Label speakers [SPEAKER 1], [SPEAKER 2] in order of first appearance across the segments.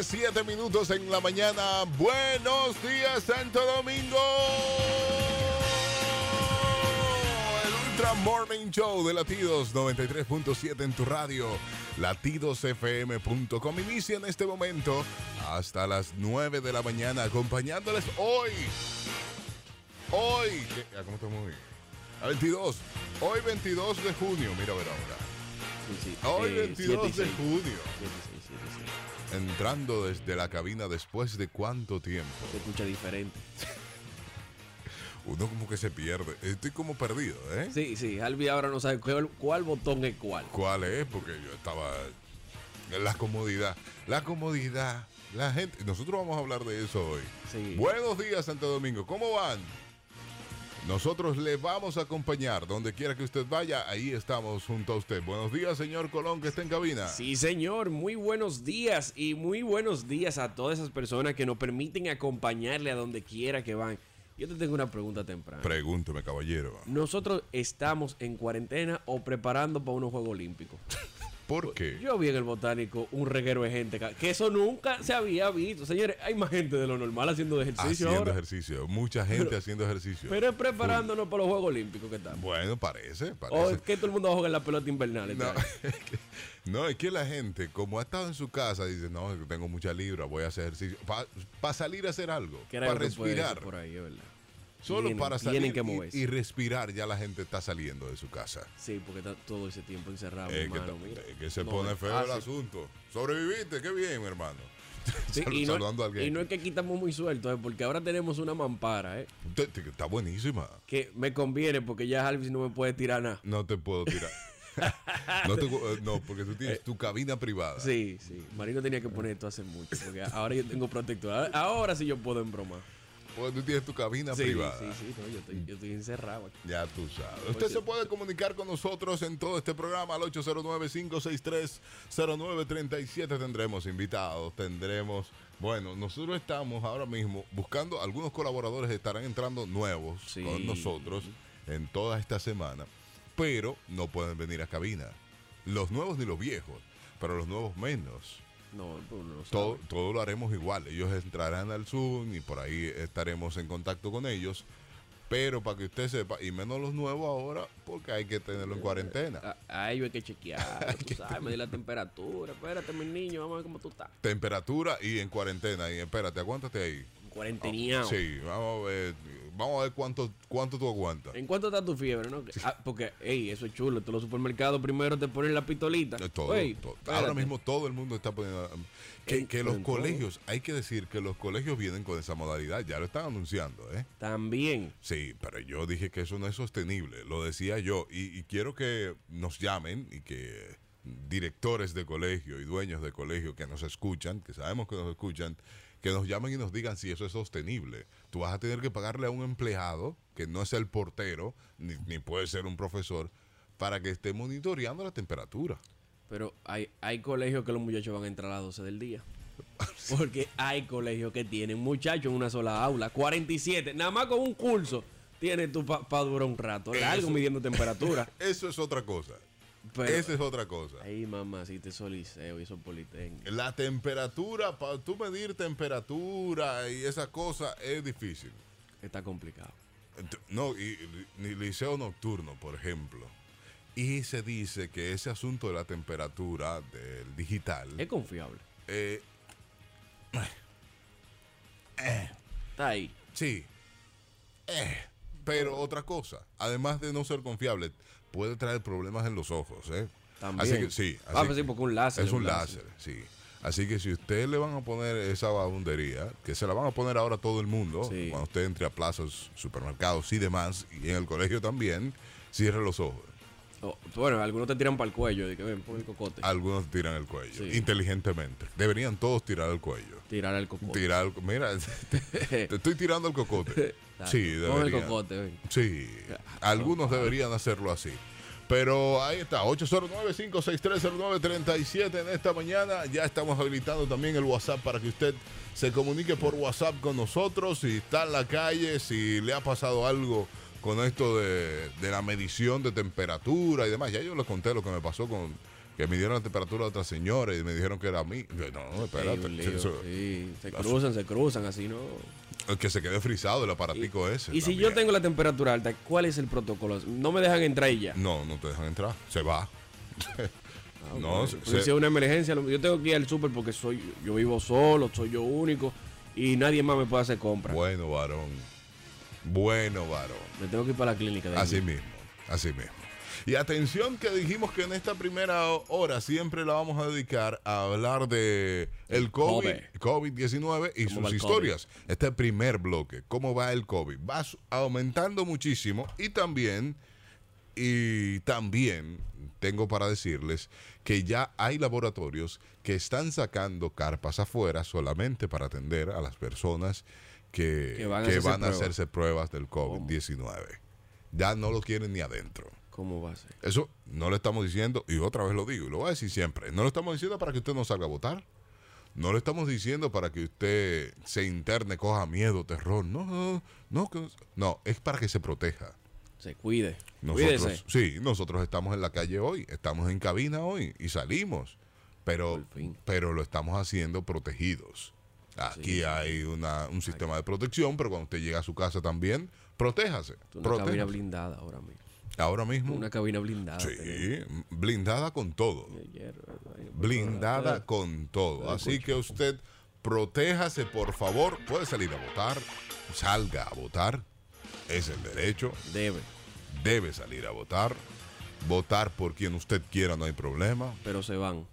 [SPEAKER 1] 7 minutos en la mañana. Buenos días, Santo Domingo. El Ultra Morning Show de Latidos 93.7 en tu radio. Latidosfm.com. Inicia en este momento hasta las 9 de la mañana, acompañándoles hoy. Hoy. ¿qué? ¿A ¿Cómo estamos hoy? A 22. Hoy 22 de junio. Mira, a ver ahora.
[SPEAKER 2] Sí, sí.
[SPEAKER 1] Ah, Hoy
[SPEAKER 2] Eh,
[SPEAKER 1] 22
[SPEAKER 2] siete
[SPEAKER 1] de
[SPEAKER 2] y seis.
[SPEAKER 1] junio.
[SPEAKER 2] Siete y seis, siete y seis.
[SPEAKER 1] Entrando desde la cabina después de cuánto tiempo.
[SPEAKER 2] Se escucha diferente.
[SPEAKER 1] Uno como que se pierde. Estoy como perdido, ¿eh?
[SPEAKER 2] Sí, sí, Albi ahora no sabe cuál, cuál botón es cuál.
[SPEAKER 1] ¿Cuál es? Porque yo estaba en la comodidad. La comodidad. La gente. Nosotros vamos a hablar de eso hoy.
[SPEAKER 2] Sí.
[SPEAKER 1] Buenos días, Santo Domingo. ¿Cómo van? Nosotros le vamos a acompañar donde quiera que usted vaya. Ahí estamos junto a usted. Buenos días, señor Colón, que está en cabina.
[SPEAKER 2] Sí, señor, muy buenos días y muy buenos días a todas esas personas que nos permiten acompañarle a donde quiera que van. Yo te tengo una pregunta temprana.
[SPEAKER 1] Pregúnteme, caballero.
[SPEAKER 2] ¿Nosotros estamos en cuarentena o preparando para unos Juegos Olímpicos?
[SPEAKER 1] ¿Por qué?
[SPEAKER 2] Yo vi en el botánico un reguero de gente ca- que eso nunca se había visto. Señores, hay más gente de lo normal haciendo ejercicio
[SPEAKER 1] Haciendo
[SPEAKER 2] ahora.
[SPEAKER 1] ejercicio. Mucha gente haciendo ejercicio.
[SPEAKER 2] Pero es preparándonos para los Juegos Olímpicos que estamos.
[SPEAKER 1] Bueno, parece,
[SPEAKER 2] O
[SPEAKER 1] parece.
[SPEAKER 2] es que todo el mundo va a jugar la pelota invernal. este
[SPEAKER 1] No,
[SPEAKER 2] año.
[SPEAKER 1] es que- no, es que la gente, como ha estado en su casa, dice, no, es que tengo mucha libra, voy a hacer ejercicio. Para salir a hacer algo,
[SPEAKER 2] Que era
[SPEAKER 1] para
[SPEAKER 2] lo que puede
[SPEAKER 1] respirar.
[SPEAKER 2] ser por ahí, es ¿verdad?
[SPEAKER 1] Solo
[SPEAKER 2] Tienen-
[SPEAKER 1] para salir
[SPEAKER 2] tienen que
[SPEAKER 1] y-
[SPEAKER 2] moverse.
[SPEAKER 1] y, respirar, ya la gente está saliendo de su casa.
[SPEAKER 2] Sí, porque está todo ese tiempo encerrado,
[SPEAKER 1] Eh, que,
[SPEAKER 2] hermano.
[SPEAKER 1] ta-
[SPEAKER 2] Ah, mira.
[SPEAKER 1] eh, que se
[SPEAKER 2] No
[SPEAKER 1] pone
[SPEAKER 2] es
[SPEAKER 1] feo el
[SPEAKER 2] fácil.
[SPEAKER 1] asunto. Sobreviviste, qué bien, hermano.
[SPEAKER 2] Sí,
[SPEAKER 1] Sal-
[SPEAKER 2] y, no,
[SPEAKER 1] saludando a alguien.
[SPEAKER 2] y no es que aquí estamos muy sueltos, eh, porque ahora tenemos una mampara, ¿eh?
[SPEAKER 1] Te- te- Está buenísima.
[SPEAKER 2] Que me conviene porque ya Alvis no me puede tirar nada.
[SPEAKER 1] No te puedo tirar. no, te cu- eh, no, porque tú tienes tu cabina privada.
[SPEAKER 2] Sí, sí. Marino tenía que poner esto hace mucho, porque ahora yo tengo protector. Ahora- Ahora sí yo puedo embromar.
[SPEAKER 1] Porque tú tienes tu cabina
[SPEAKER 2] Sí,
[SPEAKER 1] privada.
[SPEAKER 2] sí, sí, no, yo estoy, yo estoy encerrado aquí.
[SPEAKER 1] Ya tú sabes. Usted se
[SPEAKER 2] cierto.
[SPEAKER 1] puede comunicar con nosotros en todo este programa al 809-563-0937. Tendremos invitados, tendremos... Bueno, nosotros estamos ahora mismo buscando, algunos colaboradores estarán entrando nuevos
[SPEAKER 2] Sí.
[SPEAKER 1] con nosotros en toda esta semana, pero no pueden venir a cabina. Los nuevos ni los viejos, pero los nuevos menos.
[SPEAKER 2] No, pues uno no sabe.
[SPEAKER 1] Todo, todo lo haremos igual. Ellos entrarán al Zoom y por ahí estaremos en contacto con ellos. Pero para que usted sepa, y menos los nuevos ahora, porque hay que tenerlo en cuarentena.
[SPEAKER 2] A, a ellos hay que chequear, tú sabes, medir la temperatura. Espérate, mi niño, vamos a ver cómo tú estás.
[SPEAKER 1] Temperatura y en cuarentena. Y espérate, aguántate ahí.
[SPEAKER 2] Cuarenteniao.
[SPEAKER 1] Ah, Sí, vamos a ver, vamos a ver cuánto, cuánto tú aguantas.
[SPEAKER 2] ¿En cuánto está tu fiebre? No? Ah, porque, ey, eso es chulo. Todos los supermercados primero te ponen la pistolita.
[SPEAKER 1] Eh, todo,
[SPEAKER 2] Ey,
[SPEAKER 1] todo.
[SPEAKER 2] espérate.
[SPEAKER 1] Ahora mismo todo el mundo está poniendo... um, Que,
[SPEAKER 2] En-
[SPEAKER 1] que los
[SPEAKER 2] en todo.
[SPEAKER 1] colegios, hay que decir que los colegios vienen con esa modalidad, ya lo están anunciando, ¿eh?
[SPEAKER 2] También.
[SPEAKER 1] Sí, pero yo dije que eso no es sostenible, lo decía yo, y, y quiero que nos llamen y que directores de colegio y dueños de colegio que nos escuchan, que sabemos que nos escuchan, que nos llamen y nos digan si eso es sostenible. Tú vas a tener que pagarle a un empleado, que no es el portero, ni, ni puede ser un profesor, para que esté monitoreando la temperatura.
[SPEAKER 2] Pero hay, hay colegios que los muchachos van a entrar a las 12 del día. Porque hay colegios que tienen muchachos en una sola aula. 47. Nada más con un curso. Tienes tú para durar un rato. Largo
[SPEAKER 1] Eso.
[SPEAKER 2] midiendo temperatura.
[SPEAKER 1] Eso es otra cosa.
[SPEAKER 2] Pero-
[SPEAKER 1] Esa es otra cosa.
[SPEAKER 2] Ay, mamá, si te soliceo y eso politécnico.
[SPEAKER 1] La temperatura, para tú medir temperatura y esa cosa es difícil.
[SPEAKER 2] Está complicado.
[SPEAKER 1] Ent- No, y, y- ni liceo nocturno, por ejemplo. Y se dice que ese asunto de la temperatura del digital
[SPEAKER 2] Es confiable.
[SPEAKER 1] eh,
[SPEAKER 2] Está ahí.
[SPEAKER 1] Sí. Eh, pero otra cosa, además de no ser confiable, puede traer problemas en los ojos, ¿eh?
[SPEAKER 2] También.
[SPEAKER 1] Así que sí.
[SPEAKER 2] Ah,
[SPEAKER 1] así
[SPEAKER 2] pues sí,
[SPEAKER 1] que-
[SPEAKER 2] porque un láser
[SPEAKER 1] Es
[SPEAKER 2] es
[SPEAKER 1] un
[SPEAKER 2] un
[SPEAKER 1] láser, sí. Así que si usted le van a poner esa vagabundería, que se la van a poner ahora a todo el mundo,
[SPEAKER 2] Sí.
[SPEAKER 1] cuando usted entre a plazas, supermercados y demás, y en el colegio también, cierre los ojos.
[SPEAKER 2] Oh, bueno, algunos te tiran para el cuello. De que ven, pon el cocote.
[SPEAKER 1] Algunos tiran el cuello,
[SPEAKER 2] Sí.
[SPEAKER 1] inteligentemente. Deberían todos tirar el cuello.
[SPEAKER 2] Tirar el cocote.
[SPEAKER 1] Tirar, el- mira, te, te estoy tirando el cocote.
[SPEAKER 2] Dale,
[SPEAKER 1] sí,
[SPEAKER 2] Pon el
[SPEAKER 1] deberían.
[SPEAKER 2] cocote, ven.
[SPEAKER 1] Sí, algunos deberían hacerlo así. Pero ahí está, 809-56309-37 en esta mañana. Ya estamos habilitando también el WhatsApp para que usted se comunique por WhatsApp con nosotros. Si está en la calle, si le ha pasado algo con esto de, de la medición de temperatura y demás. Ya yo les conté lo que me pasó con Que me dieron la temperatura de otra señora y me dijeron que era a mí. Yo, No,
[SPEAKER 2] Ey,
[SPEAKER 1] espérate.
[SPEAKER 2] un lío,
[SPEAKER 1] eso-
[SPEAKER 2] sí. Se
[SPEAKER 1] eso-
[SPEAKER 2] cruzan, se cruzan, así no.
[SPEAKER 1] Que se quede frisado el aparatico ese.
[SPEAKER 2] Y si
[SPEAKER 1] también.
[SPEAKER 2] yo tengo la temperatura alta, ¿cuál es el protocolo? No me dejan entrar y ya.
[SPEAKER 1] No, no te dejan entrar. Se va.
[SPEAKER 2] Ah,
[SPEAKER 1] no, se-
[SPEAKER 2] Porque
[SPEAKER 1] se-
[SPEAKER 2] Si es una emergencia, lo- yo tengo que ir al súper porque soy yo vivo solo, soy yo único y nadie más me puede hacer compras.
[SPEAKER 1] bueno, varón. Bueno, varón.
[SPEAKER 2] Me tengo que ir para la clínica. de
[SPEAKER 1] Así
[SPEAKER 2] ahí.
[SPEAKER 1] mismo, así mismo. Y atención que dijimos que en esta primera hora siempre la vamos a dedicar a hablar de el COVID, COVID-19 y
[SPEAKER 2] ¿Cómo va
[SPEAKER 1] sus
[SPEAKER 2] el
[SPEAKER 1] historias. Este primer bloque, cómo va el COVID. Va su- aumentando muchísimo y también, y también tengo para decirles que ya hay laboratorios que están sacando carpas afuera solamente para atender a las personas que,
[SPEAKER 2] Que van a hacerse
[SPEAKER 1] van a
[SPEAKER 2] pruebas.
[SPEAKER 1] hacerse pruebas del COVID-19 ya no lo quieren ni adentro.
[SPEAKER 2] ¿Cómo va a ser?
[SPEAKER 1] Eso no lo estamos diciendo, y otra vez lo digo, y lo voy a decir siempre, no lo estamos diciendo para que usted no salga a votar. No lo estamos diciendo para que usted se interne, coja miedo, terror. No, no, no, que- no, es para que se proteja.
[SPEAKER 2] Se cuide.
[SPEAKER 1] Nosotros,
[SPEAKER 2] Cuídese.
[SPEAKER 1] sí, nosotros estamos en la calle hoy, estamos en cabina hoy y salimos, pero,
[SPEAKER 2] Por fin.
[SPEAKER 1] pero lo estamos haciendo protegidos. Aquí hay una, un sistema de protección, pero cuando usted llega a su casa también, protéjase.
[SPEAKER 2] Una cabina
[SPEAKER 1] protéjase.
[SPEAKER 2] blindada ahora mismo.
[SPEAKER 1] Ahora mismo.
[SPEAKER 2] Una cabina blindada. tenemos.
[SPEAKER 1] Sí, blindada con todo.
[SPEAKER 2] De hierro, vaina, por
[SPEAKER 1] Blindada con todo. Así que usted protéjase, por favor. Puede salir a votar. Salga a votar. Es el derecho.
[SPEAKER 2] favor. Debe.
[SPEAKER 1] Debe salir a votar. Votar por quien usted quiera, no hay problema.
[SPEAKER 2] Pero se van.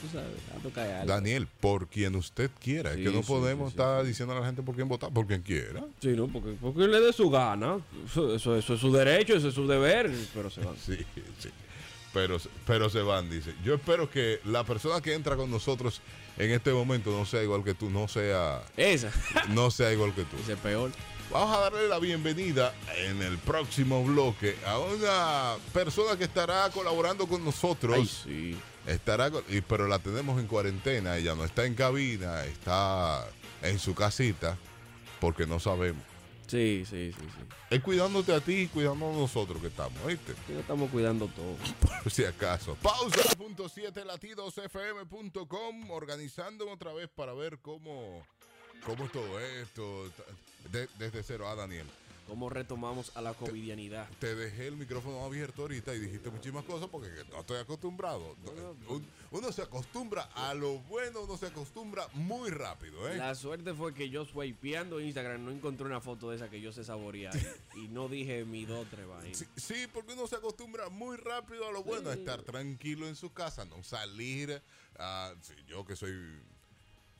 [SPEAKER 2] Tú sabes, a tocar algo.
[SPEAKER 1] Daniel, por quien usted quiera.
[SPEAKER 2] Sí,
[SPEAKER 1] es que no
[SPEAKER 2] sí,
[SPEAKER 1] podemos
[SPEAKER 2] sí, sí,
[SPEAKER 1] estar diciendo a la gente por quién votar, por quien quiera.
[SPEAKER 2] Sí, ¿no? Porque, porque le dé su gana. Eso, eso- eso es su derecho, eso es su deber. Pero se van.
[SPEAKER 1] Sí, sí. Pero, pero se van, dice. Yo espero que la persona que entra con nosotros en este momento no sea igual que tú, no sea
[SPEAKER 2] Esa.
[SPEAKER 1] no sea igual que tú.
[SPEAKER 2] Ese es peor.
[SPEAKER 1] Vamos a darle la bienvenida en el próximo bloque a una persona que estará colaborando con nosotros.
[SPEAKER 2] Ay, sí.
[SPEAKER 1] Estará, con- y- pero la tenemos en cuarentena, ella no está en cabina, está en su casita, porque no sabemos.
[SPEAKER 2] Sí, sí, sí, sí.
[SPEAKER 1] Es cuidándote a ti y cuidándonos nosotros que estamos, ¿viste?
[SPEAKER 2] Que no estamos cuidando todo.
[SPEAKER 1] Por si acaso. Pausa. Punto siete latidosfm.com organizando otra vez para ver cómo, cómo es todo esto. De- desde cero. Ah, Daniel.
[SPEAKER 2] ¿Cómo retomamos a la covidianidad?
[SPEAKER 1] Te dejé el micrófono abierto ahorita y dijiste muchísimas cosas porque no estoy acostumbrado. Un- Uno se acostumbra a lo bueno, uno se acostumbra muy rápido, ¿eh?
[SPEAKER 2] La suerte fue que yo swipeando Instagram no encontré una foto de esa que yo sé saborear. y no dije mi dos, tres vainas.
[SPEAKER 1] Sí, sí, porque uno se acostumbra muy rápido a lo bueno, a estar tranquilo en su casa, no salir. ah, sí, yo que soy,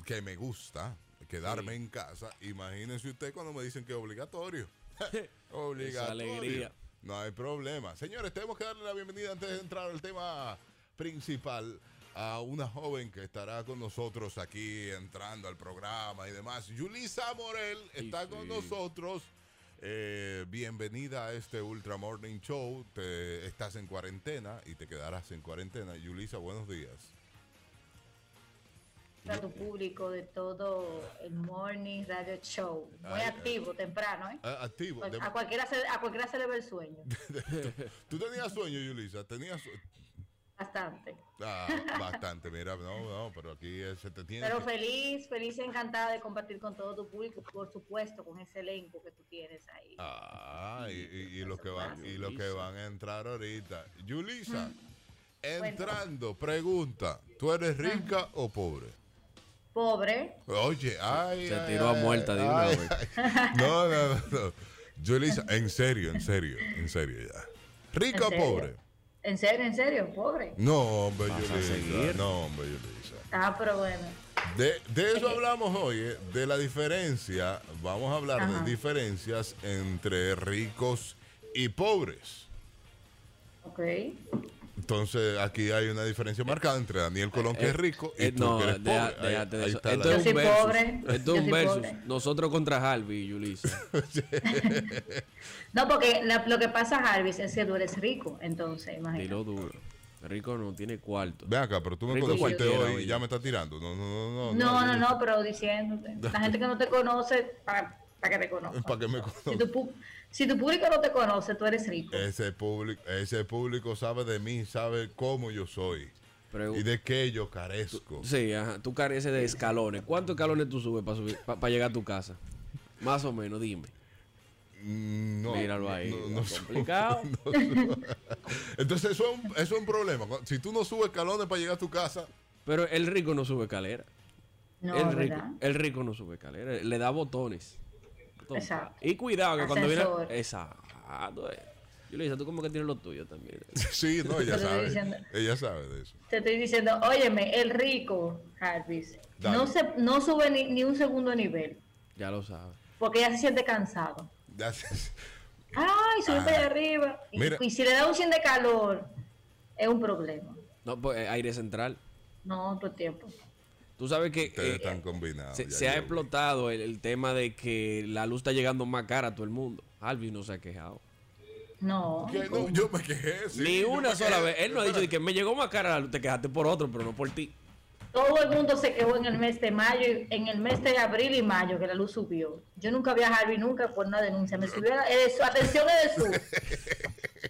[SPEAKER 1] que me gusta quedarme en casa, imagínense usted cuando me dicen que es obligatorio. obligatorio.
[SPEAKER 2] alegría.
[SPEAKER 1] No hay problema. Señores, tenemos que darle la bienvenida antes de entrar al tema principal a una joven que estará con nosotros aquí entrando al programa y demás. Yulisa Morel está con
[SPEAKER 2] sí.
[SPEAKER 1] nosotros. Eh, bienvenida a este Ultra Morning Show. Te- estás en cuarentena y te quedarás en cuarentena. Yulisa, buenos días.
[SPEAKER 3] a tu público de todo el Morning Radio Show. Muy
[SPEAKER 1] Ay,
[SPEAKER 3] activo, temprano, ¿eh?
[SPEAKER 1] Ah, activo. De-
[SPEAKER 3] A cualquiera, se, a cualquiera se le ve el sueño.
[SPEAKER 1] ¿Tú tenías sueño, Yulisa? ¿Tenías sue-
[SPEAKER 3] Bastante.
[SPEAKER 1] Ah, bastante, mira, no, no, pero aquí eh, se te tiene.
[SPEAKER 3] Pero
[SPEAKER 1] que-
[SPEAKER 3] feliz, feliz y encantada de compartir con todo tu público, por supuesto, con ese elenco que tú tienes ahí.
[SPEAKER 1] Ah, y, y- y los que van, y los que van a entrar ahorita.
[SPEAKER 2] Mm.
[SPEAKER 1] Yulisa, entrando, pregunta, ¿tú eres rica o pobre?
[SPEAKER 3] Pobre,
[SPEAKER 1] Oye, ay.
[SPEAKER 2] Se
[SPEAKER 1] ay,
[SPEAKER 2] tiró a
[SPEAKER 1] ay,
[SPEAKER 2] muerta de una
[SPEAKER 1] ay,
[SPEAKER 2] vez.
[SPEAKER 1] ay. No, no, no, no. Yulisa, en serio, en serio, en serio ya. ¿Rica
[SPEAKER 3] ¿En
[SPEAKER 1] o
[SPEAKER 3] serio?
[SPEAKER 1] pobre?
[SPEAKER 3] en serio, en serio, pobre.
[SPEAKER 1] No, hombre,
[SPEAKER 2] ¿Vas a
[SPEAKER 1] Yulisa.
[SPEAKER 2] seguir?
[SPEAKER 1] No, hombre, Yulisa.
[SPEAKER 3] Ah, pero bueno.
[SPEAKER 1] De, de eso hablamos hoy, ¿eh? de la diferencia, vamos a hablar
[SPEAKER 3] Ajá.
[SPEAKER 1] de diferencias entre ricos y pobres.
[SPEAKER 3] Ok.
[SPEAKER 1] Entonces aquí hay una diferencia marcada entre Daniel Colón, que
[SPEAKER 2] Eh,
[SPEAKER 1] es rico, y
[SPEAKER 2] eh,
[SPEAKER 1] tú, que eres
[SPEAKER 2] deja-
[SPEAKER 1] pobre. Ahí-
[SPEAKER 2] déjate de
[SPEAKER 1] ahí
[SPEAKER 2] eso.
[SPEAKER 1] está
[SPEAKER 2] Esto
[SPEAKER 1] la-
[SPEAKER 2] es
[SPEAKER 3] Yo
[SPEAKER 2] un
[SPEAKER 3] soy
[SPEAKER 2] versus.
[SPEAKER 3] pobre,
[SPEAKER 2] Esto es
[SPEAKER 3] yo
[SPEAKER 2] un
[SPEAKER 3] soy
[SPEAKER 2] versus.
[SPEAKER 3] pobre.
[SPEAKER 2] Nosotros contra Harvey y Yulisa.
[SPEAKER 3] No, porque la- lo que pasa, Jarvis, es que tú eres rico, entonces, imagínate.
[SPEAKER 2] Dilo duro. Rico no tiene cuarto.
[SPEAKER 1] Ven acá, pero tú me
[SPEAKER 2] Rico
[SPEAKER 1] conociste
[SPEAKER 2] cualquiera,
[SPEAKER 1] hoy y
[SPEAKER 2] oye.
[SPEAKER 1] ya me estás tirando. No, no, no.
[SPEAKER 3] No, no,
[SPEAKER 1] yo-
[SPEAKER 3] no, pero diciéndote. La gente que no te conoce, para, para que te conozca.
[SPEAKER 1] Para que me
[SPEAKER 3] Si
[SPEAKER 1] conozcas.
[SPEAKER 3] tu, pu- Si tu público no te conoce, tú eres rico.
[SPEAKER 1] Ese público, ese público sabe de mí, sabe cómo yo soy
[SPEAKER 2] Pero-
[SPEAKER 1] y de qué yo carezco.
[SPEAKER 2] Sí, ajá. Tú careces de escalones. ¿Cuántos escalones tú subes para llegar a tu casa? Más o menos, dime.
[SPEAKER 1] Mm, No,
[SPEAKER 2] Míralo ahí.
[SPEAKER 1] no- no subo,
[SPEAKER 2] complicado.
[SPEAKER 1] no subo. Entonces eso es, un, eso es un problema. Si tú no subes escalones para llegar a tu casa,
[SPEAKER 2] Pero el rico no sube escalera.
[SPEAKER 3] No,
[SPEAKER 2] el, rico,
[SPEAKER 3] ¿verdad?
[SPEAKER 2] el rico no sube escalera. Le da botones. Botones.
[SPEAKER 3] Exacto.
[SPEAKER 2] Y cuidado que cuando viene.
[SPEAKER 3] Ascensor.
[SPEAKER 2] Exacto. eh. Yo le dije, tú como que tienes lo tuyo también.
[SPEAKER 1] sí, no, ella
[SPEAKER 3] Te lo estoy
[SPEAKER 1] sabe.
[SPEAKER 3] diciendo.
[SPEAKER 1] Ella sabe de eso.
[SPEAKER 3] Te estoy diciendo, óyeme, el rico, Jarvis,
[SPEAKER 1] Dale.
[SPEAKER 3] no, se, no sube ni, ni un segundo nivel,
[SPEAKER 2] Ya lo sabes.
[SPEAKER 3] porque ya se siente cansado.
[SPEAKER 1] Ya se-
[SPEAKER 2] Eh,
[SPEAKER 3] Ay, sube
[SPEAKER 1] Ah.
[SPEAKER 3] para allá arriba. Y,
[SPEAKER 1] Mira.
[SPEAKER 3] y si le da un 100 de calor, es un problema.
[SPEAKER 2] No, pues, eh, aire central.
[SPEAKER 3] No, otro tiempo.
[SPEAKER 2] Tú sabes que
[SPEAKER 1] Ustedes
[SPEAKER 2] eh,
[SPEAKER 1] están combinados.
[SPEAKER 2] se,
[SPEAKER 1] Ah, ya
[SPEAKER 2] se ha
[SPEAKER 1] yo-
[SPEAKER 2] explotado el, el tema de que la luz está llegando más cara a todo el mundo. Alvin no se ha quejado.
[SPEAKER 3] No.
[SPEAKER 1] ¿Qué? No, yo me quejé. sí,
[SPEAKER 2] Ni
[SPEAKER 1] yo
[SPEAKER 2] una
[SPEAKER 1] me
[SPEAKER 2] sola
[SPEAKER 1] quejé.
[SPEAKER 2] vez. Él no ha dicho de que me llegó más cara la luz. Te quejaste por otro, pero no por ti.
[SPEAKER 3] Todo el mundo se quejó en el mes de mayo, y en el mes de abril y mayo, que la luz subió. Yo nunca vi a Harvey nunca por una denuncia. Me subió la, eh, su- atención es de su.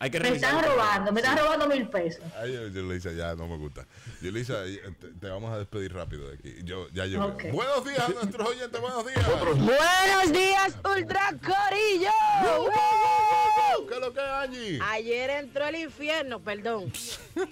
[SPEAKER 2] Hay que
[SPEAKER 3] Me
[SPEAKER 2] revisar.
[SPEAKER 3] están robando, me están robando mil pesos.
[SPEAKER 1] Ay, yo, yo le hice, ya no me gusta. Yo le hice, ya, te, te vamos a despedir rápido de aquí. Yo, ya llegué.
[SPEAKER 3] Ok.
[SPEAKER 1] Buenos días a nuestros oyentes, buenos días.
[SPEAKER 4] Buenos días, Ultra Corillo. ¡Woo!
[SPEAKER 1] ¿Qué es lo que es, Angie?
[SPEAKER 5] Ah.
[SPEAKER 4] Ayer entró el infierno, perdón,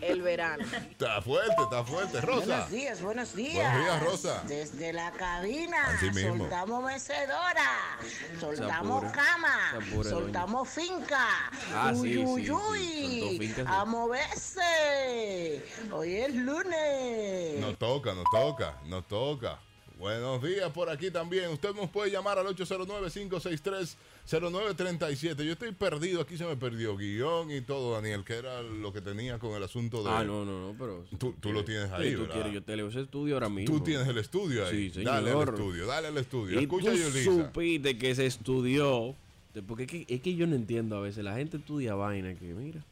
[SPEAKER 4] el verano.
[SPEAKER 1] Está fuerte, está fuerte. Rosa.
[SPEAKER 5] Buenos días, buenos días.
[SPEAKER 1] Buenos días, Rosa.
[SPEAKER 5] Desde la cabina,
[SPEAKER 1] Así mismo.
[SPEAKER 5] soltamos mecedora, soltamos
[SPEAKER 2] apure.
[SPEAKER 5] cama,
[SPEAKER 2] Se apure, doña.
[SPEAKER 5] soltamos finca.
[SPEAKER 2] Ah,
[SPEAKER 5] uy,
[SPEAKER 2] sí, sí,
[SPEAKER 5] uy,
[SPEAKER 2] sí,
[SPEAKER 5] uy.
[SPEAKER 2] soltó finca, sí.
[SPEAKER 5] A moverse. Hoy es lunes.
[SPEAKER 1] Nos toca, nos toca, nos toca. Buenos días por aquí también. Usted nos puede llamar al 809-563-0937. Yo estoy perdido, aquí se me perdió guión y todo, Daniel, que era lo que tenía con el asunto de...
[SPEAKER 2] Ah, no, no, no, pero. si
[SPEAKER 1] Tú- tú lo tienes ahí,
[SPEAKER 2] Sí, tú
[SPEAKER 1] ¿verdad?
[SPEAKER 2] quieres, yo te leo ese estudio ahora mismo.
[SPEAKER 1] Tú tienes el estudio ahí.
[SPEAKER 2] Sí, señor.
[SPEAKER 1] Dale al estudio, dale al estudio.
[SPEAKER 2] Y
[SPEAKER 1] Escucha,
[SPEAKER 2] tú
[SPEAKER 1] Yolisa.
[SPEAKER 2] supiste que se estudió. de- Porque es que, es que yo no entiendo a veces. La gente estudia vaina que, mira.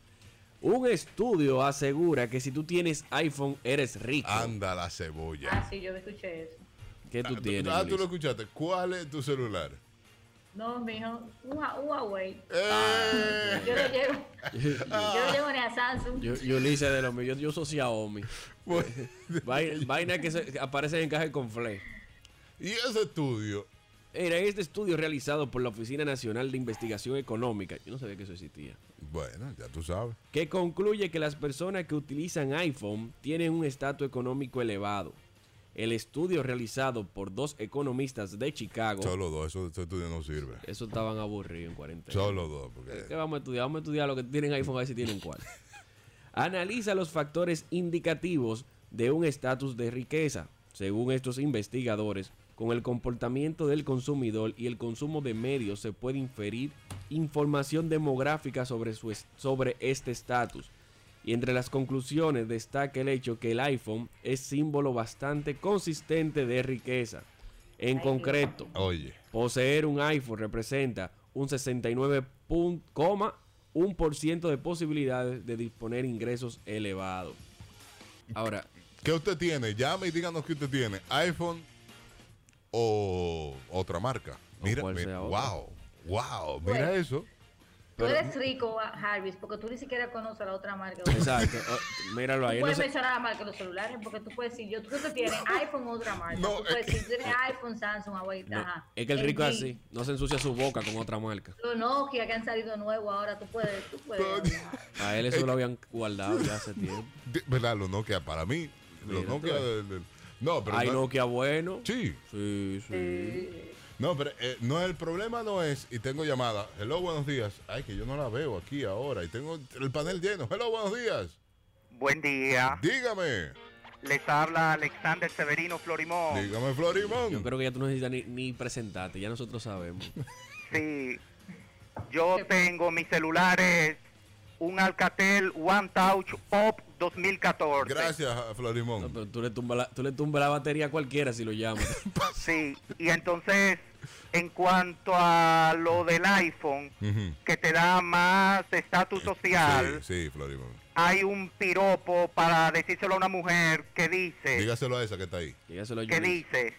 [SPEAKER 2] Un estudio asegura que si tú tienes iPhone, eres rico.
[SPEAKER 1] Anda la cebolla.
[SPEAKER 3] Ah, sí, yo escuché eso.
[SPEAKER 2] ¿Qué tú
[SPEAKER 1] Ah,
[SPEAKER 2] tienes?
[SPEAKER 1] Ah, tú lo
[SPEAKER 2] Yolisa?
[SPEAKER 1] escuchaste. ¿Cuál es tu celular?
[SPEAKER 3] No, mijo, un Hua- un Huawei.
[SPEAKER 2] Ah.
[SPEAKER 1] ¡Eh!
[SPEAKER 3] Yo no llego, yo no llego ni a Samsung.
[SPEAKER 2] Yo, yo le hice de lo mío. Yo, yo soy Xiaomi.
[SPEAKER 1] Bueno,
[SPEAKER 2] Vai- Vaina que, se- que aparece en caja con fle.
[SPEAKER 1] y ese estudio.
[SPEAKER 2] Mira, este estudio realizado por la Oficina Nacional de Investigación Económica. Yo no sabía que eso existía.
[SPEAKER 1] Bueno, ya tú sabes.
[SPEAKER 2] que concluye que las personas que utilizan iPhone tienen un estatus económico elevado. El estudio realizado por dos economistas de Chicago,
[SPEAKER 1] Solo dos, eso, ese estudio no sirve.
[SPEAKER 2] eso estaban aburridos en cuarentena.
[SPEAKER 1] Solo dos.
[SPEAKER 2] ¿Qué
[SPEAKER 1] Porque,
[SPEAKER 2] vamos a estudiar? Vamos a estudiar lo que tienen iPhone a ver si tienen cuál. Analiza los factores indicativos de un estatus de riqueza, según estos investigadores. Con el comportamiento del consumidor y el consumo de medios se puede inferir información demográfica sobre, su es- sobre este estatus. Y entre las conclusiones destaca el hecho que el iPhone es símbolo bastante consistente de riqueza. En concreto,
[SPEAKER 1] oye,
[SPEAKER 2] Poseer un iPhone representa un 69.1% de posibilidades de disponer ingresos elevados. Ahora,
[SPEAKER 1] ¿qué usted tiene? Llame y díganos qué usted tiene. iPhone o otra marca.
[SPEAKER 2] O
[SPEAKER 1] Mira,
[SPEAKER 2] cual
[SPEAKER 1] mira
[SPEAKER 2] sea otra.
[SPEAKER 1] wow, wow, mira
[SPEAKER 3] Bueno.
[SPEAKER 1] eso.
[SPEAKER 3] Tú eres rico, Jarvis, porque tú ni siquiera conoces a la otra marca.
[SPEAKER 2] exacto, o- míralo
[SPEAKER 3] Tú
[SPEAKER 2] ahí. no
[SPEAKER 3] puedes
[SPEAKER 2] sé-
[SPEAKER 3] mencionar la marca de los celulares porque tú puedes decir, yo tú que tienes iPhone o otra marca.
[SPEAKER 1] No,
[SPEAKER 3] tú
[SPEAKER 1] es
[SPEAKER 3] puedes
[SPEAKER 1] que-
[SPEAKER 3] decir, tú tienes iPhone, Samsung, Huawei,
[SPEAKER 2] no,
[SPEAKER 3] ajá.
[SPEAKER 2] es que el rico
[SPEAKER 3] LG,
[SPEAKER 2] es así, no se ensucia su boca con otra marca.
[SPEAKER 3] Los Nokia que han salido nuevos ahora, tú puedes, tú puedes. hablar.
[SPEAKER 2] A él eso lo habían guardado ya hace tiempo.
[SPEAKER 1] De- ¿Verdad? Los Nokia, para mí, los
[SPEAKER 2] Mira, tú
[SPEAKER 1] Nokia.
[SPEAKER 2] ves.
[SPEAKER 1] del- del- no, pero.
[SPEAKER 2] Hay
[SPEAKER 1] no-
[SPEAKER 2] Nokia bueno.
[SPEAKER 1] Sí,
[SPEAKER 2] Sí, sí.
[SPEAKER 1] No, pero eh, no, el problema no es, y tengo llamada, hello, buenos días. Ay, que yo no la veo aquí ahora, y tengo el panel lleno, hello, buenos días.
[SPEAKER 6] Buen día.
[SPEAKER 1] Dígame,
[SPEAKER 6] Les habla Alexander Severino Florimón.
[SPEAKER 1] dígame, Florimón.
[SPEAKER 2] Yo creo que ya tú no necesitas ni, ni presentarte, ya nosotros sabemos.
[SPEAKER 6] Sí. Yo tengo mis celulares, un Alcatel One Touch Pop 2014.
[SPEAKER 1] Gracias, Florimón.
[SPEAKER 2] No, pero tú le tumbas la, tú le tumbas la batería a cualquiera si lo llamas.
[SPEAKER 6] Sí. Y entonces, en cuanto a lo del iPhone,
[SPEAKER 1] Ujú.
[SPEAKER 6] que te da más estatus social,
[SPEAKER 1] Sí, sí, Florimón.
[SPEAKER 6] hay un piropo para decírselo a una mujer que dice,
[SPEAKER 1] Dígaselo a esa que está ahí.
[SPEAKER 2] Dígaselo a
[SPEAKER 6] que
[SPEAKER 2] Yulisa.
[SPEAKER 6] dice,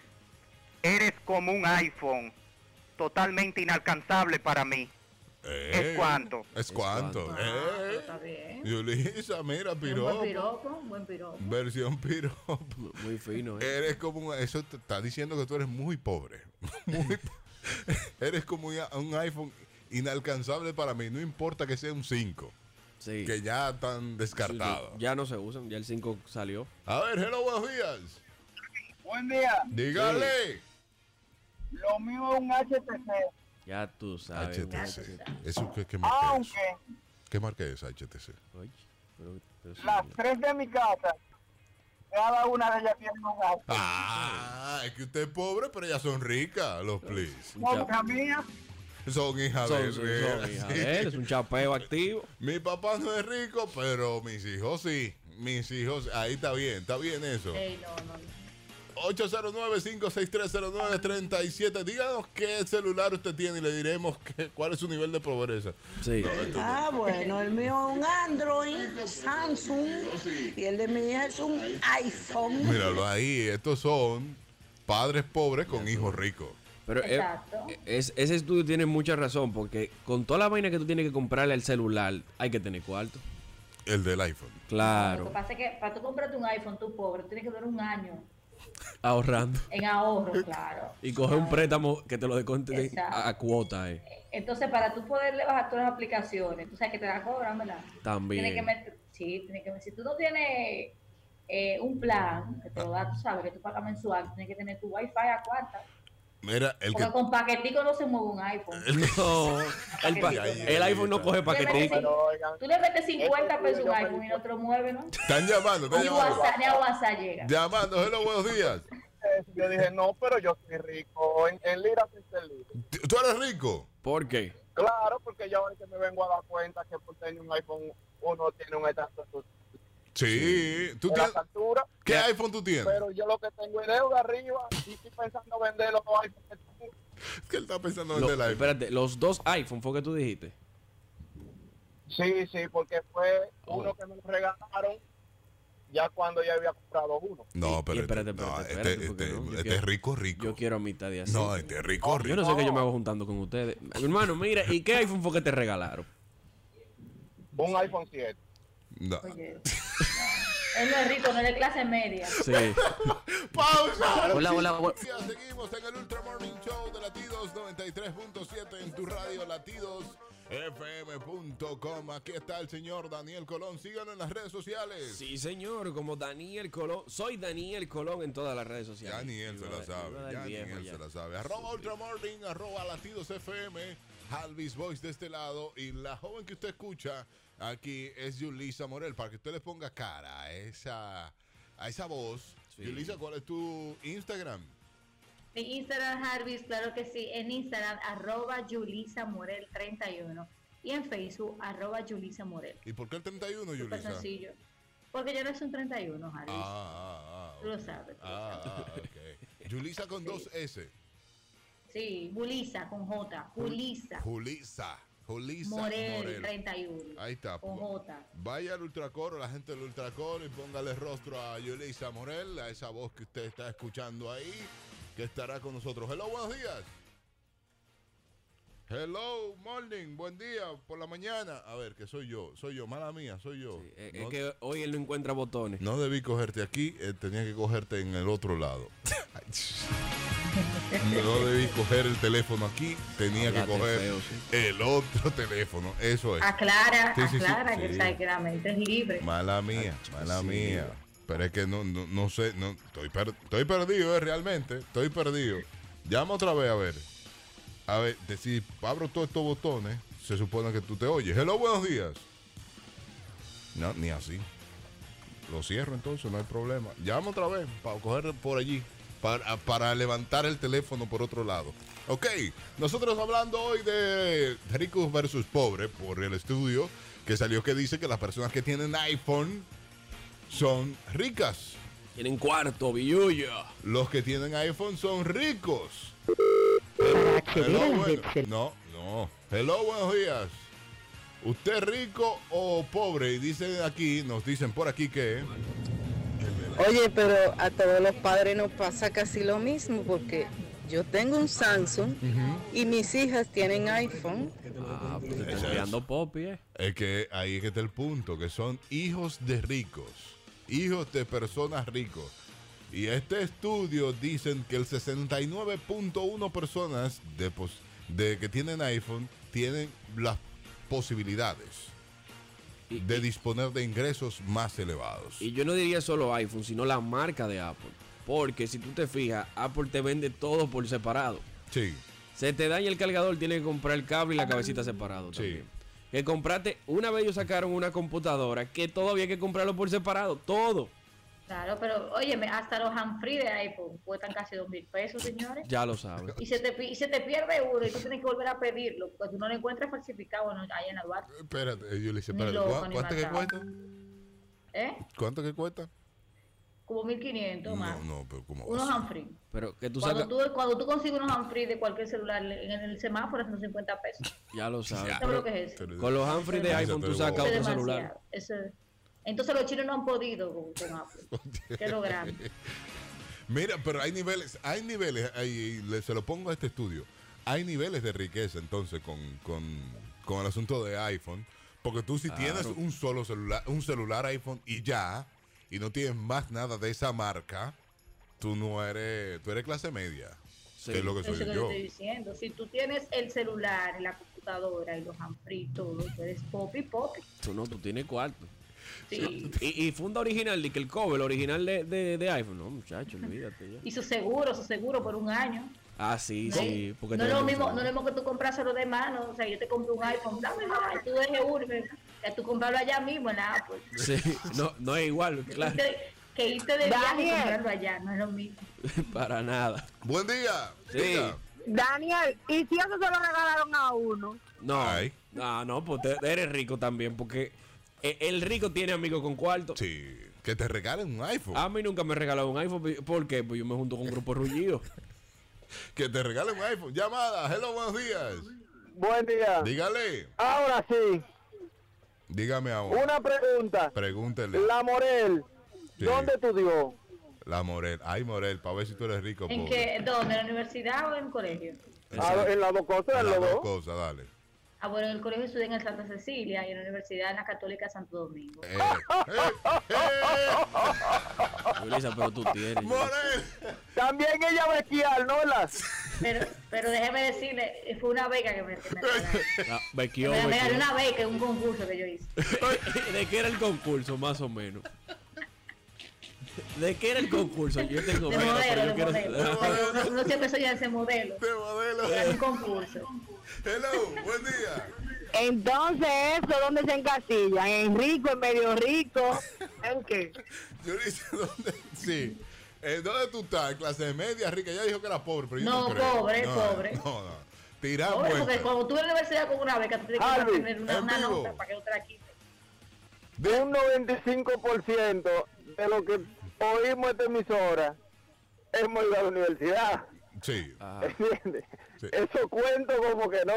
[SPEAKER 6] eres como un iPhone, totalmente inalcanzable para mí.
[SPEAKER 1] Eh,
[SPEAKER 6] ¿Es cuánto?
[SPEAKER 1] Es cuánto.
[SPEAKER 3] Ah,
[SPEAKER 1] eh.
[SPEAKER 3] pero está bien.
[SPEAKER 1] Yulisa, mira,
[SPEAKER 3] Un buen
[SPEAKER 1] piropo.
[SPEAKER 3] piropo, un buen piropo.
[SPEAKER 1] Versión piropo.
[SPEAKER 2] Muy fino, ¿eh?
[SPEAKER 1] Eres como un- eso te está diciendo que tú eres muy pobre. Muy po- eres como un, un iPhone inalcanzable para mí, no importa que sea un 5,
[SPEAKER 2] Sí.
[SPEAKER 1] que ya están descartados.
[SPEAKER 2] Ya no se usan, ya el 5 salió.
[SPEAKER 1] A ver, hello, buenos días.
[SPEAKER 7] Buen día.
[SPEAKER 1] Dígale.
[SPEAKER 7] Lo mío es un HTC.
[SPEAKER 2] Ya tú sabes.
[SPEAKER 1] HTC. Eso que, que marca es.
[SPEAKER 7] Aunque
[SPEAKER 1] ¿Qué marca es HTC?
[SPEAKER 2] Oye, pero- pero sí,
[SPEAKER 7] las tres de mi casa, cada una de ellas tiene un gato.
[SPEAKER 1] Ah, es que usted es pobre, pero ellas son ricas, los please.
[SPEAKER 2] un
[SPEAKER 7] Otra
[SPEAKER 2] cha-
[SPEAKER 7] mía,
[SPEAKER 1] Son hijas de
[SPEAKER 2] son- son- son,
[SPEAKER 1] sí.
[SPEAKER 2] hija de él, es un chapeo activo.
[SPEAKER 1] Mi papá no es rico, pero mis hijos sí. Mis hijos, ahí está bien, está bien eso.
[SPEAKER 3] Ey, no, no, no.
[SPEAKER 1] 809-56309-37. Díganos qué celular usted tiene y le diremos qué- cuál es su nivel de pobreza.
[SPEAKER 2] Sí.
[SPEAKER 1] eh.
[SPEAKER 5] Ah, bueno, el mío es un Android, Samsung, y el de mi hija es un iPhone.
[SPEAKER 1] Míralo ahí, estos son padres pobres con hijos ricos.
[SPEAKER 2] Pero eh,
[SPEAKER 3] Exacto.
[SPEAKER 2] es- ese estudio tiene mucha razón, porque con toda la vaina que tú tienes que comprarle al celular, hay que tener cuarto.
[SPEAKER 1] El del iPhone.
[SPEAKER 3] Lo que
[SPEAKER 2] Claro,
[SPEAKER 3] pasa es que para tú comprarte un iPhone, tú pobre, tienes que durar un año
[SPEAKER 2] ahorrando.
[SPEAKER 3] en
[SPEAKER 2] Eh.
[SPEAKER 3] ahorro, claro.
[SPEAKER 2] Y coger un préstamo que te lo desconten
[SPEAKER 3] Exacto.
[SPEAKER 2] a, a cuota, eh.
[SPEAKER 3] Entonces, para tú poderle bajar todas las aplicaciones, tú sabes que te la cobran, ¿verdad?
[SPEAKER 2] También.
[SPEAKER 3] Tienes que meter, sí, tienes que Si tú no tienes eh, un plan, que te lo da, tú sabes, que tú pagas mensual, tienes que tener tu Wi-Fi a cuarta.
[SPEAKER 1] Mira, el que.
[SPEAKER 3] Porque con paquetico no se mueve un iPhone.
[SPEAKER 1] el que-
[SPEAKER 2] No, el, pa- el iPhone no coge
[SPEAKER 3] Tú le metes
[SPEAKER 2] paquetico.
[SPEAKER 3] cin-
[SPEAKER 7] oigan.
[SPEAKER 3] Tú le metes 50 pesos a un
[SPEAKER 7] Yo-
[SPEAKER 3] iPhone y no te lo mueve, ¿no?
[SPEAKER 1] Están llamando, están
[SPEAKER 3] Ni
[SPEAKER 1] llamando.
[SPEAKER 3] WhatsApp, ni a WhatsApp llega.
[SPEAKER 1] Llamando, hello, buenos días.
[SPEAKER 7] eh, yo dije, no, pero yo soy rico. En, en lira soy feliz.
[SPEAKER 1] T- ¿Tú eres rico?
[SPEAKER 2] ¿Por qué?
[SPEAKER 7] Claro, porque yo ahora que me vengo a dar cuenta que por tener un iPhone uno tiene un estatus
[SPEAKER 1] Sí. ¿Tú
[SPEAKER 7] de
[SPEAKER 1] tienes-
[SPEAKER 7] la altura,
[SPEAKER 1] ¿Qué iPhone tú tienes?
[SPEAKER 7] pero yo lo que tengo es deuda arriba y estoy pensando vender los dos iPhones que tengo.
[SPEAKER 1] Es que él está pensando en
[SPEAKER 2] Lo-
[SPEAKER 1] el del iPhone.
[SPEAKER 2] espérate, los dos iPhone fue que tú dijiste.
[SPEAKER 7] Sí, sí, porque fue
[SPEAKER 2] Oh.
[SPEAKER 7] uno que me lo regalaron ya cuando ya había comprado uno.
[SPEAKER 1] No,
[SPEAKER 2] Y-
[SPEAKER 1] pero
[SPEAKER 2] y espérate,
[SPEAKER 1] este- no,
[SPEAKER 2] espérate,
[SPEAKER 1] este-
[SPEAKER 2] espérate,
[SPEAKER 1] este,
[SPEAKER 2] porque no, yo
[SPEAKER 1] este es
[SPEAKER 2] quiero-
[SPEAKER 1] rico, rico.
[SPEAKER 2] Yo quiero amistad de así.
[SPEAKER 1] No, este es rico, rico.
[SPEAKER 2] Yo no sé qué yo me hago juntando con ustedes. Hermano, mira, ¿y qué iPhone fue que te regalaron?
[SPEAKER 7] Un iPhone 7.
[SPEAKER 1] No.
[SPEAKER 3] Oye. no. Él no es rico, no es de clase media.
[SPEAKER 2] Sí.
[SPEAKER 1] ¡Pausa!
[SPEAKER 8] Hola, hola, hola.
[SPEAKER 1] Ya seguimos en el Ultra Morning Show de Latidos 93.7 en tu radio latidosfm.com. Aquí está el señor Daniel Colón. Síganlo en las redes sociales.
[SPEAKER 2] Sí, señor, como Daniel Colón. Soy Daniel Colón en todas las redes sociales.
[SPEAKER 1] Ya ni él se
[SPEAKER 2] Iba-
[SPEAKER 1] la
[SPEAKER 2] iba
[SPEAKER 1] sabe.
[SPEAKER 2] del
[SPEAKER 1] Ya ni
[SPEAKER 2] viejo
[SPEAKER 1] él
[SPEAKER 2] ya.
[SPEAKER 1] se la sabe. Arroba Ultra Morning, arroba Latidos FM, Alvis Voice de este lado. Y la joven que usted escucha aquí es Yulisa Morel. Para que usted le ponga cara a esa, a esa voz.
[SPEAKER 2] Sí.
[SPEAKER 1] Yulisa, ¿cuál es tu Instagram?
[SPEAKER 3] Mi Instagram, Jarvis, claro que sí. En Instagram, arroba Yulisa Morel 31. Y en Facebook, arroba Yulisa Morel.
[SPEAKER 1] ¿Y por qué el 31,
[SPEAKER 3] Súper
[SPEAKER 1] Yulisa?
[SPEAKER 3] sencillo. Porque yo no soy un 31, Jarvis.
[SPEAKER 1] Ah, ah, ah,
[SPEAKER 3] Tú lo
[SPEAKER 1] ok.
[SPEAKER 3] sabes, tú lo
[SPEAKER 1] Ah, ah, ok. Yulisa con dos S.
[SPEAKER 3] Sí, Julisa con J. Julisa
[SPEAKER 1] Julisa. Julisa
[SPEAKER 3] Morel,
[SPEAKER 1] Morel.
[SPEAKER 3] 31.
[SPEAKER 1] Ahí está. pues.
[SPEAKER 3] Con J.
[SPEAKER 1] Vaya al Ultracoro, la gente del Ultracoro, y póngale rostro a Yulisa Morel, a esa voz que usted está escuchando ahí, que estará con nosotros. Hello, buenos días. Hello, morning, buen día, por la mañana. A ver, que soy yo, soy yo, mala mía, soy yo.
[SPEAKER 2] Sí, eh, es-
[SPEAKER 1] no,
[SPEAKER 2] Es que hoy él no encuentra botones.
[SPEAKER 1] no debí cogerte aquí, eh, tenía que cogerte en el otro lado. no debí coger el teléfono aquí, tenía que
[SPEAKER 2] Hablaste
[SPEAKER 1] coger
[SPEAKER 2] feo, sí.
[SPEAKER 1] el otro teléfono. Eso es.
[SPEAKER 3] Aclara,
[SPEAKER 1] Pues. Sí, sí, sí,
[SPEAKER 3] aclara que,
[SPEAKER 1] sí.
[SPEAKER 3] sabe que la mente es libre.
[SPEAKER 1] Mala mía, mala mía. Pero es que no, no, no sé, no, estoy, per- estoy perdido, eh, realmente. Estoy perdido. Llama otra vez, a ver. A ver, de- si abro todos estos botones, se supone que tú te oyes. Hello, buenos días. No, ni así. Lo cierro entonces, no hay problema. Llama otra vez para coger por allí, para, para levantar el teléfono por otro lado. Ok, nosotros hablando hoy de ricos versus pobres por el estudio que salió que dice que las personas que tienen iPhone son ricas.
[SPEAKER 2] Tienen cuarto, billuyo.
[SPEAKER 1] Los que tienen iPhone son ricos.
[SPEAKER 4] Para
[SPEAKER 1] Hello,
[SPEAKER 4] acceder a la
[SPEAKER 1] bueno-
[SPEAKER 4] red cel-
[SPEAKER 1] No, no. Hello, buenos días. ¿Usted rico o pobre? Y dicen aquí, nos dicen por aquí que...
[SPEAKER 9] Oye, pero a todos los padres nos pasa casi lo mismo porque
[SPEAKER 8] Yo tengo un Samsung y mis hijas tienen iPhone.
[SPEAKER 2] Ah, pues te están
[SPEAKER 1] Esa es.
[SPEAKER 2] criando popi, eh.
[SPEAKER 1] Es que ahí es que está el punto, que son hijos de ricos, hijos de personas ricos. Y este estudio dicen que el 69.1 personas de, pos- de que tienen iPhone tienen las posibilidades
[SPEAKER 2] Y-
[SPEAKER 1] de disponer de ingresos más elevados.
[SPEAKER 2] Y yo no diría solo iPhone, sino la marca de Apple. Porque si tú te fijas, Apple te vende todo por separado.
[SPEAKER 1] sí,
[SPEAKER 2] Se te daña el cargador, tienes que comprar el cable y la cabecita separado
[SPEAKER 1] Sí.
[SPEAKER 2] también. Que compraste, una vez ellos sacaron una computadora que todo había que comprarlo por separado, todo.
[SPEAKER 3] Claro, pero óyeme, hasta los hanfree de iPhone cuestan casi dos mil pesos, señores.
[SPEAKER 2] Ya lo sabes.
[SPEAKER 3] Y se, te, pi- y se te pierde uno y tú tienes que volver a pedirlo porque tú no lo encuentras falsificado en- ahí en la barra.
[SPEAKER 1] espérate, yo le hice,
[SPEAKER 3] Ni
[SPEAKER 1] espérate,
[SPEAKER 3] loco,
[SPEAKER 1] ¿cuá-
[SPEAKER 3] ni
[SPEAKER 1] ¿cuánto que
[SPEAKER 3] matado.
[SPEAKER 1] cuesta?
[SPEAKER 3] ¿Eh?
[SPEAKER 1] ¿Cuánto que cuesta?
[SPEAKER 3] Como 1500 más.
[SPEAKER 1] No, no, pero como...
[SPEAKER 3] Unos hanfree.
[SPEAKER 2] Pero que tú
[SPEAKER 3] Cuando
[SPEAKER 2] sacas,
[SPEAKER 3] tú, cuando tú consigues unos hanfree de cualquier celular en el semáforo, son 50 pesos.
[SPEAKER 2] ya lo sabes.
[SPEAKER 3] ¿Sabes
[SPEAKER 2] Pero
[SPEAKER 3] lo que es eso?
[SPEAKER 2] con los Humphrey de
[SPEAKER 1] Ese
[SPEAKER 2] iPhone
[SPEAKER 1] tú
[SPEAKER 2] tú
[SPEAKER 1] eres
[SPEAKER 2] sacas
[SPEAKER 1] bobo.
[SPEAKER 3] Eso
[SPEAKER 2] otro
[SPEAKER 3] es
[SPEAKER 2] celular.
[SPEAKER 3] demasiado. Eso es- Entonces los chinos no han podido con, con Apple. Qué logramos.
[SPEAKER 1] Mira, pero hay niveles, hay niveles, hay- le- se lo pongo a este estudio, hay niveles de riqueza entonces con, con, con el asunto de iPhone, porque tú si tienes un solo celular, un celular iPhone y ya, y no tienes más nada de esa marca, tú no eres, tú eres clase media,
[SPEAKER 2] Sí.
[SPEAKER 1] que es lo que
[SPEAKER 3] Eso
[SPEAKER 1] Pues soy
[SPEAKER 3] que te
[SPEAKER 1] yo.
[SPEAKER 3] estoy diciendo. Si tú tienes el celular, la computadora y los hanfree y todo, tú eres popi popi.
[SPEAKER 2] Tú no, tú tienes cuarto.
[SPEAKER 3] Sí.
[SPEAKER 2] Y, y funda original, di que el cover, el original de, de- de iPhone. No, muchacho, olvídate ya.
[SPEAKER 3] Y su seguro, su seguro por un año.
[SPEAKER 2] Ah, sí,
[SPEAKER 3] No,
[SPEAKER 2] sí. Porque
[SPEAKER 3] no
[SPEAKER 2] te
[SPEAKER 3] es lo
[SPEAKER 2] venden
[SPEAKER 3] mismo,
[SPEAKER 2] todo.
[SPEAKER 3] no es lo mismo que tú compras solo de mano. O sea, yo te compro un iPhone, dame mamá, y tú dejes uno. y me- Que tú comprarlo allá mismo en la Apple.
[SPEAKER 2] Sí, no, no es igual, claro.
[SPEAKER 3] Irte- Que irte de viaje y
[SPEAKER 4] Daniel.
[SPEAKER 3] comprarlo allá, no es lo mismo.
[SPEAKER 2] Para nada.
[SPEAKER 1] Buen día.
[SPEAKER 2] Sí.
[SPEAKER 1] Diga.
[SPEAKER 4] Daniel, ¿y si eso se lo regalaron a uno?
[SPEAKER 2] No,
[SPEAKER 1] Ay.
[SPEAKER 2] no, no, pues te- eres rico también, porque e- el rico tiene amigos con cuarto.
[SPEAKER 1] Sí, que te regalen un iPhone,
[SPEAKER 2] A mí nunca me regalaron un iPhone, ¿por qué? Pues yo me junto con un grupo rullido.
[SPEAKER 1] que te regalen un iPhone. Llamada, hello, buenos días.
[SPEAKER 7] Buen día.
[SPEAKER 1] Dígale,
[SPEAKER 7] Ahora sí,
[SPEAKER 1] dígame ahora.
[SPEAKER 7] una pregunta.
[SPEAKER 1] Pregúntele.
[SPEAKER 7] La Morel,
[SPEAKER 1] Sí.
[SPEAKER 7] ¿dónde estudió?
[SPEAKER 1] La Morel. Ay, Morel, para ver si tú eres rico o
[SPEAKER 3] ¿En
[SPEAKER 1] pobre.
[SPEAKER 3] qué? ¿Dónde? ¿En la universidad o en el colegio?
[SPEAKER 7] A- Ah, en las dos cosas, en
[SPEAKER 1] Las
[SPEAKER 7] los
[SPEAKER 1] dos
[SPEAKER 7] dos.
[SPEAKER 1] cosas, dale.
[SPEAKER 3] Ah, bueno, en el colegio estudié en el Santa Cecilia y en la universidad en la Católica de Santo Domingo.
[SPEAKER 1] Eh, eh, eh,
[SPEAKER 2] Julisa, "Ah, pero tú tienes.
[SPEAKER 1] Morel.
[SPEAKER 7] También ella va a esquiar, ¿no? Las...
[SPEAKER 3] Pero, pero déjeme decirle, fue una beca que me, que me regalaron.
[SPEAKER 2] Ah, bequeó,
[SPEAKER 3] Me regalé
[SPEAKER 2] bequeó.
[SPEAKER 3] una beca en un concurso que yo hice.
[SPEAKER 2] ¿De qué era el concurso, más o menos? ¿De qué era el concurso? Yo tengo
[SPEAKER 3] De
[SPEAKER 2] menos,
[SPEAKER 3] modelo,
[SPEAKER 2] pero
[SPEAKER 3] de
[SPEAKER 2] yo quiero
[SPEAKER 3] modelo. Pero uno, uno siempre soy ese modelo.
[SPEAKER 1] Este modelo.
[SPEAKER 3] Era un concurso.
[SPEAKER 1] Ah,
[SPEAKER 3] Ah,
[SPEAKER 1] Hello, buen día.
[SPEAKER 4] Entonces, ¿eso dónde se encasilla? ¿En rico, en medio rico? ¿En qué?
[SPEAKER 1] Yulisa, ¿dónde? Sí. Eh, ¿Dónde tú estás? Clase media, rica. Ya dijo que era pobre, pero yo no,
[SPEAKER 3] No,
[SPEAKER 1] creo.
[SPEAKER 3] pobre,
[SPEAKER 1] no,
[SPEAKER 3] pobre.
[SPEAKER 1] No, no. Tirá
[SPEAKER 3] Pobre, porque
[SPEAKER 1] vuelta.
[SPEAKER 3] cuando tú en la universidad con una beca, tú tienes que
[SPEAKER 7] Harvey,
[SPEAKER 3] tener una,
[SPEAKER 1] en
[SPEAKER 3] una
[SPEAKER 1] vivo.
[SPEAKER 3] nota para que otra quite.
[SPEAKER 7] de un 95% de lo que oímos esta emisora hemos ido a la universidad.
[SPEAKER 1] Sí.
[SPEAKER 4] Ah.
[SPEAKER 7] ¿Entiendes?
[SPEAKER 1] Sí.
[SPEAKER 7] Eso cuento como que no.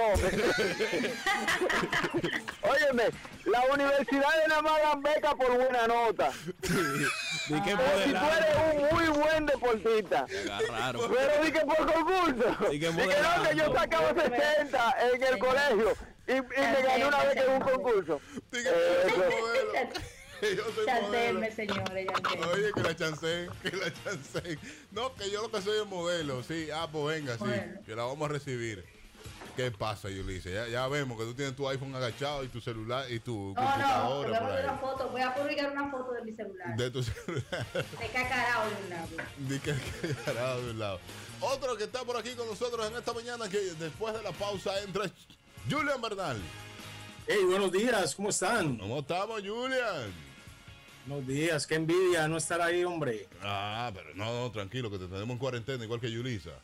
[SPEAKER 7] Óyeme, la universidad de nada más dan beca por buena nota.
[SPEAKER 3] Ah,
[SPEAKER 2] ¿De qué
[SPEAKER 7] Pero si tú eres
[SPEAKER 2] modelado?
[SPEAKER 7] un muy buen deportista.
[SPEAKER 2] Agarraron.
[SPEAKER 7] Pero di que por concurso.
[SPEAKER 2] Di
[SPEAKER 7] Di
[SPEAKER 2] que
[SPEAKER 7] que
[SPEAKER 2] moderado.
[SPEAKER 7] no, que yo sacaba 60 en el colegio y, y me gané una vez en un concurso.
[SPEAKER 1] Diga, yo soy modelo. Que yo soy modelo.
[SPEAKER 3] Chantenme, señores, chantenme.
[SPEAKER 1] Oye, que la chanceen, que la chanceen. No, que yo lo que soy es modelo, sí. Ah, pues venga, sí.
[SPEAKER 3] Bueno.
[SPEAKER 1] Que la vamos a recibir. ¿Qué pasa, Yulisa? Ya, ya vemos que tú tienes tu iPhone agachado y tu celular y tu
[SPEAKER 3] No, no, te voy
[SPEAKER 1] computadora
[SPEAKER 3] a
[SPEAKER 1] por
[SPEAKER 3] poner una
[SPEAKER 1] ahí.
[SPEAKER 3] foto, voy a publicar una foto de mi celular.
[SPEAKER 1] De tu celular.
[SPEAKER 3] De cacarao de un lado.
[SPEAKER 1] Ni que carajo de un lado. Otro que está por aquí con nosotros en esta mañana, que después de la pausa entra Julian Bernal.
[SPEAKER 9] Hey, buenos días, ¿cómo están?
[SPEAKER 1] ¿Cómo estamos, Julian?
[SPEAKER 9] Buenos días, qué envidia no estar ahí, hombre.
[SPEAKER 1] Ah, pero no, no, tranquilo, que te tenemos en cuarentena, igual que Yulisa.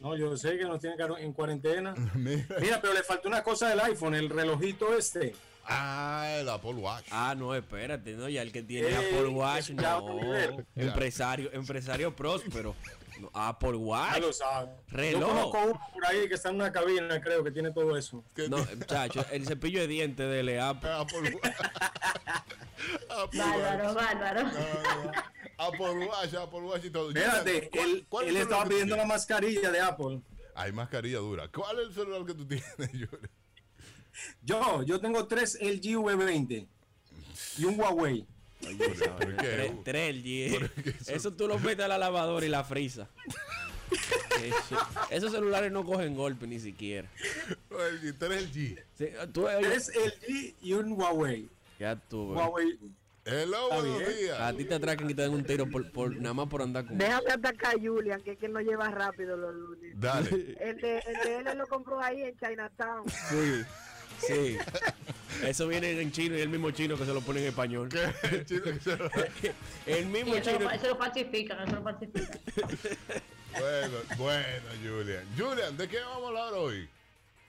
[SPEAKER 9] No, yo sé que nos tienen que en cuarentena.
[SPEAKER 1] Mira.
[SPEAKER 9] Mira, pero le faltó una cosa del iPhone, el relojito este.
[SPEAKER 1] Ah, el Apple Watch.
[SPEAKER 2] Ah, no, espérate, no, ya el que tiene
[SPEAKER 9] Ey,
[SPEAKER 2] Apple Watch,
[SPEAKER 9] eso ya
[SPEAKER 2] no.
[SPEAKER 9] otro nivel.
[SPEAKER 2] Empresario, empresario próspero. No, Apple
[SPEAKER 9] Ya
[SPEAKER 2] Watch.
[SPEAKER 9] lo saben.
[SPEAKER 2] Reloj.
[SPEAKER 9] Yo conozco uno por ahí que está en una cabina, creo que tiene todo eso.
[SPEAKER 1] Que
[SPEAKER 2] No,
[SPEAKER 1] tiene-
[SPEAKER 2] muchacho, el cepillo de dientes de Leap.
[SPEAKER 1] Apple Watch. Apple Watch.
[SPEAKER 3] Bárbaro, bárbaro.
[SPEAKER 1] Ah, No, no, no. Apple Watch, Apple Watch y todo.
[SPEAKER 9] Espérate,
[SPEAKER 1] ¿Cuál-
[SPEAKER 9] él,
[SPEAKER 1] cuál
[SPEAKER 9] él
[SPEAKER 1] celular
[SPEAKER 9] estaba
[SPEAKER 1] tú
[SPEAKER 9] pidiendo la
[SPEAKER 1] tienes?
[SPEAKER 9] mascarilla de Apple.
[SPEAKER 1] Hay mascarilla dura. ¿Cuál es el celular que tú tienes, Yuri?
[SPEAKER 9] Yo, yo tengo tres LG V20 y un Huawei.
[SPEAKER 1] ¿Por qué?
[SPEAKER 2] Tres- tres LG. eh. Eso tú lo metes a la lavadora y la frisa. Eso- esos celulares no cogen golpe ni siquiera.
[SPEAKER 1] El G, tres el G.
[SPEAKER 2] Sí, tú, eh, oye,
[SPEAKER 9] Tres LG y un Huawei.
[SPEAKER 2] ya tú,
[SPEAKER 1] Pues,
[SPEAKER 2] güey.
[SPEAKER 9] Huawei.
[SPEAKER 1] Hello, buenos
[SPEAKER 9] bien.
[SPEAKER 2] A
[SPEAKER 1] días.
[SPEAKER 2] ti te atracan y te dan un tiro por, por- nada más por andar con.
[SPEAKER 4] Déjame atacar a Julian, que es que no lleva rápido los lunes.
[SPEAKER 1] Dale.
[SPEAKER 4] El de, el de él lo compró ahí en Chinatown.
[SPEAKER 2] Sí. Sí. Eso viene en chino y el mismo chino que se lo pone en español.
[SPEAKER 1] El chino que se lo-
[SPEAKER 2] El
[SPEAKER 3] Y
[SPEAKER 2] mismo
[SPEAKER 3] eso,
[SPEAKER 2] chino.
[SPEAKER 3] lo, eso lo falsifican, eso lo falsifican.
[SPEAKER 1] Bueno, bueno, Julian. Julian, ¿de qué vamos a hablar hoy?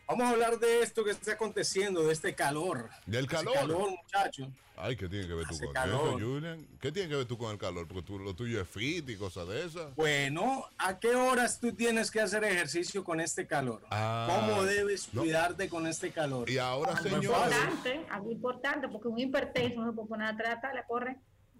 [SPEAKER 9] Vamos a hablar de esto que está aconteciendo, de este calor.
[SPEAKER 1] Del
[SPEAKER 9] Ese
[SPEAKER 1] calor.
[SPEAKER 9] calor, muchacho.
[SPEAKER 1] Ay, ¿qué tiene que ver tú
[SPEAKER 9] Hace
[SPEAKER 1] con
[SPEAKER 9] calor.
[SPEAKER 1] eso, Julian? ¿Qué tiene que ver tú con el calor? Porque tú, lo tuyo es fit y cosas de esas.
[SPEAKER 9] Bueno, ¿a qué horas tú tienes que hacer ejercicio con este calor?
[SPEAKER 1] Ah,
[SPEAKER 9] ¿Cómo debes
[SPEAKER 1] no.
[SPEAKER 9] cuidarte con este calor?
[SPEAKER 1] Y ahora,
[SPEAKER 9] Ah, me
[SPEAKER 1] señores.
[SPEAKER 9] pasa.
[SPEAKER 3] Importante, algo importante, porque un hipertenso no se puede poner atrás, atrás, le corre.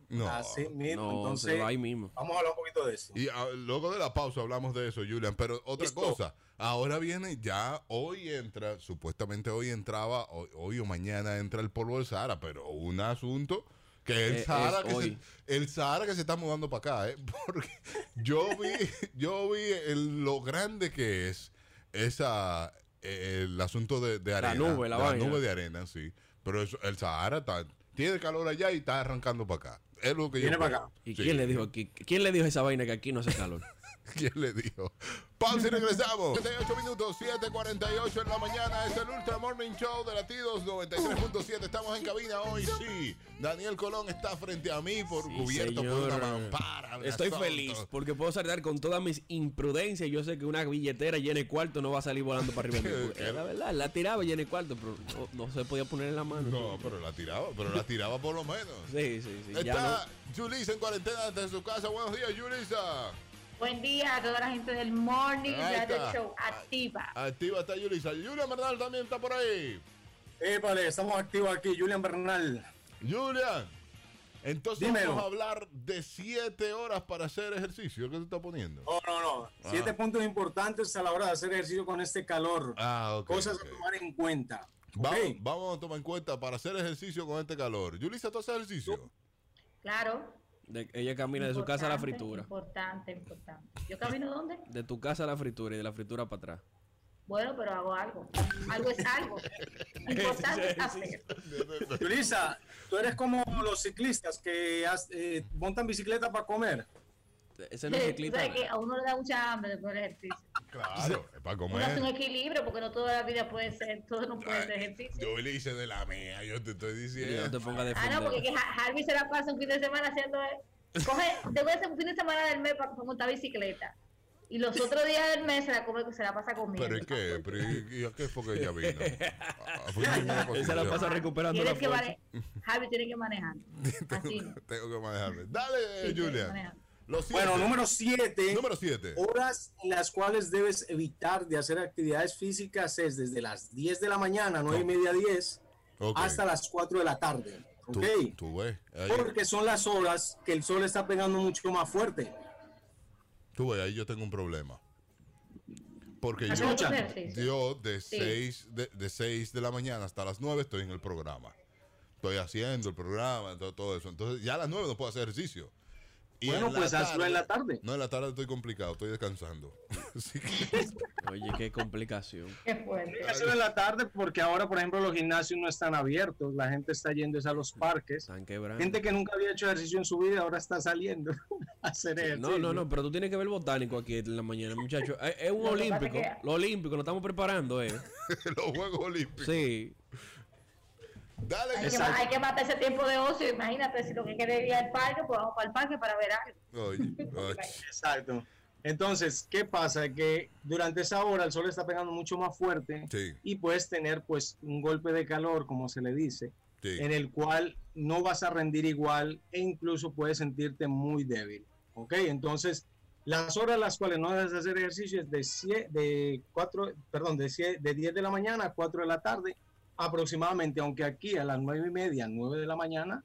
[SPEAKER 1] No.
[SPEAKER 9] Así mismo,
[SPEAKER 2] No,
[SPEAKER 9] entonces
[SPEAKER 2] se va ahí mismo.
[SPEAKER 9] vamos a hablar un poquito de eso.
[SPEAKER 1] Y ah, luego de la pausa hablamos de eso, Julian. Pero otra
[SPEAKER 9] Listo.
[SPEAKER 1] cosa, ahora viene ya, hoy entra, supuestamente hoy entraba, hoy, hoy o mañana entra el polvo del Sahara, pero un asunto que el
[SPEAKER 2] Eh,
[SPEAKER 1] Sahara
[SPEAKER 2] es
[SPEAKER 1] que se,
[SPEAKER 2] hoy.
[SPEAKER 1] el Sahara que se está mudando para acá, ¿eh? porque yo vi, yo vi el- lo grande que es esa eh, el asunto de, de arena,
[SPEAKER 2] nube, la
[SPEAKER 1] de
[SPEAKER 2] vaina.
[SPEAKER 1] nube de arena, sí. Pero eso- el Sahara está, tiene calor allá y está arrancando para acá. Es lo que yo
[SPEAKER 9] Viene para
[SPEAKER 1] creo.
[SPEAKER 9] acá.
[SPEAKER 2] ¿Y
[SPEAKER 1] Sí.
[SPEAKER 2] quién le dijo aquí? ¿Quién le dijo esa vaina que aquí no hace calor?
[SPEAKER 1] ¿Quién le dijo? Pausa y regresamos. 38 minutos, 7:48 en la mañana. Es el Ultra Morning Show de Latidos 93.7. Estamos en cabina hoy, sí. Daniel Colón está frente a mí por
[SPEAKER 2] Sí,
[SPEAKER 1] cubierto por
[SPEAKER 2] señor.
[SPEAKER 1] una mampara. de
[SPEAKER 2] Estoy
[SPEAKER 1] asunto.
[SPEAKER 2] feliz porque puedo saltar con todas mis imprudencias. Yo sé que una billetera llena de cuarto no va a salir volando para arriba. de mí, porque
[SPEAKER 1] Claro.
[SPEAKER 2] la verdad, la tiraba llena de cuarto, pero no, no se podía poner en la mano.
[SPEAKER 1] No, pero la tiraba, pero la tiraba por lo menos.
[SPEAKER 2] Sí, sí, sí. Ya
[SPEAKER 1] Está Julisa en cuarentena desde su casa. Buenos días, Julisa.
[SPEAKER 3] Buen día a toda la gente del Morning
[SPEAKER 1] Ahí
[SPEAKER 3] Radio
[SPEAKER 1] está.
[SPEAKER 3] Show, activa.
[SPEAKER 1] Activa está Julisa. Julia Bernal también está por ahí.
[SPEAKER 9] Épale, estamos activos aquí, Julian Bernal.
[SPEAKER 1] Julian, entonces
[SPEAKER 9] Dímelo.
[SPEAKER 1] vamos a hablar de 7 horas para hacer ejercicio. ¿Qué te está poniendo?
[SPEAKER 9] No, no, no.
[SPEAKER 1] Ah.
[SPEAKER 9] Siete puntos importantes a la hora de hacer ejercicio con este calor.
[SPEAKER 1] Ah, ok.
[SPEAKER 9] Cosas
[SPEAKER 1] ok.
[SPEAKER 9] a tomar en cuenta.
[SPEAKER 1] Vamos,
[SPEAKER 9] Ok.
[SPEAKER 1] vamos a tomar en cuenta para hacer ejercicio con este calor. Yulisa, ¿tú haces ejercicio?
[SPEAKER 3] Claro.
[SPEAKER 2] de- ella camina de su casa a la
[SPEAKER 3] importante,
[SPEAKER 2] fritura.
[SPEAKER 3] Importante, importante. ¿Yo camino dónde?
[SPEAKER 2] De tu casa a la fritura y de la fritura para atrás.
[SPEAKER 3] Bueno, pero hago algo. Algo es algo. Importante es hacer.
[SPEAKER 9] Yulisa, tú eres como los ciclistas que has- eh, montan bicicleta para comer.
[SPEAKER 2] Ese no es
[SPEAKER 3] Sí,
[SPEAKER 2] ciclista.
[SPEAKER 3] sabes que a uno le da mucha hambre después del ejercicio.
[SPEAKER 1] Claro, es para
[SPEAKER 3] Uno hace un
[SPEAKER 1] comer.
[SPEAKER 3] equilibrio porque no toda la vida puede ser, todo no puede ser ejercicio.
[SPEAKER 1] Yo le hice de la mía, yo te estoy
[SPEAKER 2] No te
[SPEAKER 1] diciendo.
[SPEAKER 2] pongas a
[SPEAKER 3] Ah, no, porque
[SPEAKER 2] defender.
[SPEAKER 3] que Ha- Harvey se la pasa un fin de semana haciendo. e-. Coge, debo hacer un fin de semana del mes para montar bicicleta. Y los otros días del mes se la, come, se la pasa conmigo.
[SPEAKER 1] Pero es que, pero ¿y y a qué fue que ella vino? Ah, fue una
[SPEAKER 2] Él se la
[SPEAKER 1] posición.
[SPEAKER 2] pasa recuperando la
[SPEAKER 3] Tienes que
[SPEAKER 2] fuerza.
[SPEAKER 3] mane- Harvey tiene que manejar.
[SPEAKER 1] tengo,
[SPEAKER 3] Así.
[SPEAKER 1] que- tengo que manejarme. Dale,
[SPEAKER 3] Sí, tienes que
[SPEAKER 1] Julia.
[SPEAKER 3] manejar.
[SPEAKER 1] Los siete.
[SPEAKER 9] Bueno, número siete.
[SPEAKER 1] Número 7.
[SPEAKER 9] Horas en las cuales debes evitar de hacer actividades físicas es desde las 10 de la mañana, 9 y media 10,
[SPEAKER 1] Ok.
[SPEAKER 9] hasta las 4 de la tarde. ¿Ok?
[SPEAKER 1] Tú, tú ves. Ahí,
[SPEAKER 9] Porque son las horas que el sol está pegando mucho más fuerte.
[SPEAKER 1] tú ves, ahí yo tengo un problema. Porque
[SPEAKER 3] Hace
[SPEAKER 1] yo,
[SPEAKER 3] mucho ejercicio.
[SPEAKER 1] Yo de
[SPEAKER 3] Sí.
[SPEAKER 1] 6 de, de, seis de la mañana hasta las 9 estoy en el programa. Estoy haciendo el programa, todo, todo eso. Entonces ya a las 9 no puedo hacer ejercicio. Y
[SPEAKER 9] Bueno,
[SPEAKER 1] en la
[SPEAKER 9] pues hazlo en la tarde.
[SPEAKER 1] No, en la tarde estoy complicado, estoy descansando. Así que-
[SPEAKER 2] Oye, qué complicación.
[SPEAKER 3] Qué fuerte.
[SPEAKER 9] Eso en la tarde porque ahora, por ejemplo, los gimnasios no están abiertos, la gente está yendo es a los parques.
[SPEAKER 2] Están quebrando.
[SPEAKER 9] Gente que nunca había hecho ejercicio en su vida ahora está saliendo a hacer ejercicio.
[SPEAKER 2] No, no, no, pero tú tienes que ver botánico aquí en la mañana, muchachos. Es, es un
[SPEAKER 3] Lo que pasa
[SPEAKER 2] olímpico.
[SPEAKER 3] es que-
[SPEAKER 2] Lo olímpico, lo estamos preparando, eh.
[SPEAKER 1] los Juegos Olímpicos.
[SPEAKER 2] Sí.
[SPEAKER 1] Dale,
[SPEAKER 3] Hay que,
[SPEAKER 1] Yulisa.
[SPEAKER 3] hay que matar ese tiempo de ocio. Imagínate, si lo que quería ir al parque, pues vamos para el parque para ver algo.
[SPEAKER 1] Oye, oye.
[SPEAKER 9] Exacto. Entonces, ¿qué pasa? Que durante esa hora el sol está pegando mucho más fuerte
[SPEAKER 1] Sí.
[SPEAKER 9] y puedes tener pues un golpe de calor, como se le dice,
[SPEAKER 1] Sí.
[SPEAKER 9] en el cual no vas a rendir igual e incluso puedes sentirte muy débil. ¿Ok? Entonces, las horas las cuales no debes hacer ejercicio es de, sie- de, cuatro, perdón, de, sie- de 10 de la mañana a 4 de la tarde aproximadamente, aunque aquí a las 9 y media, 9 de la mañana,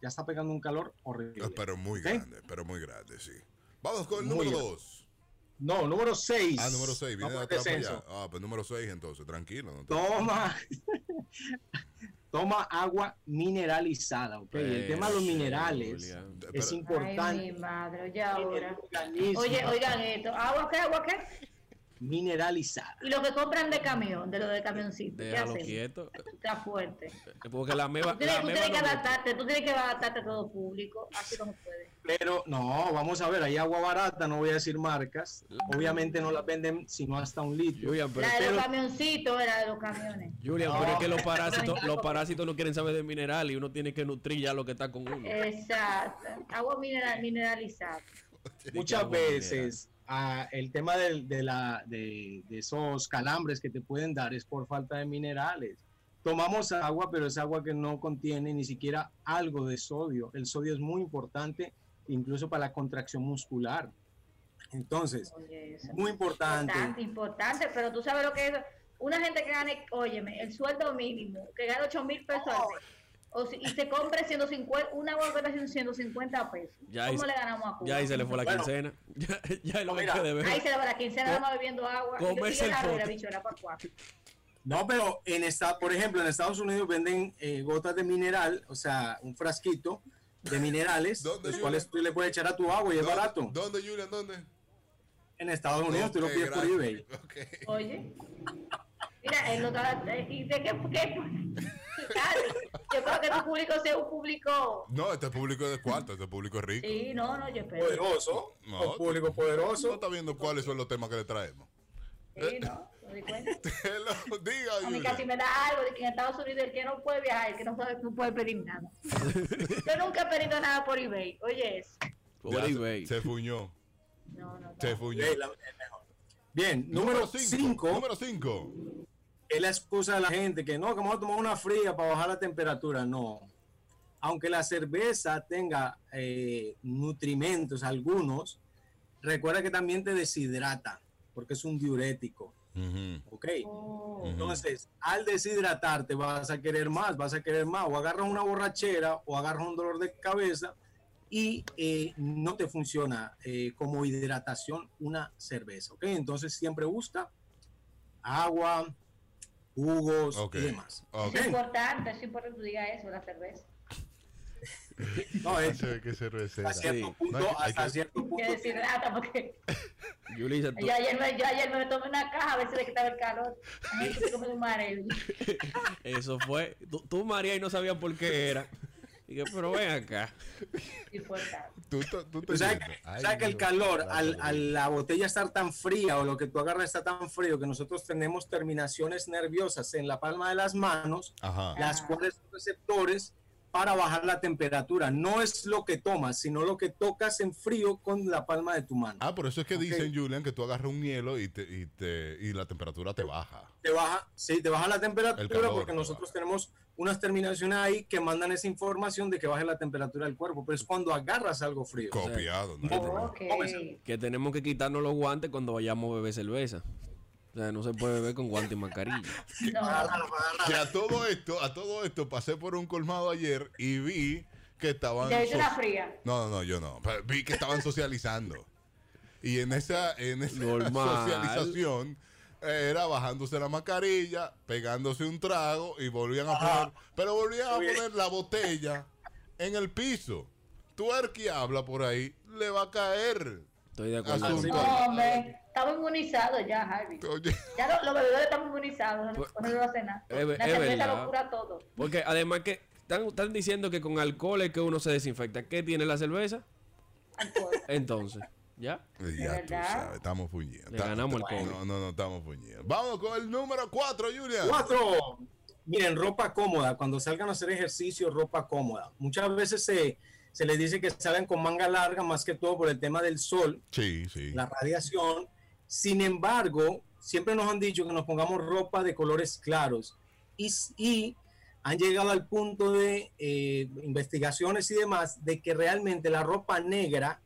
[SPEAKER 9] ya está pegando un calor horrible.
[SPEAKER 1] Ah, Pero muy
[SPEAKER 9] ¿Ok?
[SPEAKER 1] grande, pero muy grande, sí. Vamos con el
[SPEAKER 9] ¿Eh? Muy
[SPEAKER 1] número
[SPEAKER 9] grande.
[SPEAKER 1] 2.
[SPEAKER 9] No, número 6.
[SPEAKER 1] Ah, número 6, viene de atrás para allá. Ah, pues número 6 entonces, tranquilo. No te-
[SPEAKER 9] Toma, toma agua mineralizada, ¿ok? el tema de los minerales
[SPEAKER 2] Pues, Julián.
[SPEAKER 1] Pero-
[SPEAKER 9] es
[SPEAKER 3] Ay, mi
[SPEAKER 9] importante.
[SPEAKER 3] madre, ya ahora.
[SPEAKER 9] Organismo
[SPEAKER 3] Oye, oigan esto. ¿Agua qué? ¿Agua qué?
[SPEAKER 9] Mineralizada.
[SPEAKER 3] Y los que compran de camión, de lo de camioncito, ¿qué
[SPEAKER 2] Déjalo
[SPEAKER 3] hacen?
[SPEAKER 2] quieto. eh,
[SPEAKER 3] Está fuerte.
[SPEAKER 2] Porque la meba.
[SPEAKER 3] Tú tienes,
[SPEAKER 2] la
[SPEAKER 3] tú
[SPEAKER 2] meba
[SPEAKER 3] tienes que
[SPEAKER 2] no-
[SPEAKER 3] adaptarte, tú tienes que adaptarte a todo público, así como puedes.
[SPEAKER 9] Pero no, vamos a ver, hay agua barata, no voy a decir marcas. Obviamente no las venden sino hasta un litro.
[SPEAKER 2] Julián, pero,
[SPEAKER 3] La de los
[SPEAKER 9] pero-
[SPEAKER 3] camioncitos era de los camiones.
[SPEAKER 2] Julián, pero es que los parásitos, los parásitos no quieren saber de mineral y uno tiene que nutrir ya lo que está con uno.
[SPEAKER 3] Eh, Exacto. Agua mineral, mineralizada.
[SPEAKER 9] Muchas
[SPEAKER 2] agua mineral.
[SPEAKER 9] veces ah, el tema del- de, la, de, de esos calambres que te pueden dar es por falta de minerales. Tomamos agua, pero es agua que no contiene ni siquiera algo de sodio. El sodio es muy importante incluso para la contracción muscular. Entonces,
[SPEAKER 3] Oye, eso.
[SPEAKER 9] muy
[SPEAKER 3] Importante,
[SPEAKER 9] importante.
[SPEAKER 3] importante, pero tú sabes lo que es. Una gente que gane, óyeme, el sueldo mínimo, que gane 8 mil pesos al mes, o si- y se compre 150, una bolsa de 150 pesos.
[SPEAKER 2] Ya
[SPEAKER 3] ¿Cómo
[SPEAKER 2] hice-
[SPEAKER 3] le ganamos a Cuba?
[SPEAKER 2] Ya ahí se le fue la
[SPEAKER 9] Bueno.
[SPEAKER 2] quincena. Ya, ya es lo que
[SPEAKER 9] Mira,
[SPEAKER 2] queda de ver.
[SPEAKER 3] Ahí se le va la quincena,
[SPEAKER 2] Co-
[SPEAKER 3] nada más bebiendo agua.
[SPEAKER 2] comerse
[SPEAKER 3] Y la
[SPEAKER 2] el
[SPEAKER 3] vera,
[SPEAKER 2] pote.
[SPEAKER 3] bichuela, pa' cuatro.
[SPEAKER 9] No, pero en esta, por ejemplo, en Estados Unidos venden eh, gotas de mineral, o sea, un frasquito de minerales,
[SPEAKER 1] ¿Dónde
[SPEAKER 9] los
[SPEAKER 1] vive?
[SPEAKER 9] cuales tú le puedes echar a tu agua y es
[SPEAKER 1] ¿Dónde-
[SPEAKER 9] barato.
[SPEAKER 1] ¿Dónde, Julian? ¿Dónde?
[SPEAKER 9] En Estados Unidos tú lo
[SPEAKER 1] Ok,
[SPEAKER 9] pides por
[SPEAKER 1] gracias.
[SPEAKER 9] eBay.
[SPEAKER 1] Ok.
[SPEAKER 3] Oye. Mira, él no está. ¿Y de qué? qué- Claro, yo creo que tu público sea un público.
[SPEAKER 1] No, este público es de cuarto, este público es rico.
[SPEAKER 3] Sí, no, no, yo espero.
[SPEAKER 9] Poderoso,
[SPEAKER 1] No,
[SPEAKER 9] un público
[SPEAKER 1] No
[SPEAKER 9] poderoso.
[SPEAKER 1] está viendo cuáles son los temas que le traemos.
[SPEAKER 3] Sí, no, me di cuenta.
[SPEAKER 1] Hello, diga,
[SPEAKER 3] A mí casi
[SPEAKER 1] Julian.
[SPEAKER 3] me da algo de que en Estados Unidos el que no puede viajar, el que no puede, no puede pedir nada. Yo nunca he pedido nada por eBay. Oye, eso.
[SPEAKER 1] Ya,
[SPEAKER 2] Pobre
[SPEAKER 1] se-
[SPEAKER 2] eBay.
[SPEAKER 1] Se fuñó,
[SPEAKER 3] No, no, no.
[SPEAKER 1] se fuñó.
[SPEAKER 9] Ey, eh, la- el mejor. Bien, número 5
[SPEAKER 1] Número 5.
[SPEAKER 9] es la excusa de la gente que no, que vamos a tomar una fría para bajar la temperatura. No. Aunque la cerveza tenga eh, nutrimentos, algunos, recuerda que también te deshidrata, porque es un diurético. ¿Ok?
[SPEAKER 3] Oh,
[SPEAKER 9] Entonces, al deshidratarte vas a querer más, vas a querer más, o agarras una borrachera o agarras un dolor de cabeza y eh, no te funciona eh, como hidratación una cerveza, ¿ok? Entonces siempre busca agua, jugos
[SPEAKER 1] Ok.
[SPEAKER 9] y demás.
[SPEAKER 1] Ok.
[SPEAKER 3] Es importante, es importante que tú digas eso, la cerveza.
[SPEAKER 9] No, es-
[SPEAKER 1] ¿Qué cervecera?
[SPEAKER 9] hasta cierto
[SPEAKER 2] Sí.
[SPEAKER 9] punto,
[SPEAKER 1] No, hay que-
[SPEAKER 9] hasta cierto punto.
[SPEAKER 3] Que ah, deshidrata, porque
[SPEAKER 2] Yulisa, tú-
[SPEAKER 3] yo ayer, me, yo ayer me tomé una caja a ver si le quitaba el calor. A ver si como de un mareo.
[SPEAKER 2] eso fue. Tú, tú, María, y no sabías por qué era. Y que, pero ven acá.
[SPEAKER 3] Importante.
[SPEAKER 1] Tú, tú, tú te
[SPEAKER 9] Tú sabes
[SPEAKER 1] sientes.
[SPEAKER 9] que,
[SPEAKER 1] Ay,
[SPEAKER 9] sabes que el
[SPEAKER 1] Dios.
[SPEAKER 9] calor, al, a la botella estar tan fría o lo que tú agarras está tan frío que nosotros tenemos terminaciones nerviosas en la palma de las manos,
[SPEAKER 1] Ajá.
[SPEAKER 9] las cuales son receptores para bajar la temperatura. No es lo que tomas, sino lo que tocas en frío con la palma de tu mano.
[SPEAKER 1] Ah, por eso es que
[SPEAKER 9] Ok.
[SPEAKER 1] dicen, Julian, que tú agarras un hielo y, te, y, te, y la temperatura te baja.
[SPEAKER 9] Te baja, sí, te baja la temperatura
[SPEAKER 1] El calor,
[SPEAKER 9] porque
[SPEAKER 1] te
[SPEAKER 9] nosotros
[SPEAKER 1] baja.
[SPEAKER 9] tenemos unas terminaciones ahí que mandan esa información de que baje la temperatura del cuerpo, pero es cuando agarras algo frío.
[SPEAKER 1] Copiado, no hay
[SPEAKER 9] Ojo.
[SPEAKER 1] problema.
[SPEAKER 3] Ok.
[SPEAKER 2] Que tenemos que quitarnos los guantes cuando vayamos a beber cerveza. O sea, no se puede beber con guantes y mascarilla.
[SPEAKER 3] No,
[SPEAKER 10] Ah,
[SPEAKER 1] Que a todo esto, a todo esto, pasé por un colmado ayer y vi que estaban.
[SPEAKER 3] te hice
[SPEAKER 1] so-
[SPEAKER 3] una fría.
[SPEAKER 1] No, no, no, yo no. Pero Vi que estaban socializando. Y en esa, en esa
[SPEAKER 2] Normal.
[SPEAKER 1] socialización eh, era bajándose la mascarilla, pegándose un trago y volvían a poner. Pero volvían a poner la botella en el piso. Tú el que habla por ahí, le va a caer.
[SPEAKER 2] Estoy de acuerdo.
[SPEAKER 1] Azul.
[SPEAKER 2] con-
[SPEAKER 1] Sí,
[SPEAKER 3] No,
[SPEAKER 1] bueno.
[SPEAKER 3] hombre, estamos inmunizados ya, Harvey.
[SPEAKER 1] Oye,
[SPEAKER 3] Ya lo- los bebedores estamos inmunizados, no
[SPEAKER 2] Pues-
[SPEAKER 3] no lo hacen nada.
[SPEAKER 2] Es ve-
[SPEAKER 3] La
[SPEAKER 2] es
[SPEAKER 3] cerveza
[SPEAKER 2] verdad.
[SPEAKER 3] lo cura todo.
[SPEAKER 2] Porque además que están, están diciendo que con alcohol es que uno se desinfecta. ¿Qué tiene la cerveza?
[SPEAKER 3] Alcohol.
[SPEAKER 2] Entonces, ¿ya?
[SPEAKER 1] ya tú
[SPEAKER 3] verdad?
[SPEAKER 1] sabes, estamos fuñidos.
[SPEAKER 2] Le ganamos el
[SPEAKER 1] Estamos-
[SPEAKER 2] COVID.
[SPEAKER 1] No, no, no, estamos fuñidos. Vamos con el número 4, Julian.
[SPEAKER 9] Cuatro. Miren, ropa cómoda. Cuando salgan a hacer ejercicio, ropa cómoda. Muchas veces se, se les dice que salgan con manga larga, más que todo por el tema del sol,
[SPEAKER 1] Sí, sí.
[SPEAKER 9] la radiación. Sin embargo, siempre nos han dicho que nos pongamos ropa de colores claros. Y, s- y han llegado al punto de eh, investigaciones y demás de que realmente la ropa negra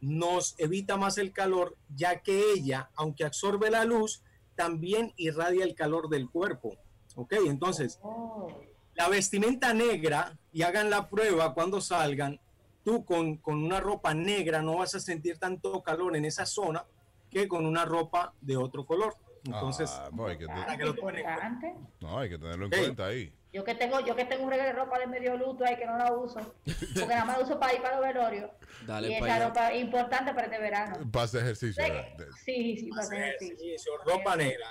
[SPEAKER 9] nos evita más el calor, ya que ella, aunque absorbe la luz, también irradia el calor del cuerpo. ¿Ok? Entonces,
[SPEAKER 3] Oh,
[SPEAKER 9] la vestimenta negra y hagan la prueba cuando salgan, tú con, con una ropa negra no vas a sentir tanto calor en esa zona que con una ropa de otro color. Entonces,
[SPEAKER 1] Ah, pues hay, que te-
[SPEAKER 9] para que lo tomen en cuenta.
[SPEAKER 3] Importante.
[SPEAKER 1] no, hay que tenerlo en
[SPEAKER 9] Ok.
[SPEAKER 1] cuenta ahí.
[SPEAKER 3] Yo que tengo, yo que tengo un regalo de ropa de medio luto ahí que no la uso. Porque nada más la uso para ir para los velorios.
[SPEAKER 2] Dale
[SPEAKER 3] y
[SPEAKER 2] pa' allá.
[SPEAKER 3] esa ropa es importante para este verano.
[SPEAKER 1] Pasa ejercicio.
[SPEAKER 3] Sí,
[SPEAKER 1] ¿verdad? De-
[SPEAKER 3] sí, sí, para
[SPEAKER 9] Así
[SPEAKER 3] hacer
[SPEAKER 9] es,
[SPEAKER 3] ejercicio.
[SPEAKER 9] sí, eso, ropa negra.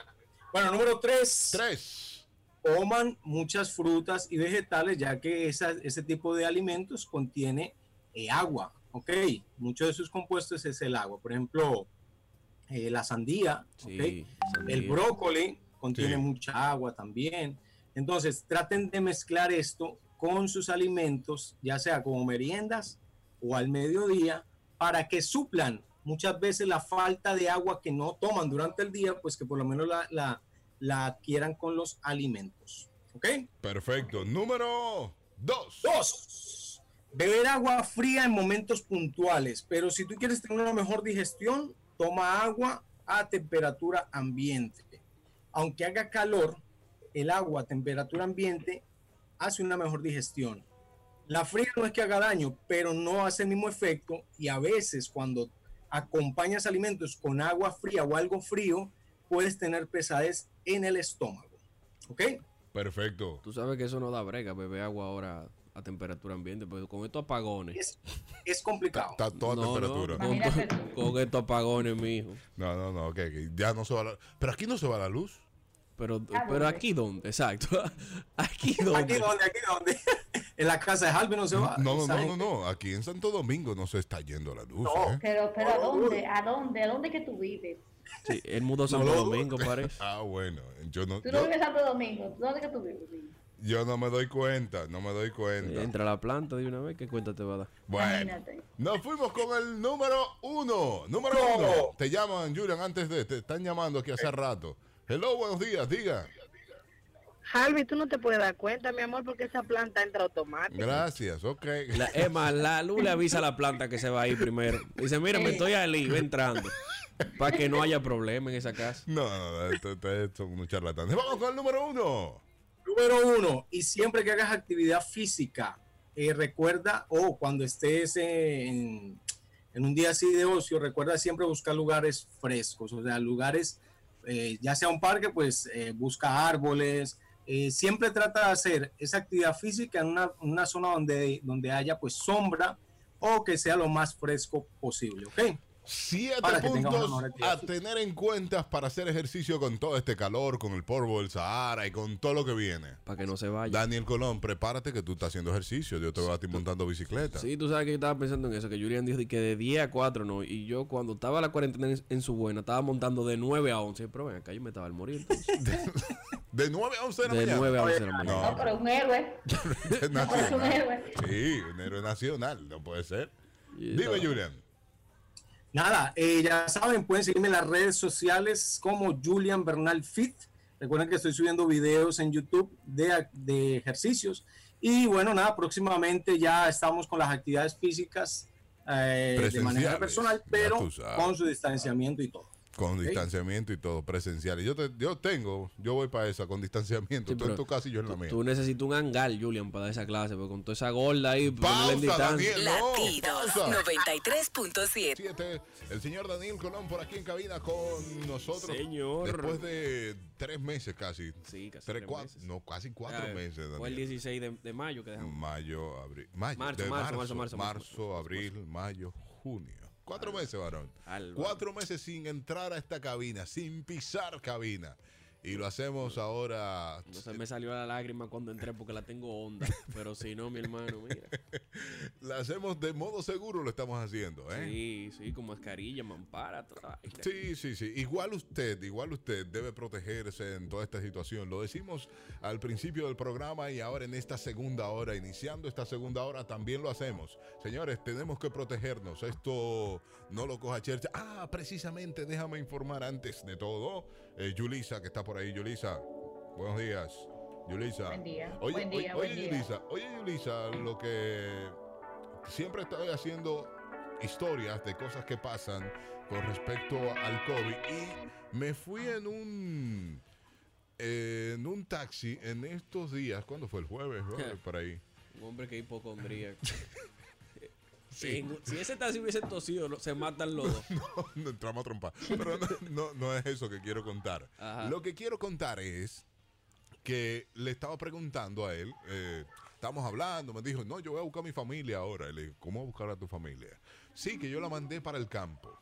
[SPEAKER 9] Bueno, número tres,
[SPEAKER 1] Tres.
[SPEAKER 9] coman muchas frutas y vegetales, ya que esa- ese tipo de alimentos contiene eh, agua, ¿ok? Muchos de sus compuestos es el agua. Por ejemplo, eh, la sandía,
[SPEAKER 2] Sí,
[SPEAKER 9] ¿ok? El
[SPEAKER 2] sandía.
[SPEAKER 9] brócoli contiene
[SPEAKER 1] Sí.
[SPEAKER 9] mucha agua también. Entonces, traten de mezclar esto con sus alimentos, ya sea como meriendas o al mediodía, para que suplan muchas veces la falta de agua que no toman durante el día, pues que por lo menos la, la- la adquieran con los alimentos. ¿Ok?
[SPEAKER 1] Perfecto. Número dos.
[SPEAKER 9] Dos, beber agua fría en momentos puntuales, pero si tú quieres tener una mejor digestión, toma agua a temperatura ambiente. Aunque haga calor, el agua a temperatura ambiente hace una mejor digestión. La fría no es que haga daño, pero no hace el mismo efecto y a veces cuando acompañas alimentos con agua fría o algo frío, puedes tener pesadez en el estómago. ¿Ok?
[SPEAKER 1] Perfecto.
[SPEAKER 2] Tú sabes que eso no da brega, beber agua ahora a temperatura ambiente, pero con estos apagones.
[SPEAKER 9] Es, es
[SPEAKER 1] Está
[SPEAKER 9] complicado.
[SPEAKER 1] está a toda
[SPEAKER 2] No, no,
[SPEAKER 1] temperatura.
[SPEAKER 2] con,
[SPEAKER 3] Imagínate
[SPEAKER 2] con- con estos apagones, mijo.
[SPEAKER 1] No, no, no, ok, ok. Ya no se va la Pero aquí no se va la luz.
[SPEAKER 2] Pero,
[SPEAKER 3] Ah,
[SPEAKER 2] pero
[SPEAKER 3] ¿dónde?
[SPEAKER 2] aquí dónde, exacto. Aquí dónde.
[SPEAKER 9] Aquí donde, aquí donde. en la casa de Harvey no se va.
[SPEAKER 1] No, no,
[SPEAKER 9] Ah, Esa
[SPEAKER 1] no, no,
[SPEAKER 9] gente-
[SPEAKER 1] no. Aquí en Santo Domingo no se está yendo la luz.
[SPEAKER 9] No.
[SPEAKER 1] ¿eh?
[SPEAKER 3] Pero, pero ¿a dónde? ¿A dónde? ¿A dónde que tú vives?
[SPEAKER 2] Sí, él mudó a Santo
[SPEAKER 9] No.
[SPEAKER 2] Domingo, parece.
[SPEAKER 1] Ah, bueno. Yo no,
[SPEAKER 3] Tú no
[SPEAKER 1] yo,
[SPEAKER 3] vives en Santo Domingo. ¿Tú ¿Dónde que tú vives? Sí.
[SPEAKER 1] yo no me doy cuenta, no me doy cuenta.
[SPEAKER 2] Entra a la planta de una vez, ¿qué cuenta te va a dar?
[SPEAKER 1] Bueno,
[SPEAKER 3] Imagínate.
[SPEAKER 1] nos fuimos con el número uno. Número uno. Te llaman, Julian, antes de. Te están llamando aquí hace rato. Hello, buenos días, diga.
[SPEAKER 4] Harvey, tú no te puedes dar cuenta, mi amor, porque esa planta entra automática.
[SPEAKER 1] Gracias, ok.
[SPEAKER 2] La, es más, la luz le avisa a la planta que se va a ir primero. Dice, mira, me estoy ahí, ve entrando. Para que no haya problema en esa casa.
[SPEAKER 1] No, no, no, esto- ustedes son unos charlatanes. Vamos con el número uno.
[SPEAKER 9] Número uno, y siempre que hagas actividad física, eh, recuerda, o cuando estés eh, en, en un día así de ocio, recuerda siempre buscar lugares frescos, o sea, lugares, eh, ya sea un parque, pues eh, busca árboles. eh, siempre trata de hacer esa actividad física en una, una zona donde, donde haya pues sombra o que sea lo más fresco posible, ¿ok?
[SPEAKER 1] Siete
[SPEAKER 9] Para que tenga
[SPEAKER 1] puntos
[SPEAKER 9] una mejor actividad
[SPEAKER 1] a tener en cuenta para hacer ejercicio con todo este calor, con el polvo del Sahara y con todo lo que viene.
[SPEAKER 2] Para que no se vaya.
[SPEAKER 1] Daniel Colón, prepárate que tú estás haciendo ejercicio. Yo te voy a estar montando bicicleta.
[SPEAKER 2] Sí, tú sabes que yo estaba pensando en eso, que Julian dijo que de 10 a 4 no. Y yo cuando estaba la cuarentena en, en su buena, estaba montando de 9 a 11. Pero ven acá, yo me estaba al morir. entonces.
[SPEAKER 1] De 9 a 11 de la
[SPEAKER 2] De
[SPEAKER 1] mañana.
[SPEAKER 2] 9 a 11 de la mañana.
[SPEAKER 9] Ah,
[SPEAKER 3] No,
[SPEAKER 1] No,
[SPEAKER 3] pero es un héroe.
[SPEAKER 1] es
[SPEAKER 3] No, pero es un
[SPEAKER 1] nacional.
[SPEAKER 3] héroe.
[SPEAKER 1] Sí, un héroe nacional. No puede ser.
[SPEAKER 2] Y
[SPEAKER 1] Dime,
[SPEAKER 2] estaba-
[SPEAKER 1] Julian.
[SPEAKER 9] Nada, eh, ya saben, pueden seguirme en las redes sociales como Julian Bernal Fit. Recuerden que estoy subiendo videos en YouTube de, ac- de ejercicios. Y bueno, nada, próximamente ya estamos con las actividades físicas eh, de
[SPEAKER 1] Presenciales,
[SPEAKER 9] manera personal,
[SPEAKER 1] ya
[SPEAKER 9] pero
[SPEAKER 1] tú sabes.
[SPEAKER 9] con su distanciamiento y todo.
[SPEAKER 1] Con
[SPEAKER 9] Sí.
[SPEAKER 1] distanciamiento y todo, presencial. Y Yo, te- yo tengo, yo voy para esa, con distanciamiento.
[SPEAKER 2] Sí,
[SPEAKER 1] tú
[SPEAKER 2] pero
[SPEAKER 1] en tu casa y yo en la
[SPEAKER 2] Tú,
[SPEAKER 1] mía.
[SPEAKER 2] tú necesitas un hangar, Julian, para dar esa clase, porque con toda esa gorda ahí, ponerle en
[SPEAKER 1] Pausa,
[SPEAKER 2] distancia.
[SPEAKER 1] Daniel. No,
[SPEAKER 8] Latidos
[SPEAKER 1] pausa.
[SPEAKER 8] 93.7.
[SPEAKER 1] Siete, El señor Daniel Colón por aquí en cabina con nosotros.
[SPEAKER 2] Señor.
[SPEAKER 1] Después de tres meses casi.
[SPEAKER 2] Sí, casi
[SPEAKER 1] tres,
[SPEAKER 2] tres
[SPEAKER 1] cuatro,
[SPEAKER 2] meses.
[SPEAKER 1] no, casi cuatro
[SPEAKER 2] Ah,
[SPEAKER 1] meses.
[SPEAKER 2] Fue el
[SPEAKER 1] Daniel.
[SPEAKER 2] 16 de, de mayo que dejamos.
[SPEAKER 1] Mayo, abril. Mayo,
[SPEAKER 2] Marzo,
[SPEAKER 1] de
[SPEAKER 2] marzo,
[SPEAKER 1] marzo,
[SPEAKER 2] marzo, marzo, marzo,
[SPEAKER 1] abril, mayo, junio. Cuatro meses, varón.
[SPEAKER 2] Álvaro.
[SPEAKER 1] Mm. Cuatro meses sin entrar a esta cabina, sin pisar cabina. Y lo hacemos ahora.
[SPEAKER 2] Entonces me salió la lágrima cuando entré porque la tengo honda. Pero si no, mi hermano, mira.
[SPEAKER 1] Lo hacemos de modo seguro, lo estamos haciendo, ¿eh?
[SPEAKER 2] Sí, sí, con mascarilla, mampara, toda la vaina.
[SPEAKER 1] Sí, sí, sí. Igual usted, igual usted debe protegerse en toda esta situación. Lo decimos al principio del programa y ahora en esta segunda hora, iniciando esta segunda hora, también lo hacemos. Señores, tenemos que protegernos. Esto no lo coja Churchill. Ah, precisamente, déjame informar antes de todo. Eh, Yulisa, que está por ahí. Yulisa, buenos días. Yulisa.
[SPEAKER 3] Buen día,
[SPEAKER 1] Oye,
[SPEAKER 3] buen día,
[SPEAKER 1] oye,
[SPEAKER 3] buen
[SPEAKER 1] oye,
[SPEAKER 3] día.
[SPEAKER 1] Yulisa, oye, Yulisa, lo que siempre estoy haciendo historias de cosas que pasan con respecto al COVID y me fui en un eh, en un taxi en estos días, ¿cuándo fue el jueves? brother? Por ahí.
[SPEAKER 2] Un hombre que hipocondría. Si ese taxi hubiese tosido, lo- se matan los dos.
[SPEAKER 1] No, no entramos a trompar. Pero no, no- no es eso que quiero contar.
[SPEAKER 2] Ajá.
[SPEAKER 1] Lo que quiero contar es que le estaba preguntando a él, eh, estamos hablando, me dijo, no, yo voy a buscar a mi familia ahora. Y le dije, ¿cómo vas a buscar a tu familia? Sí, que yo la mandé para el campo.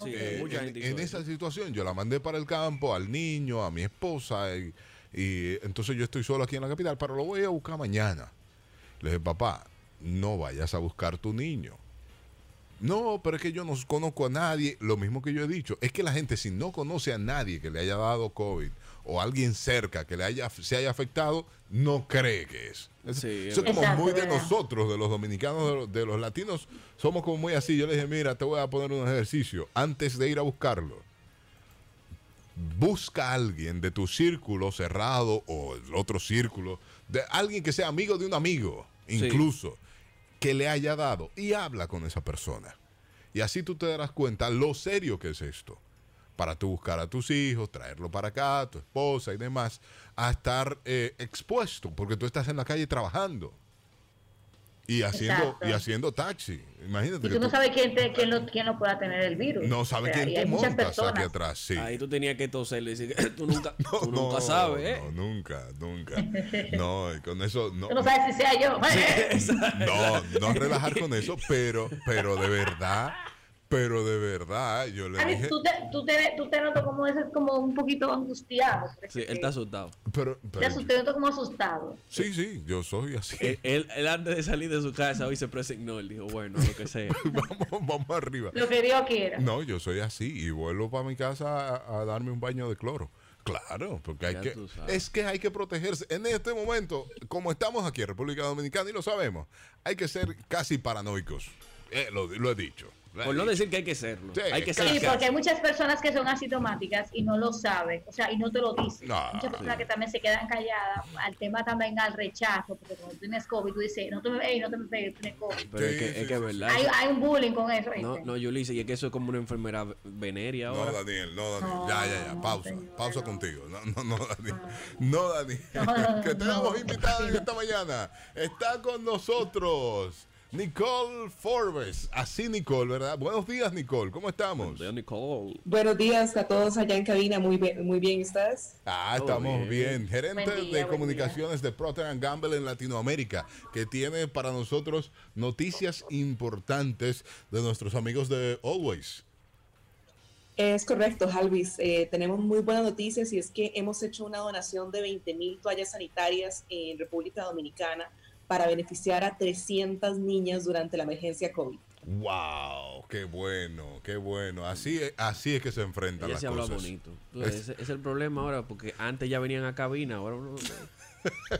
[SPEAKER 2] Sí,
[SPEAKER 1] Eh,
[SPEAKER 2] mucha
[SPEAKER 1] en,
[SPEAKER 2] gente
[SPEAKER 1] en
[SPEAKER 2] hizo eso.
[SPEAKER 1] esa situación yo la mandé para el campo, al niño, a mi esposa, y, y entonces yo estoy solo aquí en la capital, pero lo voy a buscar mañana. Le dije, papá, no vayas a buscar tu niño. No, pero es que yo no conozco a nadie. Lo mismo que yo he dicho, es que la gente si no conoce a nadie que le haya dado COVID o alguien cerca que le haya, se haya afectado, no cree que es. Es-
[SPEAKER 2] Sí, es
[SPEAKER 1] eso es como
[SPEAKER 3] verdad.
[SPEAKER 1] muy de
[SPEAKER 3] Exacto, ¿verdad?
[SPEAKER 1] nosotros, de los dominicanos, de los, de los latinos, somos como muy así. Yo le dije, mira, te voy a poner un ejercicio antes de ir a buscarlo. Busca a alguien de tu círculo cerrado o el otro círculo, de alguien que sea amigo de un amigo,
[SPEAKER 2] Sí.
[SPEAKER 1] incluso, que le haya dado y habla con esa persona. Y así tú te darás cuenta lo serio que es esto. Para tú buscar a tus hijos, traerlo para acá, tu esposa y demás, a estar eh, expuesto, porque tú estás en la calle trabajando y haciendo,
[SPEAKER 3] Exacto.
[SPEAKER 1] y haciendo taxi. Imagínate
[SPEAKER 3] Y
[SPEAKER 1] que
[SPEAKER 3] tú no
[SPEAKER 1] tú-
[SPEAKER 3] sabes quién, te, quién, lo, quién lo pueda tener el virus.
[SPEAKER 1] no sabes
[SPEAKER 3] O sea, y
[SPEAKER 1] quién
[SPEAKER 3] hay
[SPEAKER 1] tú
[SPEAKER 3] muchas
[SPEAKER 1] montas
[SPEAKER 3] personas.
[SPEAKER 1] aquí atrás. Sí.
[SPEAKER 2] Ahí tú tenías que toserle y decir, tú nunca, tú
[SPEAKER 1] No,
[SPEAKER 2] nunca sabes, ¿eh?
[SPEAKER 1] No, nunca, nunca. No, y con eso no.
[SPEAKER 3] Tú no sabes si sea yo.
[SPEAKER 1] No, no relajar con eso, pero, pero de verdad, pero de verdad, yo le
[SPEAKER 3] Ari,
[SPEAKER 1] dije,
[SPEAKER 3] tú, te, tú, te, tú te notas como, ese- como un poquito angustiado.
[SPEAKER 2] Sí, él está asustado.
[SPEAKER 1] pero,
[SPEAKER 3] Te
[SPEAKER 1] pero-
[SPEAKER 3] asusté, te noto como asustado.
[SPEAKER 1] sí, sí, yo soy así.
[SPEAKER 2] Él, él- él antes de salir de su casa hoy se presignó. Él dijo, bueno, lo que sea.
[SPEAKER 1] vamos, vamos arriba.
[SPEAKER 3] Lo que Dios quiera.
[SPEAKER 1] No, yo soy así y vuelvo para mi casa a, a darme un baño de cloro. Claro, porque hay
[SPEAKER 2] Ya
[SPEAKER 1] que,
[SPEAKER 2] tú sabes.
[SPEAKER 1] es que hay que protegerse. En este momento, como estamos aquí en República Dominicana y lo sabemos, hay que ser casi paranoicos. Eh, lo, lo he dicho. Lo he
[SPEAKER 2] Por no
[SPEAKER 1] dicho.
[SPEAKER 2] decir que hay que serlo.
[SPEAKER 1] Sí,
[SPEAKER 2] hay que
[SPEAKER 1] claro.
[SPEAKER 2] ser
[SPEAKER 3] Sí, porque
[SPEAKER 2] casi.
[SPEAKER 3] hay muchas personas que son asintomáticas y no lo saben, o sea, y no te lo dicen.
[SPEAKER 1] No.
[SPEAKER 3] muchas personas que también se quedan calladas al tema también al rechazo, porque cuando tienes COVID, tú dices, no te me pegues, no te me pegues, tú tienes COVID.
[SPEAKER 2] Pero es
[SPEAKER 1] Sí,
[SPEAKER 2] que
[SPEAKER 1] sí,
[SPEAKER 2] es, que es
[SPEAKER 1] sí,
[SPEAKER 2] verdad.
[SPEAKER 3] Hay, hay un bullying con eso.
[SPEAKER 2] No,
[SPEAKER 3] ¿viste?
[SPEAKER 2] no, Yulisa, y es que eso es como una enfermedad ve- venerea
[SPEAKER 1] No,
[SPEAKER 2] ahora.
[SPEAKER 1] Daniel, no, Daniel.
[SPEAKER 3] No,
[SPEAKER 1] ya, ya, ya.
[SPEAKER 3] no,
[SPEAKER 1] Pausa.
[SPEAKER 3] señor,
[SPEAKER 1] pausa
[SPEAKER 3] no.
[SPEAKER 1] contigo. No, no, no, Daniel. No, Daniel. que tenemos invitada en esta mañana. Está con nosotros Nicole Forbes. Así, Nicole, ¿verdad? Buenos días, Nicole. ¿Cómo estamos?
[SPEAKER 2] De Nicole.
[SPEAKER 8] Buenos días a todos allá en cabina, muy, be- muy bien, ¿y ¿ustedes?
[SPEAKER 1] Ah,
[SPEAKER 2] Todo
[SPEAKER 1] estamos bien.
[SPEAKER 2] bien.
[SPEAKER 1] Gerente
[SPEAKER 3] Buen día,
[SPEAKER 1] de
[SPEAKER 3] buen
[SPEAKER 1] comunicaciones de Procter and Gamble en Latinoamérica, que tiene para nosotros noticias importantes de nuestros amigos de Always.
[SPEAKER 8] Es correcto, Jalvis. Eh, tenemos muy buenas noticias y es que hemos hecho una donación de 20 mil toallas sanitarias en República Dominicana para beneficiar a 300 niñas durante la emergencia COVID.
[SPEAKER 1] Wow, qué bueno, qué bueno. Así es, así es que se enfrentan
[SPEAKER 2] Ella
[SPEAKER 1] las
[SPEAKER 2] se habla
[SPEAKER 1] cosas.
[SPEAKER 2] bonito. Tú ves, ese- ese es el problema ahora, porque antes ya venían a cabina, ahora uno...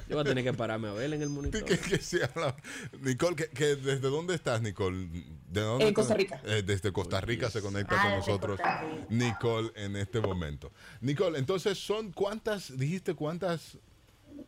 [SPEAKER 2] Yo voy a tener que pararme a ver en el monitor.
[SPEAKER 1] Que- que se habla- Nicole, que, que ¿desde dónde estás, Nicole? ¿De dónde
[SPEAKER 8] En
[SPEAKER 1] estás?
[SPEAKER 8] Costa Rica.
[SPEAKER 1] Eh, desde Costa Rica se conecta
[SPEAKER 3] Ah,
[SPEAKER 1] con
[SPEAKER 3] desde
[SPEAKER 1] nosotros
[SPEAKER 3] Costa Rica.
[SPEAKER 1] Nicole en este momento. Nicole, entonces son cuántas, dijiste cuántas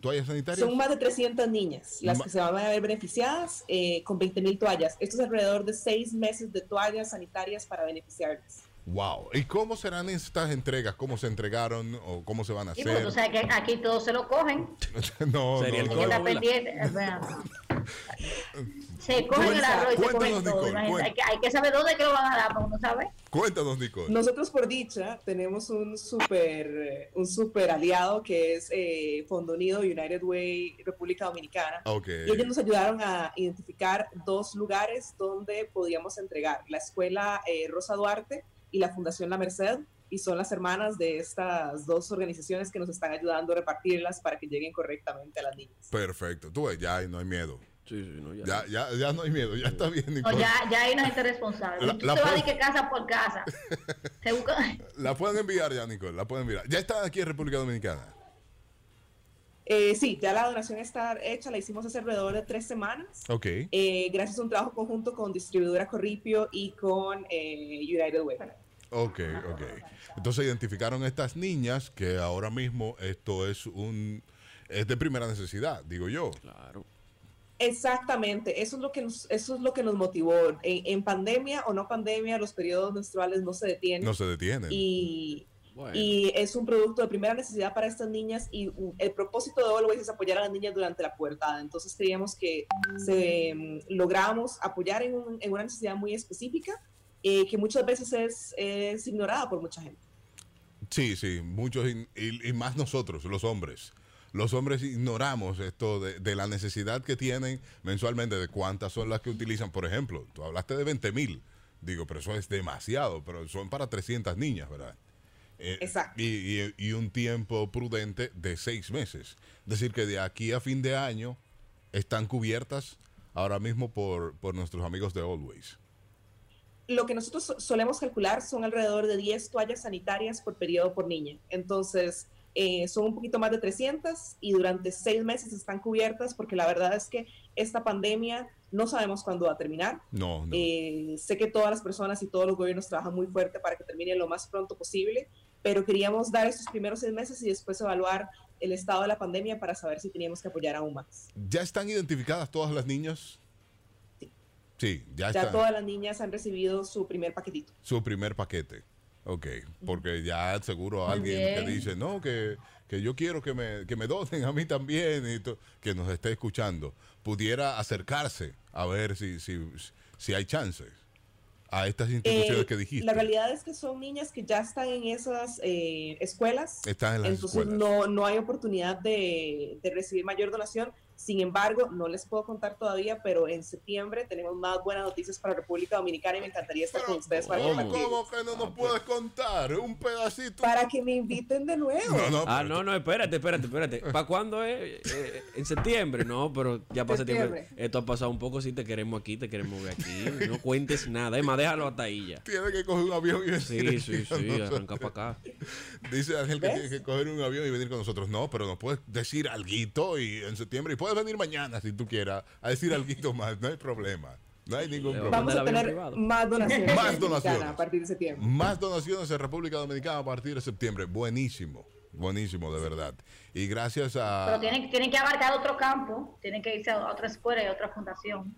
[SPEAKER 1] toallas sanitarias?
[SPEAKER 8] Son más de 300 niñas las
[SPEAKER 1] Ma-
[SPEAKER 8] que se van a ver beneficiadas eh, con 20 mil toallas. Esto es alrededor de seis meses de toallas sanitarias para beneficiarles.
[SPEAKER 1] Wow. ¿Y cómo serán estas entregas? ¿Cómo se entregaron o cómo se van a
[SPEAKER 3] Y porque
[SPEAKER 1] hacer?
[SPEAKER 3] tú sabes que aquí todos se lo cogen.
[SPEAKER 1] no,
[SPEAKER 2] Sería el
[SPEAKER 1] no, no.
[SPEAKER 3] Hay que
[SPEAKER 2] colmo.
[SPEAKER 3] estar
[SPEAKER 2] Hola.
[SPEAKER 3] pendiente. eh, bueno. Se cogen el
[SPEAKER 8] Cuenta-
[SPEAKER 3] arroz y se cogen
[SPEAKER 1] cuéntanos,
[SPEAKER 3] todo.
[SPEAKER 1] Nicole,
[SPEAKER 3] imagínate. Hay
[SPEAKER 1] cuént-
[SPEAKER 3] que, hay que saber dónde es que lo van a dar, porque uno sabe.
[SPEAKER 1] Cuéntanos, Nicole.
[SPEAKER 8] Nosotros por dicha tenemos un super, eh, un super aliado que es eh, Fondo Unido United Way República Dominicana.
[SPEAKER 1] Ok.
[SPEAKER 8] Y ellos nos ayudaron a identificar dos lugares donde podíamos entregar, la escuela eh, Rosa Duarte y la Fundación La Merced, y son las hermanas de estas dos organizaciones que nos están ayudando a repartirlas para que lleguen correctamente a las niñas.
[SPEAKER 1] Perfecto. Tú ves, ya ahí no hay miedo.
[SPEAKER 2] Sí, sí, no, ya.
[SPEAKER 1] Ya, ya, ya no hay miedo. Ya está bien,
[SPEAKER 3] No,
[SPEAKER 1] Nicole.
[SPEAKER 3] ya, ya hay una gente responsable.
[SPEAKER 1] La-
[SPEAKER 3] tú
[SPEAKER 1] la
[SPEAKER 3] te vas
[SPEAKER 1] pro-
[SPEAKER 3] de que casa por casa. Se busca...
[SPEAKER 1] La pueden enviar ya, Nicole. La pueden enviar. Ya están aquí en República Dominicana.
[SPEAKER 8] Eh, sí, ya la donación está hecha, la hicimos hace alrededor de tres semanas.
[SPEAKER 1] Ok.
[SPEAKER 8] eh, gracias a un trabajo conjunto con distribuidora Corripio y con eh, United Way.
[SPEAKER 1] Ok, ok. Entonces identificaron a estas niñas que ahora mismo esto es un. Es de primera necesidad, digo yo.
[SPEAKER 2] Claro.
[SPEAKER 8] Exactamente, eso es lo que nos, eso es lo que nos motivó. En, en pandemia o no pandemia, los periodos menstruales no se detienen
[SPEAKER 1] No se detienen.
[SPEAKER 8] y
[SPEAKER 2] Bueno.
[SPEAKER 8] Y es un producto de primera necesidad para estas niñas y mm, el propósito de Always es apoyar a las niñas durante la pubertad. Entonces creíamos que se, mm, logramos apoyar en, un- en una necesidad muy específica eh, que muchas veces es, es ignorada por mucha gente.
[SPEAKER 1] Sí, sí, muchos, in- y, y más nosotros, los hombres. Los hombres ignoramos esto de, de la necesidad que tienen mensualmente, de cuántas son las que utilizan. Por ejemplo, tú hablaste de 20 mil. Digo, pero eso es demasiado, pero son para 300 niñas, ¿verdad? Eh,
[SPEAKER 8] Exacto.
[SPEAKER 1] Y, y- y un tiempo prudente de seis meses. Es decir, que de aquí a fin de año están cubiertas ahora mismo por, por nuestros amigos de Always.
[SPEAKER 8] Lo que nosotros so- solemos calcular son alrededor de 10 toallas sanitarias por periodo por niña. Entonces, eh, son un poquito más de 300 y durante seis meses están cubiertas porque la verdad es que esta pandemia no sabemos cuándo va a terminar.
[SPEAKER 1] No, no.
[SPEAKER 8] Eh, sé que todas las personas y todos los gobiernos trabajan muy fuerte para que termine lo más pronto posible, pero queríamos dar estos primeros seis meses y después evaluar el estado de la pandemia para saber si teníamos que apoyar aún más.
[SPEAKER 1] ¿Ya están identificadas todas las niñas? Sí, ya
[SPEAKER 8] Ya
[SPEAKER 1] están.
[SPEAKER 8] todas las niñas han recibido su primer paquetito.
[SPEAKER 1] Su primer paquete. Ok, porque ya seguro
[SPEAKER 3] Muy
[SPEAKER 1] alguien que
[SPEAKER 3] bien.
[SPEAKER 1] dice, no, que, que yo quiero que me, que me donen a mí también, y to- que nos esté escuchando, pudiera acercarse a ver si, si, si hay chances a estas instituciones
[SPEAKER 8] Eh,
[SPEAKER 1] que dijiste.
[SPEAKER 8] La realidad es que son niñas que ya están en esas eh, escuelas.
[SPEAKER 1] Están en las
[SPEAKER 8] Entonces
[SPEAKER 1] escuelas.
[SPEAKER 8] No, no hay oportunidad de, de recibir mayor donación. Sin embargo, no les puedo contar todavía, pero en septiembre tenemos más buenas noticias para República Dominicana y me encantaría estar con ustedes para,
[SPEAKER 1] ¿Cómo,
[SPEAKER 8] compartir-
[SPEAKER 1] cómo que no nos
[SPEAKER 2] Ah,
[SPEAKER 1] puedes
[SPEAKER 2] pues.
[SPEAKER 1] contar? Un pedacito.
[SPEAKER 8] para que me inviten de nuevo.
[SPEAKER 1] No, no,
[SPEAKER 2] Ah,
[SPEAKER 1] pero-
[SPEAKER 2] no, no, espérate, espérate, espérate. ¿Para cuándo es? Eh, ¿En septiembre? No, pero ya para septiembre.
[SPEAKER 8] Septiembre.
[SPEAKER 2] Esto ha pasado un poco, sí, te queremos aquí, te queremos ver aquí. No cuentes nada. Es más, déjalo hasta ahí ya.
[SPEAKER 1] Tiene que coger un avión y venir
[SPEAKER 2] Sí, sí,
[SPEAKER 1] aquí a
[SPEAKER 2] sí,
[SPEAKER 1] nosotros.
[SPEAKER 2] arranca para acá.
[SPEAKER 1] Dice Ángel que
[SPEAKER 8] ¿Ves?
[SPEAKER 1] tiene que coger un avión y venir con nosotros. No, pero nos puedes decir alguito y en septiembre y puedes venir mañana si tú quieras a decir alguito más. No hay problema. No hay ningún
[SPEAKER 2] Le
[SPEAKER 1] problema.
[SPEAKER 2] vamos
[SPEAKER 8] Vamos
[SPEAKER 2] Manda el
[SPEAKER 8] a
[SPEAKER 2] avión
[SPEAKER 8] tener
[SPEAKER 2] privado.
[SPEAKER 8] más donaciones.
[SPEAKER 1] Más donaciones. Mm,
[SPEAKER 8] A partir de septiembre.
[SPEAKER 1] Más donaciones en República Dominicana a partir de septiembre. Buenísimo. Buenísimo, de verdad. Y gracias a...
[SPEAKER 3] Pero tienen, tienen que abarcar otro campo, tienen que irse a otra escuela y a otra fundación.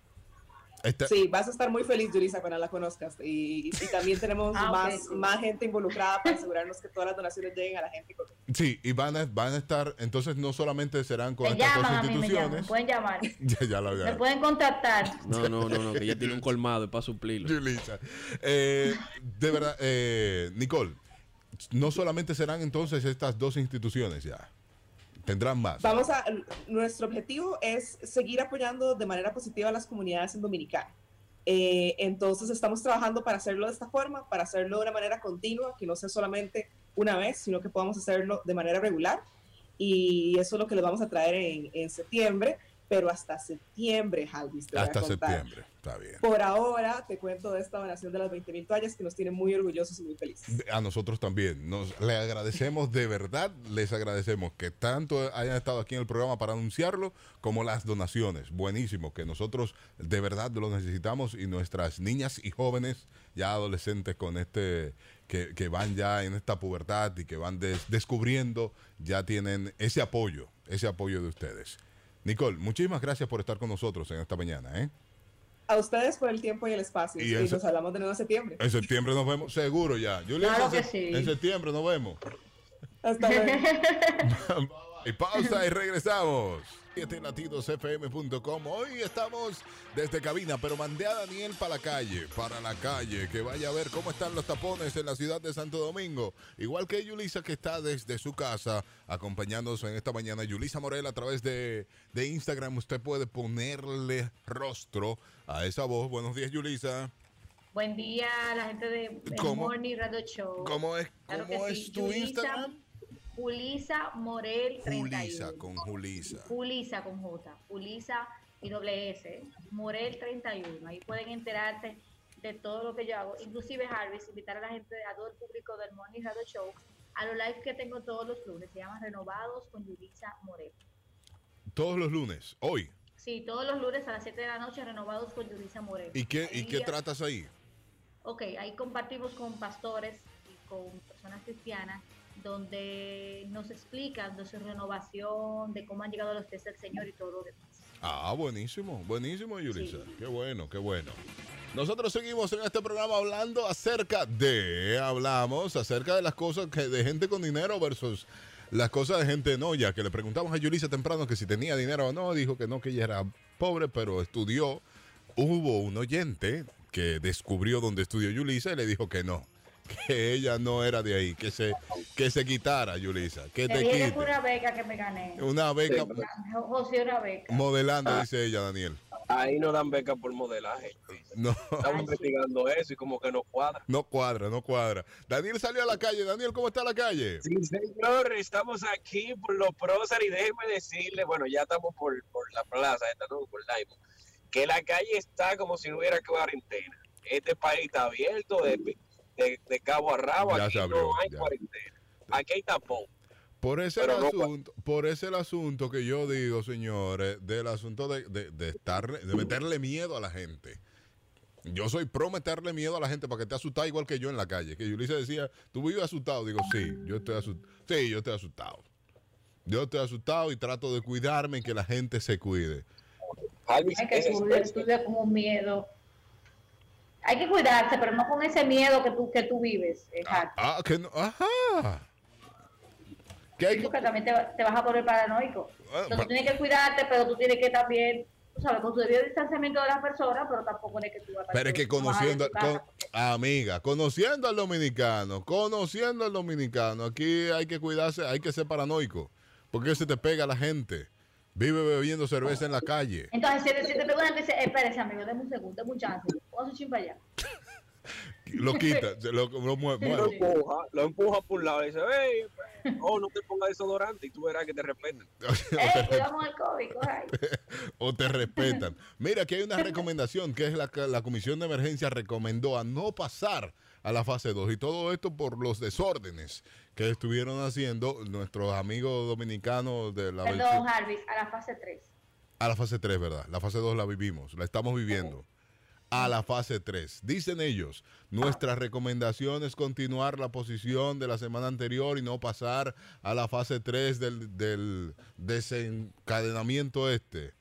[SPEAKER 1] esta-
[SPEAKER 8] Sí, vas a estar muy feliz, Yurisa, cuando la conozcas. Y, y también tenemos
[SPEAKER 3] Ah, ok,
[SPEAKER 8] más,
[SPEAKER 3] sí.
[SPEAKER 8] más gente involucrada para asegurarnos que todas las donaciones lleguen a la gente correcta.
[SPEAKER 1] Sí, y van a, van a estar... Entonces no solamente serán con
[SPEAKER 3] Me
[SPEAKER 1] estas dos
[SPEAKER 3] llaman a mí, me llaman,
[SPEAKER 1] instituciones.
[SPEAKER 3] pueden llamar,
[SPEAKER 1] Ya, ya la
[SPEAKER 3] me
[SPEAKER 1] había-
[SPEAKER 3] pueden contactar.
[SPEAKER 2] No, no, no, no, que ya tiene un colmado, es para suplirlo.
[SPEAKER 1] Yulisa. Eh, de verdad, eh, Nicole, no solamente serán entonces estas dos instituciones ya. Tendrán más.
[SPEAKER 8] Vamos a, nuestro objetivo es seguir apoyando de manera positiva a las comunidades en Dominicana. Eh, entonces estamos trabajando para hacerlo de esta forma, para hacerlo de una manera continua, que no sea solamente una vez, sino que podamos hacerlo de manera regular. Y eso es lo que les vamos a traer en, en septiembre, pero hasta septiembre, Jalvis, te voy a
[SPEAKER 1] Hasta
[SPEAKER 8] contar.
[SPEAKER 1] septiembre. Está bien.
[SPEAKER 8] Por ahora te cuento de esta donación de las 20.000 toallas que nos tiene muy orgullosos y muy felices.
[SPEAKER 1] A nosotros también. Nos, le agradecemos de verdad, les agradecemos que tanto hayan estado aquí en el programa para anunciarlo, como las donaciones. Buenísimo, que nosotros de verdad lo necesitamos y nuestras niñas y jóvenes, ya adolescentes con este, que, que van ya en esta pubertad y que van des- descubriendo, ya tienen ese apoyo, ese apoyo de ustedes. Nicole, muchísimas gracias por estar con nosotros en esta mañana, ¿eh?
[SPEAKER 8] A ustedes por el tiempo y el espacio.
[SPEAKER 1] Y
[SPEAKER 8] Y,
[SPEAKER 1] eso- Eh.
[SPEAKER 8] nos hablamos de nuevo en septiembre.
[SPEAKER 1] En septiembre nos vemos, seguro ya. Julián,
[SPEAKER 3] Claro que
[SPEAKER 1] en, sep-
[SPEAKER 3] sí.
[SPEAKER 1] en septiembre nos vemos.
[SPEAKER 8] Hasta luego.
[SPEAKER 1] Y pausa y regresamos. 7 latidosfm.com. Hoy estamos desde cabina, pero mandé a Daniel para la calle, para la calle, que vaya a ver cómo están los tapones en la ciudad de Santo Domingo. Igual que Yulisa que está desde su casa acompañándonos en esta mañana. Yulisa Morel a través de, de Instagram, usted puede ponerle rostro a esa voz. Buenos días, Yulisa.
[SPEAKER 3] Buen día a la gente de del
[SPEAKER 1] ¿Cómo?
[SPEAKER 3] Morning Radio Show.
[SPEAKER 1] ¿Cómo es,
[SPEAKER 3] Claro
[SPEAKER 1] cómo
[SPEAKER 3] que
[SPEAKER 1] es
[SPEAKER 3] sí.
[SPEAKER 1] tu
[SPEAKER 3] Yulisa-
[SPEAKER 1] Instagram?
[SPEAKER 3] Julisa Morel 31.
[SPEAKER 1] Julisa, con Julisa.
[SPEAKER 3] Julisa con J. Julisa y doble S. Morel 31. Ahí pueden enterarse de todo lo que yo hago. Inclusive, Harvis, invitar a la gente, a todo el público del Morning Radio Show a los live que tengo todos los lunes. Se llama Renovados con Julisa Morel.
[SPEAKER 1] Todos los lunes, hoy.
[SPEAKER 3] Sí, todos los lunes a las 7 de la noche, Renovados con Julisa Morel.
[SPEAKER 1] ¿Y qué,
[SPEAKER 3] Ahí
[SPEAKER 1] y qué
[SPEAKER 3] ya-
[SPEAKER 1] tratas ahí?
[SPEAKER 3] Ok, ahí compartimos con pastores y con personas cristianas donde nos explican de su renovación, de cómo han llegado los pies del Señor y todo lo demás.
[SPEAKER 1] Ah, buenísimo, buenísimo, Yulisa. Qué bueno, qué bueno. Nosotros seguimos en este programa hablando acerca de, hablamos acerca de las cosas que, de gente con dinero versus las cosas de gente no, ya que le preguntamos a Yulisa temprano que si tenía dinero o no, dijo que no, que ella era pobre, pero estudió. Hubo un oyente que descubrió dónde estudió Yulisa y le dijo que no, que ella no era de ahí, que se, que se quitara Yulisa, que
[SPEAKER 3] Te
[SPEAKER 1] te
[SPEAKER 3] dije que
[SPEAKER 1] quite.
[SPEAKER 3] fue una beca que me gané.
[SPEAKER 1] Una beca
[SPEAKER 3] José, una beca.
[SPEAKER 1] modelando, dice ella, Daniel.
[SPEAKER 11] Ah. Ahí no dan beca por modelaje.
[SPEAKER 1] No.
[SPEAKER 11] Estamos investigando eso y como que no cuadra.
[SPEAKER 1] No cuadra, no cuadra. Daniel salió a la calle. Daniel, ¿cómo está la calle?
[SPEAKER 11] Sí, señor, estamos aquí por los próceres y déjeme decirle, bueno, ya estamos por, por la plaza, esta, ¿no? por Laimo, que la calle está como si no hubiera cuarentena. Este país está abierto de, de, de cabo a rabo,
[SPEAKER 1] Ya
[SPEAKER 11] aquí
[SPEAKER 1] se abrió,
[SPEAKER 11] no hay
[SPEAKER 1] ya.
[SPEAKER 11] cuarentena. Aquí hay tapón.
[SPEAKER 1] Por ese el
[SPEAKER 11] Pero no cua-
[SPEAKER 1] asunto, por ese el asunto que yo digo, señores, del asunto de, de, de estarle- de meterle miedo a la gente. Yo soy pro meterle miedo a la gente para que te asustas igual que yo en la calle. Que Yulisa decía, tú vives asustado. Digo, sí, yo estoy asustado. Sí, yo estoy asustado. Yo estoy asustado y trato de cuidarme y que la gente se cuide.
[SPEAKER 3] Hay que subir, subir con un miedo. Hay que cuidarse, pero no con ese miedo que tú, que tú vives. Exacto.
[SPEAKER 1] Ah, que no. Ajá. Que hay que-
[SPEAKER 3] Porque también te, va- te vas a poner paranoico. Entonces,
[SPEAKER 1] pa-
[SPEAKER 3] tú tienes que cuidarte, pero tú tienes que también, tú sabes, con tu debido distanciamiento de las personas, pero tampoco es que tú vas a
[SPEAKER 1] Pero es que
[SPEAKER 3] tú vas a
[SPEAKER 1] conociendo,
[SPEAKER 3] ir a tu casa.
[SPEAKER 1] con- amiga, conociendo al dominicano, conociendo al dominicano, aquí hay que cuidarse, hay que ser paranoico, porque se te pega la gente. Vive bebiendo cerveza en la calle.
[SPEAKER 3] Entonces, si te, si te preguntan, te dicen, espérese, amigo, dame un segundo, dame un chance. Pon su chimpa allá.
[SPEAKER 1] Lo quita, se lo, lo mue-
[SPEAKER 11] Lo
[SPEAKER 1] mueve.
[SPEAKER 11] empuja, lo empuja por un lado y dice, hey, oh, no te pongas desodorante y tú verás que te respetan.
[SPEAKER 3] ¡Ey, cuidado con el COVID! coge ahí.
[SPEAKER 1] o te respetan. Mira, aquí hay una recomendación que es la que la Comisión de Emergencia recomendó a no pasar a la fase 2 y todo esto por los desórdenes que estuvieron haciendo nuestros amigos dominicanos de la
[SPEAKER 3] Perdón, Jarvis, a la fase 3.
[SPEAKER 1] A la fase 3, ¿verdad? La fase 2 la vivimos, la estamos viviendo. A la fase 3. Dicen ellos, nuestra recomendación es continuar la posición de la semana anterior y no pasar a la fase 3 del, del desencadenamiento este.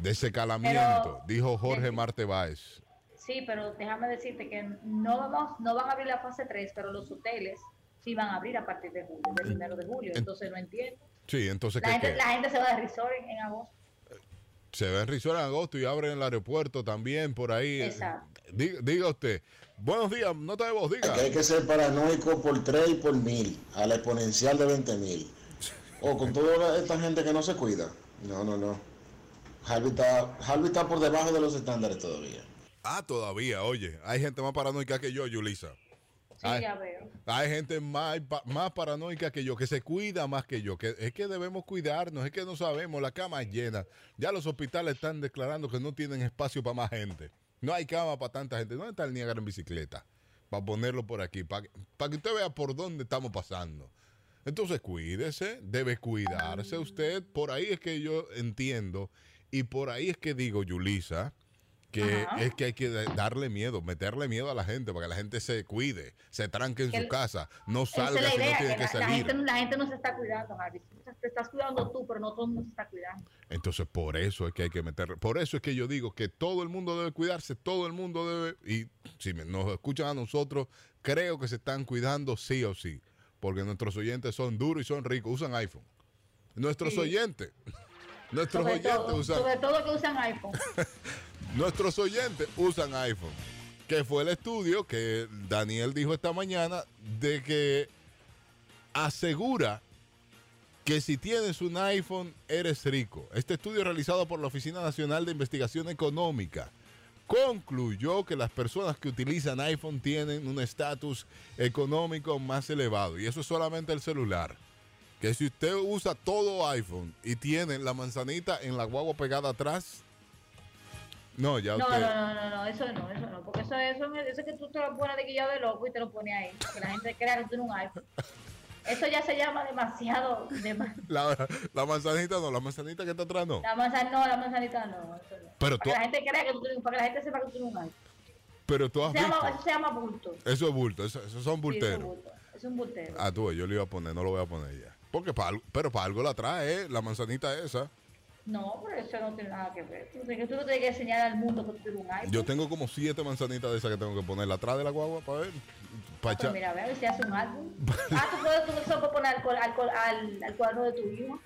[SPEAKER 1] Desecalamiento,
[SPEAKER 3] Pero-
[SPEAKER 1] dijo Jorge Marte Báez.
[SPEAKER 3] Sí, pero déjame decirte que no, vamos, no van a abrir la fase 3, pero los hoteles sí van a abrir a partir de julio, del primero de julio. Entonces, no entiendo.
[SPEAKER 1] Sí, entonces,
[SPEAKER 3] La
[SPEAKER 1] ¿qué,
[SPEAKER 3] gente,
[SPEAKER 1] qué?
[SPEAKER 3] la gente se va de resort en, en agosto.
[SPEAKER 1] Se ve en Rizola en agosto y abren el aeropuerto también por ahí.
[SPEAKER 3] Exacto.
[SPEAKER 1] Diga, diga usted. Buenos días, nota de voz, diga.
[SPEAKER 12] Que hay que ser paranoico por 3 y por mil, a la exponencial de 20 mil. O con toda esta gente que no se cuida. No, no, no. Harvey está, Harvey está por debajo de los estándares todavía.
[SPEAKER 1] Ah, todavía, oye. Hay gente más paranoica que yo, Yulisa.
[SPEAKER 3] Sí,
[SPEAKER 1] Ay.
[SPEAKER 3] ya veo.
[SPEAKER 1] Hay gente más, pa- más paranoica que yo, que se cuida más que yo, que es que debemos cuidarnos, es que no sabemos, la cama es llena. Ya los hospitales están declarando que no tienen espacio para más gente. No hay cama para tanta gente. ¿Dónde está el Niagara en bicicleta? Para ponerlo por aquí, para que, para que usted vea por dónde estamos pasando. Entonces cuídese, debe cuidarse usted. Por ahí es que yo entiendo y por ahí es que digo, Yulisa, que
[SPEAKER 3] Ajá.
[SPEAKER 1] es que hay que da- darle miedo, meterle miedo a la gente para que la gente se cuide, se tranque en
[SPEAKER 3] Que
[SPEAKER 1] su
[SPEAKER 3] el-
[SPEAKER 1] casa, no
[SPEAKER 3] Esa es
[SPEAKER 1] salga
[SPEAKER 3] la
[SPEAKER 1] si no
[SPEAKER 3] idea,
[SPEAKER 1] tiene
[SPEAKER 3] que
[SPEAKER 1] que
[SPEAKER 3] la, la gente,
[SPEAKER 1] salir.
[SPEAKER 3] la gente no se está cuidando, Jarvis. O sea, Te estás cuidando tú, pero no todo el mundo se está cuidando.
[SPEAKER 1] Entonces por eso es que hay que meter, por eso es que yo digo que todo el mundo debe cuidarse, todo el mundo debe, y si me- nos escuchan a nosotros, creo que se están cuidando sí o sí, porque nuestros oyentes son duros y son ricos, usan iPhone. Nuestros
[SPEAKER 3] Sí.
[SPEAKER 1] oyentes, nuestros
[SPEAKER 3] Sobre
[SPEAKER 1] oyentes
[SPEAKER 3] todo,
[SPEAKER 1] usan...
[SPEAKER 3] sobre todo que usan iPhone.
[SPEAKER 1] Nuestros oyentes usan iPhone, que fue el estudio que Daniel dijo esta mañana de que asegura que si tienes un iPhone eres rico. Este estudio realizado por la Oficina Nacional de Investigación Económica concluyó que las personas que utilizan iPhone tienen un estatus económico más elevado y eso es solamente el celular que si usted usa todo iPhone y tiene la manzanita en la guagua pegada atrás, no, ya
[SPEAKER 3] No,
[SPEAKER 1] usted.
[SPEAKER 3] no, no, no, no, eso no, eso no. Porque eso, eso, eso es que tú te lo pones de guillado de loco y te lo pones ahí. Que la gente crea que tú tienes un iPhone. Eso ya se llama demasiado. dema-
[SPEAKER 1] La, la manzanita no, la manzanita que está atrás no.
[SPEAKER 3] La manzana no, la manzanita no. eso no.
[SPEAKER 1] Pero
[SPEAKER 3] para
[SPEAKER 1] tú-
[SPEAKER 3] que la gente crea que tú tienes, para que la gente sepa que tú tienes un iPhone.
[SPEAKER 1] Pero tú has
[SPEAKER 3] Se llama-
[SPEAKER 1] visto.
[SPEAKER 3] eso se llama bulto. Sí,
[SPEAKER 1] Eso es bulto, eso, esos son
[SPEAKER 3] eso es
[SPEAKER 1] bulteros.
[SPEAKER 3] bulto. Es un bultero.
[SPEAKER 1] Ah, tú, yo lo iba a poner, no lo voy a poner ya. Porque para, al- pero para algo la trae, eh, la manzanita esa.
[SPEAKER 3] No, pero eso no tiene nada que ver. Tú, tienes- tú no tienes que enseñar al mundo que tú tienes un iPhone.
[SPEAKER 1] Yo tengo como siete manzanitas de esas que tengo que poner atrás de la guagua para ver. Para
[SPEAKER 3] Pues
[SPEAKER 1] echar.
[SPEAKER 3] mira, a ver si hace un álbum. ah, tú puedes, tú solo puedes poner alcohol, alcohol, al, al cuadro de tu hijo.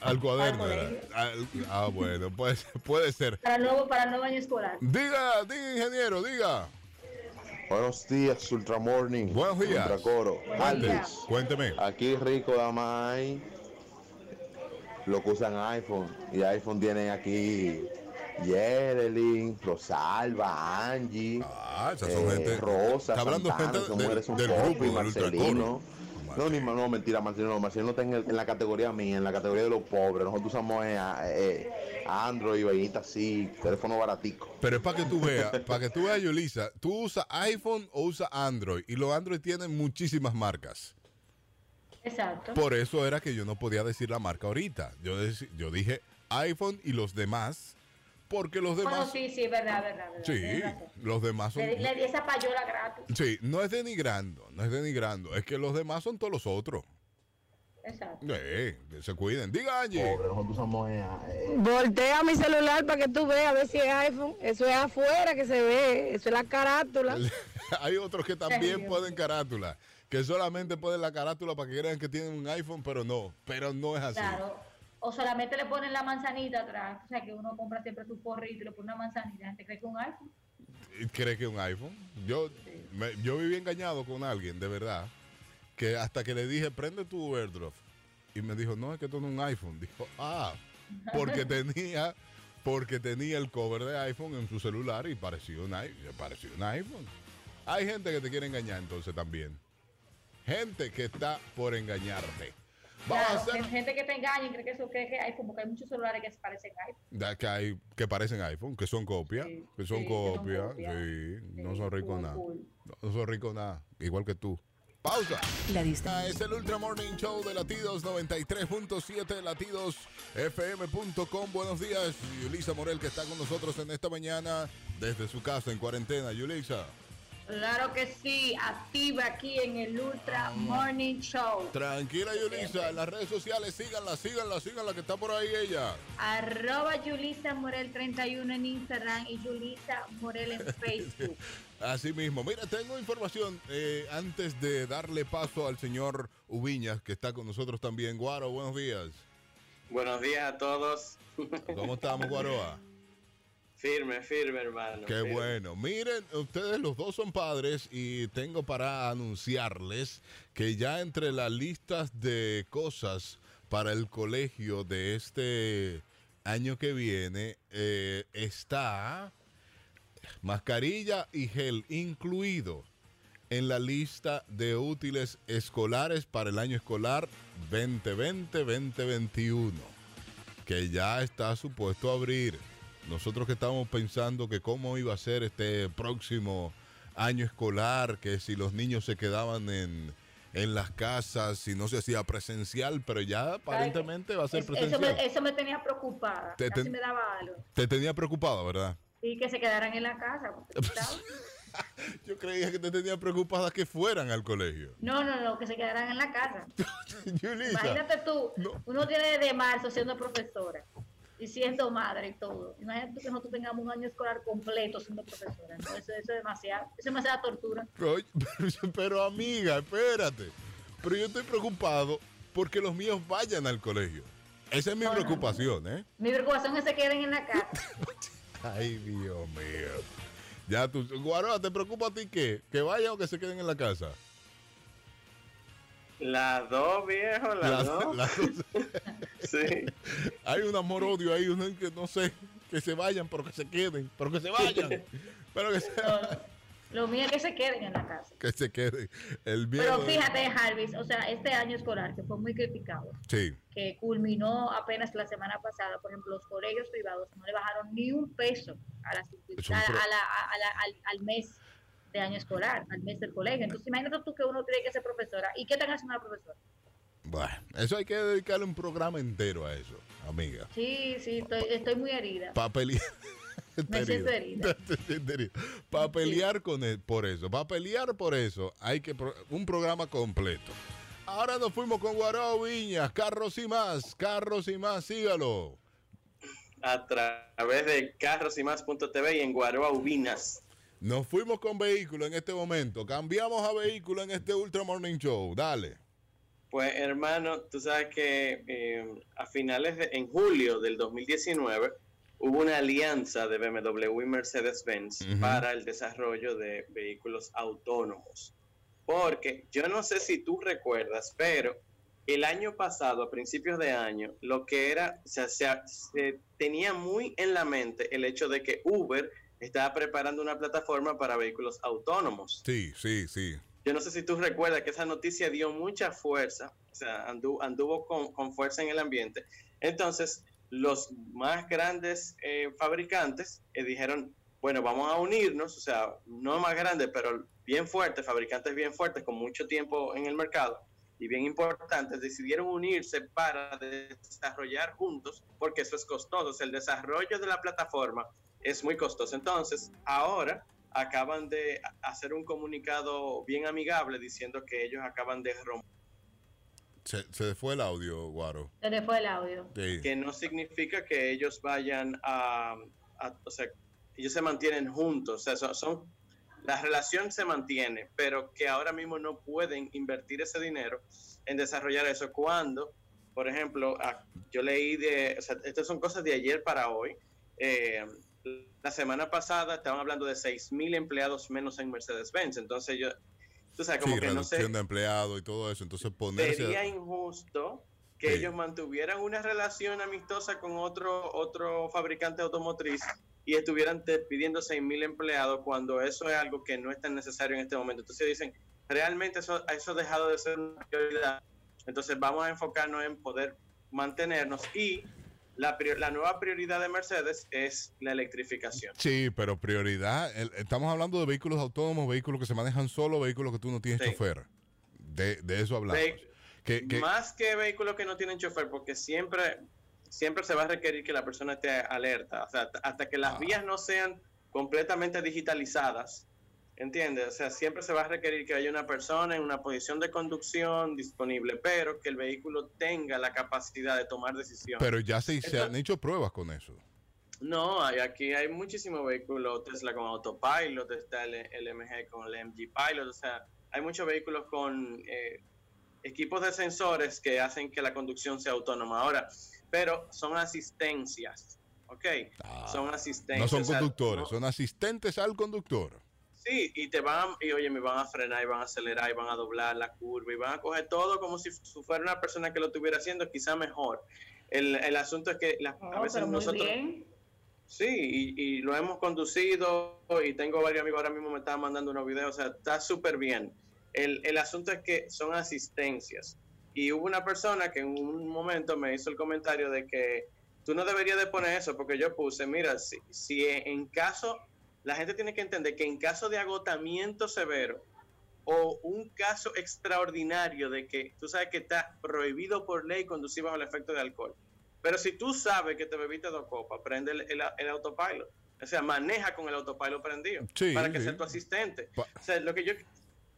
[SPEAKER 1] Al cuaderno. era. Al- ah, bueno, puede, ser- puede ser.
[SPEAKER 3] Para el nuevo, para el nuevo año escolar.
[SPEAKER 1] Diga, diga, ingeniero, diga.
[SPEAKER 13] Buenos días, Ultra Morning.
[SPEAKER 1] Buenos días.
[SPEAKER 13] Ultra Coro.
[SPEAKER 3] Buenos días.
[SPEAKER 1] Cuénteme.
[SPEAKER 13] Aquí rico, dama, hay lo que usan iPhone. Y iPhone tienen aquí Yerelin, Rosalba, Angie,
[SPEAKER 1] Ah,
[SPEAKER 13] eh, Rosa,
[SPEAKER 1] está hablando
[SPEAKER 13] Santana,
[SPEAKER 1] gente
[SPEAKER 13] que
[SPEAKER 1] del-
[SPEAKER 13] mujeres son
[SPEAKER 1] del
[SPEAKER 13] popi,
[SPEAKER 1] grupo, del
[SPEAKER 13] Marcelino. No, ni, no, mentira, Marcelino, no, Marcelino está en, el- en la categoría mía, en la categoría de los pobres. Nosotros usamos eh, eh, Android, vainita así, teléfono baratico.
[SPEAKER 1] Pero es para que tú veas, para que tú veas, Yulisa, tú usas iPhone o usas Android. Y los Android tienen muchísimas marcas.
[SPEAKER 3] Exacto.
[SPEAKER 1] Por eso era que yo no podía decir la marca ahorita. Yo, dec- yo dije iPhone y los demás, porque los
[SPEAKER 3] Bueno,
[SPEAKER 1] demás...
[SPEAKER 3] sí, sí, es verdad, verdad, verdad.
[SPEAKER 1] Sí,
[SPEAKER 3] tienes razón.
[SPEAKER 1] los demás son...
[SPEAKER 3] Le, di- le di esa payola gratis.
[SPEAKER 1] Sí, no es denigrando, no es denigrando. Es que los demás son todos los otros.
[SPEAKER 3] Exacto.
[SPEAKER 1] Eh, que se cuiden. Diga, Angie.
[SPEAKER 4] Voltea mi celular para que tú veas a ver si es iPhone. Eso es afuera que se ve, eso es la carátula.
[SPEAKER 1] Hay otros que también pueden carátula, que solamente pueden la carátula para que crean que tienen un iPhone, pero no, pero no es así.
[SPEAKER 3] Claro. O solamente le ponen la manzanita atrás. O sea, que uno compra siempre su porrito y le pone una manzanita. La gente cree que es un iPhone.
[SPEAKER 1] ¿Cree que es un iPhone? Yo, me- yo viví engañado con alguien, de verdad, que hasta que le dije, prende tu airdrop. Y me dijo, no, es que esto no es un iPhone. Dijo, ah, porque tenía, porque tenía el cover de iPhone en su celular y parecía un, i- parecía un iPhone. Hay gente que te quiere engañar entonces también. Gente que está por engañarte. Vamos a
[SPEAKER 3] Claro,
[SPEAKER 1] hacer...
[SPEAKER 3] que gente que te engaña y cree que eso que es iPhone, porque hay muchos celulares que se parecen a iPhone.
[SPEAKER 1] Da- que, hay, que parecen iPhone, que son copias, que son
[SPEAKER 3] sí, que son
[SPEAKER 1] copias,
[SPEAKER 3] copias.
[SPEAKER 1] sí, no son ricos
[SPEAKER 3] cool,
[SPEAKER 1] nada,
[SPEAKER 3] cool.
[SPEAKER 1] no, no son ricos nada, igual que tú. Pausa.
[SPEAKER 14] La
[SPEAKER 1] Ah, es el Ultra Morning Show de Latidos 93.7 Latidos FM.com. Buenos días, Yulisa Morel que está con nosotros en esta mañana desde su casa en cuarentena. Yulisa,
[SPEAKER 3] Claro que sí, activa aquí en el Ultra Morning Show.
[SPEAKER 1] tranquila Yulisa, en las redes sociales síganla, síganla, síganla que está por ahí ella.
[SPEAKER 3] Arroba Yulisa Morel 31 en Instagram y Yulisa Morel en Facebook.
[SPEAKER 1] Así mismo. Mira, tengo información eh, antes de darle paso al señor Ubiñas, que está con nosotros también. Guaro, buenos días.
[SPEAKER 10] Buenos días a todos.
[SPEAKER 1] ¿Cómo estamos, Guaroa?
[SPEAKER 10] Firme, firme, hermano.
[SPEAKER 1] Qué
[SPEAKER 10] firme.
[SPEAKER 1] bueno. Miren, ustedes los dos son padres y tengo para anunciarles que ya entre las listas de cosas para el colegio de este año que viene eh, está mascarilla y gel incluido en la lista de útiles escolares para el año escolar 2020-2021, que ya está supuesto a abrir. Nosotros que estábamos pensando que cómo iba a ser este próximo año escolar, que si los niños se quedaban en, en las casas, si no se hacía presencial, pero ya aparentemente va a ser
[SPEAKER 3] Es- eso,
[SPEAKER 1] presencial.
[SPEAKER 3] me, eso me tenía preocupada.
[SPEAKER 1] Te-
[SPEAKER 3] Casi
[SPEAKER 1] te-
[SPEAKER 3] me daba algo.
[SPEAKER 1] Te tenía preocupado, ¿verdad?
[SPEAKER 3] Y que se quedaran en la casa. porque, ¿sabes?
[SPEAKER 1] Yo creía que te tenía preocupada que fueran al colegio.
[SPEAKER 3] No, no, no, que se quedaran en la casa.
[SPEAKER 1] Yulisa.
[SPEAKER 3] Imagínate tú, uno tiene desde marzo siendo profesora y siendo madre y todo. Imagínate tú que nosotros tengamos un año escolar completo siendo profesora. ¿no? Eso, eso es demasiado, eso es demasiada tortura.
[SPEAKER 1] Oye, pero, yo- pero, amiga, espérate. Pero yo estoy preocupado porque los míos vayan al colegio. Esa es mi preocupación, ¿eh?
[SPEAKER 3] Mi preocupación es que se queden en la casa.
[SPEAKER 1] Ay, Dios mío. Ya tú, Guaroa, ¿te preocupa a ti qué? ¿Que vayan o que se queden en la casa?
[SPEAKER 10] Las dos, viejo, las, dos.
[SPEAKER 1] las dos.
[SPEAKER 10] sí.
[SPEAKER 1] Hay un amor-odio ahí, un- que no sé, que se vayan, pero que se queden, pero que se vayan. pero que se,
[SPEAKER 3] Lo mío es que se queden en la casa.
[SPEAKER 1] que se queden. El miedo
[SPEAKER 3] Pero
[SPEAKER 1] es-
[SPEAKER 3] fíjate, Jarvis, o sea, este año escolar que fue muy criticado,
[SPEAKER 1] Sí.
[SPEAKER 3] que culminó apenas la semana pasada, por ejemplo, los colegios privados no le bajaron ni un peso a las-
[SPEAKER 1] Es un
[SPEAKER 3] a-
[SPEAKER 1] pro-
[SPEAKER 3] a la- a- a la- al, al mes de año escolar, al mes del colegio. Entonces, imagínate tú que uno cree que es profesora. ¿Y qué tan haciendo una profesora?
[SPEAKER 1] Bueno, eso hay que dedicarle un programa entero a eso, amiga.
[SPEAKER 3] Sí, sí, estoy, estoy muy herida.
[SPEAKER 1] Para pelear.
[SPEAKER 3] Me siento herida.
[SPEAKER 1] Para pelear con e- por eso. Para pelear por eso hay que pro- un programa completo. Ahora nos fuimos con Guarao Viñas, Carros y más, Carros y más, sígalo.
[SPEAKER 10] a tra- a través de carrosymas.tv y en Guaroa Ubinas.
[SPEAKER 1] Nos fuimos con vehículo en este momento. Cambiamos a vehículo en este Ultra Morning Show. Dale.
[SPEAKER 10] Pues hermano, tú sabes que eh, a finales de en julio del 2019 hubo una alianza de BMW y Mercedes-Benz
[SPEAKER 1] Ujú.
[SPEAKER 10] para el desarrollo de vehículos autónomos. Porque yo no sé si tú recuerdas, pero el año pasado, a principios de año, lo que era, o sea, se, se tenía muy en la mente el hecho de que Uber estaba preparando una plataforma para vehículos autónomos.
[SPEAKER 1] Sí, sí, sí.
[SPEAKER 10] Yo no sé si tú recuerdas que esa noticia dio mucha fuerza, o sea, andu- anduvo, con, con fuerza en el ambiente. Entonces, los más grandes eh, fabricantes eh, dijeron, bueno, vamos a unirnos, o sea, no más grandes, pero bien fuertes, fabricantes bien fuertes, con mucho tiempo en el mercado y bien importantes, decidieron unirse para desarrollar juntos, porque eso es costoso, o sea, el desarrollo de la plataforma es muy costoso. Entonces, ahora acaban de hacer un comunicado bien amigable diciendo que ellos acaban de romper,
[SPEAKER 1] Se, se fue el audio, Guaro.
[SPEAKER 3] Se le fue el audio.
[SPEAKER 1] Sí.
[SPEAKER 10] que no significa que ellos vayan a, a- o sea, ellos se mantienen juntos, o sea, son, son- la relación se mantiene, pero que ahora mismo no pueden invertir ese dinero en desarrollar eso cuando, por ejemplo, a- yo leí de, o sea, estas son cosas de ayer para hoy. eh, la semana pasada estaban hablando de 6.000 empleados menos en Mercedes-Benz, entonces yo, tú sabes, como
[SPEAKER 1] Sí,
[SPEAKER 10] que no sé,
[SPEAKER 1] reducción de empleado y todo eso. Entonces ponerse...
[SPEAKER 10] sería injusto que
[SPEAKER 1] Sí.
[SPEAKER 10] ellos mantuvieran una relación amistosa con otro otro fabricante automotriz y estuvieran te- pidiendo 6.000 empleados cuando eso es algo que no es tan necesario en este momento. Entonces dicen, realmente eso, eso ha dejado de ser una prioridad. Entonces vamos a enfocarnos en poder mantenernos y la, prior- la nueva prioridad de Mercedes es la electrificación.
[SPEAKER 1] Sí, pero prioridad. el- estamos hablando de vehículos autónomos, vehículos que se manejan solo, vehículos que tú no tienes chofer. De, de eso hablamos.
[SPEAKER 10] Ve-
[SPEAKER 1] Que- que-
[SPEAKER 10] Más que vehículos que no tienen chofer, porque siempre, siempre se va a requerir que la persona esté alerta. O sea, hasta- hasta que las
[SPEAKER 1] Ah.
[SPEAKER 10] vías no sean completamente digitalizadas, ¿entiendes? O sea, siempre se va a requerir que haya una persona en una posición de conducción disponible, pero que el vehículo tenga la capacidad de tomar decisiones.
[SPEAKER 1] Pero ya se, se
[SPEAKER 10] Esto-
[SPEAKER 1] han hecho pruebas con eso.
[SPEAKER 10] no, hay- aquí hay muchísimos vehículos, Tesla con autopilot, está el, el MG con el MG Pilot, o sea, hay muchos vehículos con eh, equipos de sensores que hacen que la conducción sea autónoma ahora, pero son asistencias, ¿ok? son asistencias.
[SPEAKER 1] Ah, No
[SPEAKER 10] o
[SPEAKER 1] son
[SPEAKER 10] sea,
[SPEAKER 1] conductores,
[SPEAKER 10] no-
[SPEAKER 1] son asistentes al conductor.
[SPEAKER 10] Sí, y te van, y oye, me van a frenar, y van a acelerar, y van a doblar la curva, y van a coger todo como si fu- fuera una persona que lo estuviera haciendo, quizá mejor. El, el asunto es que las, a
[SPEAKER 3] No,
[SPEAKER 10] veces
[SPEAKER 3] pero muy
[SPEAKER 10] nosotros...
[SPEAKER 3] bien.
[SPEAKER 10] Sí, y, y lo hemos conducido, y tengo varios amigos ahora mismo me estaban mandando unos videos, o sea, está súper bien. El, el asunto es que son asistencias. Y hubo una persona que en un momento me hizo el comentario de que tú no deberías de poner eso, porque yo puse, mira, si, si en caso la gente tiene que entender que en caso de agotamiento severo o un caso extraordinario de que tú sabes que está prohibido por ley conducir bajo el efecto de alcohol. Pero si tú sabes que te bebiste dos copas, prende el, el- el autopilot. O sea, maneja con el autopilot prendido
[SPEAKER 1] Sí,
[SPEAKER 10] para que
[SPEAKER 1] sí.
[SPEAKER 10] sea tu asistente.
[SPEAKER 1] Pa-
[SPEAKER 10] o sea, lo que yo,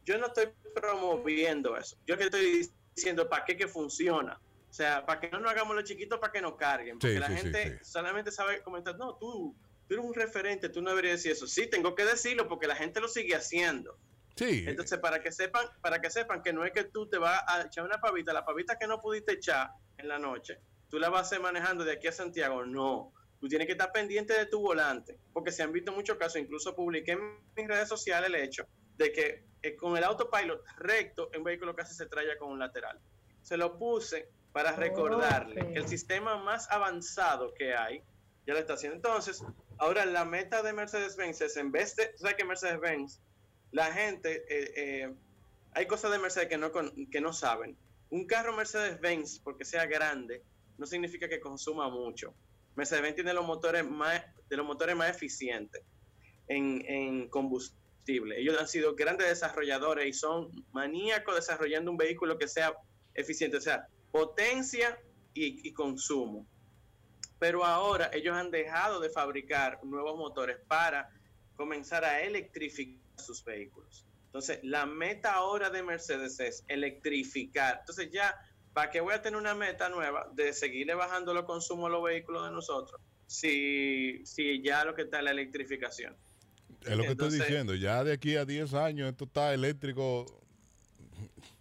[SPEAKER 10] yo no estoy promoviendo eso. Yo que estoy diciendo para qué que funciona. O sea, para que no nos hagamos los chiquitos para que nos carguen.
[SPEAKER 1] Sí,
[SPEAKER 10] Porque la
[SPEAKER 1] sí, sí,
[SPEAKER 10] gente solamente sabe comentar, no, tú, tú eres un referente, tú no deberías decir eso. Sí, tengo que decirlo porque la gente lo sigue haciendo.
[SPEAKER 1] Sí.
[SPEAKER 10] Entonces, para que sepan, para que sepan que no es que tú te vas a echar una pavita, la pavita que no pudiste echar en la noche, tú la vas a hacer manejando de aquí a Santiago, no. Tú tienes que estar pendiente de tu volante, porque se han visto muchos casos, incluso publiqué en mis redes sociales el hecho de que eh, con el autopilot recto, un vehículo casi se traya con un lateral. Se lo puse para recordarle que el sistema más avanzado que hay ya lo está haciendo. Entonces, ahora la meta de Mercedes-Benz es en vez de, o sea que Mercedes-Benz la gente, eh, eh, hay cosas de Mercedes que no, con- que no saben. Un carro Mercedes-Benz, porque sea grande, no significa que consuma mucho. Mercedes-Benz tiene los motores más, de los motores más eficientes en, en combustible. Ellos han sido grandes desarrolladores y son maníacos desarrollando un vehículo que sea eficiente, o sea, potencia y- y consumo. Pero ahora ellos han dejado de fabricar nuevos motores para comenzar a electrificar sus vehículos. Entonces, la meta ahora de Mercedes es electrificar. Entonces, ya, ¿para qué voy a tener una meta nueva de seguirle bajando los consumos a los vehículos de nosotros? si, si ya lo que está es la electrificación.
[SPEAKER 1] Es lo que
[SPEAKER 10] Entonces-
[SPEAKER 1] estoy diciendo, ya de aquí a 10 años esto está eléctrico.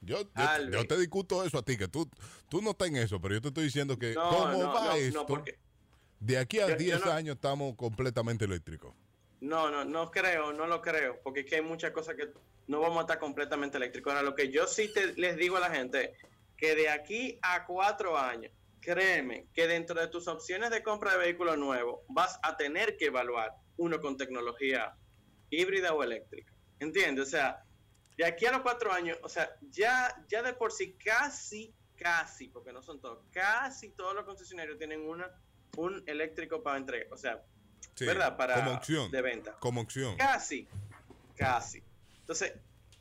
[SPEAKER 1] Yo, yo-
[SPEAKER 10] Tal
[SPEAKER 1] yo
[SPEAKER 10] vez.
[SPEAKER 1] te discuto eso a ti, que tú, tú no estás en eso, pero yo te estoy diciendo que
[SPEAKER 10] No,
[SPEAKER 1] cómo
[SPEAKER 10] no,
[SPEAKER 1] va
[SPEAKER 10] no, no,
[SPEAKER 1] esto,
[SPEAKER 10] porque-
[SPEAKER 1] de aquí a
[SPEAKER 10] Yo- yo
[SPEAKER 1] 10
[SPEAKER 10] no-
[SPEAKER 1] años estamos completamente eléctricos.
[SPEAKER 10] No, no, no creo, no lo creo, porque es que hay muchas cosas que no vamos a estar completamente eléctricos. Ahora, lo que yo sí te, les digo a la gente, que de aquí a cuatro años, créeme que dentro de tus opciones de compra de vehículo nuevo, vas a tener que evaluar uno con tecnología híbrida o eléctrica. ¿Entiendes? O sea, de aquí a los cuatro años, o sea, ya, ya de por sí casi, casi, porque no son todos, casi todos los concesionarios tienen una, un eléctrico para entrega. O sea,
[SPEAKER 1] Sí,
[SPEAKER 10] ¿verdad? Para
[SPEAKER 1] como opción.
[SPEAKER 10] de venta.
[SPEAKER 1] Como opción.
[SPEAKER 10] Casi, casi. Entonces,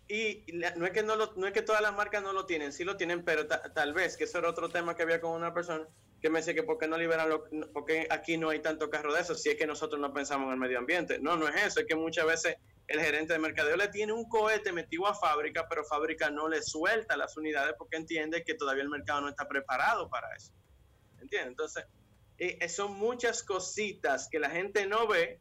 [SPEAKER 10] y y la- no es que no lo- no es que todas las marcas no lo tienen, sí lo tienen, pero ta- tal vez, que eso era otro tema que había con una persona que me decía que por qué no liberan, lo, no- por qué aquí no hay tanto carro de eso, si es que nosotros no pensamos en el medio ambiente. No, no es eso, es que muchas veces el gerente de mercadeo le tiene un cohete metido a fábrica, pero fábrica no le suelta las unidades porque entiende que todavía el mercado no está preparado para eso. ¿Entiendes? Entonces, eh, eh, son muchas cositas que la gente no ve,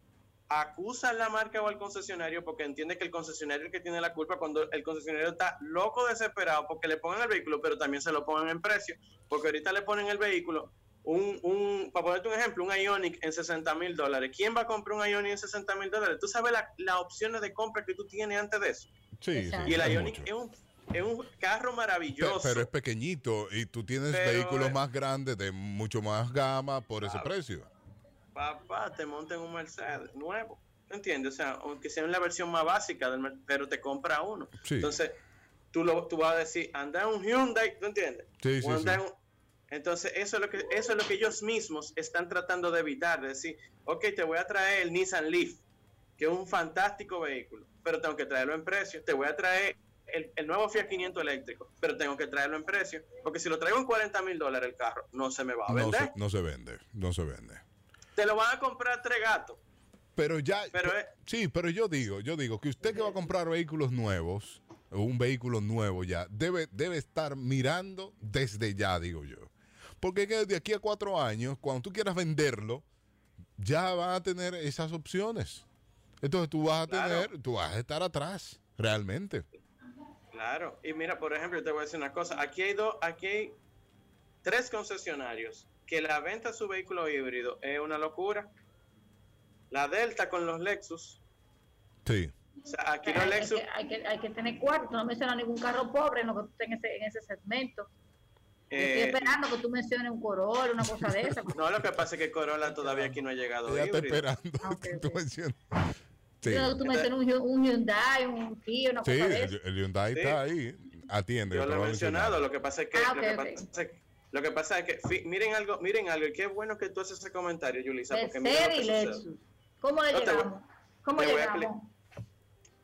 [SPEAKER 10] acusa a la marca o al concesionario porque entiende que el concesionario es el que tiene la culpa cuando el concesionario está loco desesperado porque le pongan el vehículo, pero también se lo pongan en precio, porque ahorita le ponen el vehículo. Un, un, para ponerte un ejemplo, un Ionic en 60 mil dólares. ¿Quién va a comprar un Ionic en 60 mil dólares? Tú sabes la- las opciones de compra que tú tienes antes de eso.
[SPEAKER 1] Sí, sí,
[SPEAKER 10] y
[SPEAKER 1] es
[SPEAKER 10] el
[SPEAKER 1] mucho.
[SPEAKER 10] Ionic es un, es un carro
[SPEAKER 1] Pe-
[SPEAKER 10] maravilloso.
[SPEAKER 1] pero es pequeñito y tú tienes
[SPEAKER 10] Pero,
[SPEAKER 1] vehículos
[SPEAKER 10] eh,
[SPEAKER 1] más grandes de mucho más gama por ese precio.
[SPEAKER 10] papá, te monten un Mercedes nuevo. ¿Entiendes? O sea, aunque sea en la versión más básica, del mer- pero te compra uno.
[SPEAKER 1] Sí.
[SPEAKER 10] Entonces, tú, lo, tú vas a decir, anda en un Hyundai, ¿tú entiendes?
[SPEAKER 1] Sí, sí,
[SPEAKER 10] O anda
[SPEAKER 1] sí.
[SPEAKER 10] en un- Entonces, eso es, lo que, eso es lo que ellos mismos están tratando de evitar, de decir, ok, te voy a traer el Nissan Leaf, que es un fantástico vehículo, pero tengo que traerlo en precio, te voy a traer el, el nuevo Fiat 500 eléctrico, pero tengo que traerlo en precio, porque si lo traigo en 40 mil dólares el carro, no se me va a
[SPEAKER 1] No
[SPEAKER 10] vender.
[SPEAKER 1] se, no se vende, no se vende.
[SPEAKER 10] Te lo van a comprar tres gatos.
[SPEAKER 1] Pero ya.
[SPEAKER 10] Pero
[SPEAKER 1] pe-
[SPEAKER 10] es-
[SPEAKER 1] sí, pero yo digo, yo digo que usted que va a comprar vehículos nuevos, o un vehículo nuevo ya, debe, debe estar mirando desde ya, digo yo. Porque es que de aquí a cuatro años, cuando tú quieras venderlo, ya van a tener esas opciones. Entonces tú vas a tener, tú vas a estar atrás, realmente.
[SPEAKER 10] Claro, y mira, por ejemplo, yo te voy a decir una cosa, aquí hay dos, aquí hay tres concesionarios que la venta de su vehículo híbrido es una locura. La Delta con los Lexus.
[SPEAKER 1] Sí.
[SPEAKER 10] O sea, aquí los
[SPEAKER 3] Hay, hay
[SPEAKER 10] Lexus,
[SPEAKER 3] que, hay, que, hay que tener cuarto, no menciona ningún carro pobre en lo que tú estés en ese, en ese segmento. Yo
[SPEAKER 10] eh,
[SPEAKER 3] Estoy esperando que tú menciones un Corolla, una cosa de esa.
[SPEAKER 10] no, lo que pasa es que Corolla todavía aquí no ha llegado
[SPEAKER 1] Ella está
[SPEAKER 10] híbrido.
[SPEAKER 1] esperando que tú menciones. Sí,
[SPEAKER 3] Ah, Yo creo que tú mencionas un, Hyu- un Hyundai, un Kia, una
[SPEAKER 1] Sí,
[SPEAKER 3] cosa de esa.
[SPEAKER 1] el, el Hyundai está ahí. Atiende.
[SPEAKER 10] Yo
[SPEAKER 1] te
[SPEAKER 10] lo he
[SPEAKER 1] voy a
[SPEAKER 10] mencionado,
[SPEAKER 1] mencionar.
[SPEAKER 10] lo que pasa es que,
[SPEAKER 3] Ah,
[SPEAKER 10] lo,
[SPEAKER 3] ok,
[SPEAKER 10] que
[SPEAKER 3] ok.
[SPEAKER 10] pasa es que lo que pasa es que, fi- miren algo, miren algo, y qué bueno que tú haces ese comentario, Yulisa, porque mira lo
[SPEAKER 3] Mercedes
[SPEAKER 10] que
[SPEAKER 3] y
[SPEAKER 10] sucede.
[SPEAKER 3] Lexus. ¿Cómo le
[SPEAKER 10] No, te voy-
[SPEAKER 3] llegamos? ¿Cómo
[SPEAKER 10] te voy a
[SPEAKER 3] llegamos?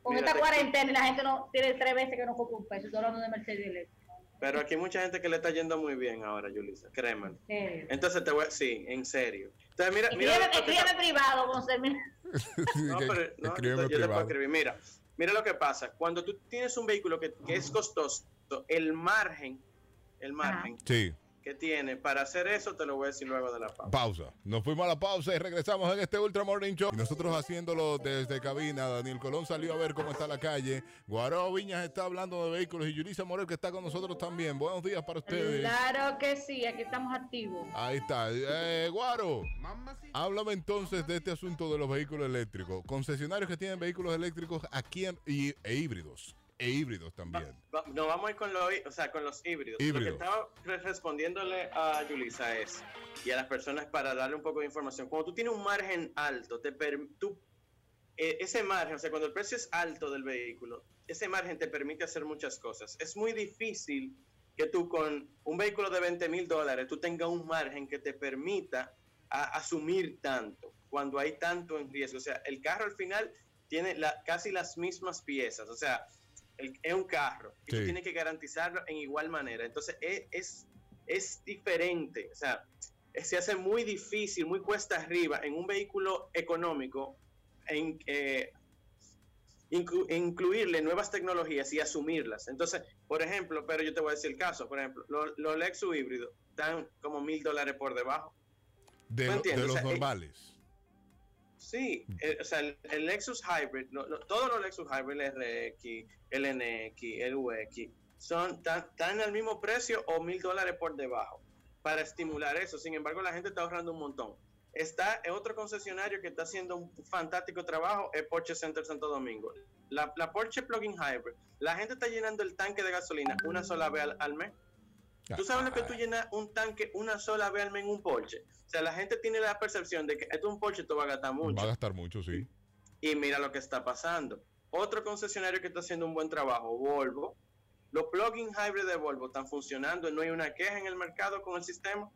[SPEAKER 3] Con
[SPEAKER 10] Mira,
[SPEAKER 3] esta
[SPEAKER 10] te-
[SPEAKER 3] cuarentena y la gente no tiene tres veces que no compra un peso. Estoy hablando de Mercedes y Lexus.
[SPEAKER 10] Pero aquí hay mucha gente que le está yendo muy bien ahora, Yulisa, créeme.
[SPEAKER 3] Serio.
[SPEAKER 10] Entonces te voy a... Sí, en serio. Entonces mira... mira
[SPEAKER 3] Escríbeme,
[SPEAKER 10] lo que-
[SPEAKER 3] escríbeme privado, Gonzalo.
[SPEAKER 10] No, pero no,
[SPEAKER 1] escríbeme
[SPEAKER 10] yo te puedo
[SPEAKER 1] privado.
[SPEAKER 10] escribir. Mira, mira lo que pasa. Cuando tú tienes un vehículo que, que es costoso, el margen, el margen
[SPEAKER 1] Sí.
[SPEAKER 10] que tiene para hacer eso, te lo voy a decir luego de la pausa.
[SPEAKER 1] Pausa. Nos fuimos a la pausa y regresamos en este Ultra Morning Show. Y nosotros haciéndolo desde cabina. Daniel Colón salió a ver cómo está la calle. Guaró Viñas está hablando de vehículos y Yulisa Morel que está con nosotros también. Buenos días para ustedes.
[SPEAKER 3] Claro que sí, aquí estamos activos.
[SPEAKER 1] Ahí está. Eh, Guaro, háblame entonces de este asunto de los vehículos eléctricos. Concesionarios que tienen vehículos eléctricos aquí en- y, e híbridos. E híbridos también.
[SPEAKER 10] Va- No, vamos a ir con, lo hí- o sea, con los híbridos. Lo
[SPEAKER 1] Híbrido.
[SPEAKER 10] que estaba re- respondiéndole a Yulisa es, y a las personas para darle un poco de información, cuando tú tienes un margen alto, te per- tú, eh, ese margen, o sea, cuando el precio es alto del vehículo, ese margen te permite hacer muchas cosas. Es muy difícil que tú con un vehículo de 20 mil dólares, tú tengas un margen que te permita a- asumir tanto, cuando hay tanto en riesgo. O sea, el carro al final tiene la- casi las mismas piezas, o sea, el- es un carro y
[SPEAKER 1] Sí.
[SPEAKER 10] tú tienes que garantizarlo en igual manera. Entonces e- es, es, diferente, o sea, se hace muy difícil, muy cuesta arriba en un vehículo económico en, eh, inclu- incluirle nuevas tecnologías y asumirlas. Entonces, por ejemplo, pero yo te voy a decir el caso, por ejemplo, lo- los Lexus híbridos están como mil dólares por debajo.
[SPEAKER 1] De,
[SPEAKER 10] No
[SPEAKER 1] lo-
[SPEAKER 10] entiendo,
[SPEAKER 1] de
[SPEAKER 10] o
[SPEAKER 1] los
[SPEAKER 10] sea, eh,
[SPEAKER 1] normales.
[SPEAKER 10] Sí, eh, o sea, el, el Lexus Hybrid, lo- lo- todos los Lexus Hybrid, el RX, el NX, el UX, son tan, tan al mismo precio o mil dólares por debajo para estimular eso. Sin embargo, la gente está ahorrando un montón. Está eh, otro concesionario que está haciendo un fantástico trabajo, es Porsche Center Santo Domingo. La, la Porsche Plug-in Hybrid, la gente está llenando el tanque de gasolina una sola vez al- al mes. ¿Tú sabes lo que tú llenas un tanque una sola vez al mes en un Porsche? O sea, la gente tiene la percepción de que esto es un Porsche, esto va a gastar eh, mucho.
[SPEAKER 1] Va a gastar mucho, sí.
[SPEAKER 10] Y mira lo que está pasando. Otro concesionario que está haciendo un buen trabajo, Volvo. Los plug-in hybrid de Volvo están funcionando, no hay una queja en el mercado con el sistema.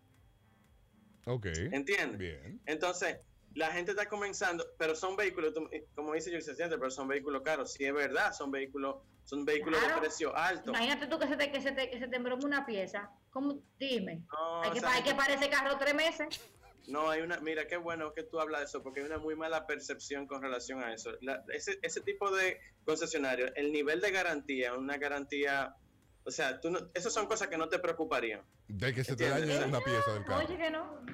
[SPEAKER 1] Ok.
[SPEAKER 10] Eh, ¿Entiendes?
[SPEAKER 1] Bien.
[SPEAKER 10] Entonces, la gente está comenzando, pero son vehículos, tú- eh, como dice yo, pero son vehículos caros. Sí, es verdad, son vehículos, son vehículos de
[SPEAKER 3] Claro.
[SPEAKER 10] precio alto.
[SPEAKER 3] Imagínate tú que se te, que se te, que se te embroma una pieza. ¿Cómo? Dime.
[SPEAKER 10] No,
[SPEAKER 3] hay, que,
[SPEAKER 10] esa
[SPEAKER 3] hay
[SPEAKER 10] gente-
[SPEAKER 3] que parar ese carro tres meses.
[SPEAKER 10] No, hay una, mira, qué bueno que tú hablas de eso, porque hay una muy mala percepción con relación a eso. La- ese, ese tipo de concesionario, el nivel de garantía, una garantía, o sea, tú no- esas son cosas que no te preocuparían.
[SPEAKER 1] De que se te
[SPEAKER 10] Entiendo.
[SPEAKER 1] dañe una pieza del carro.
[SPEAKER 3] Oye, que no.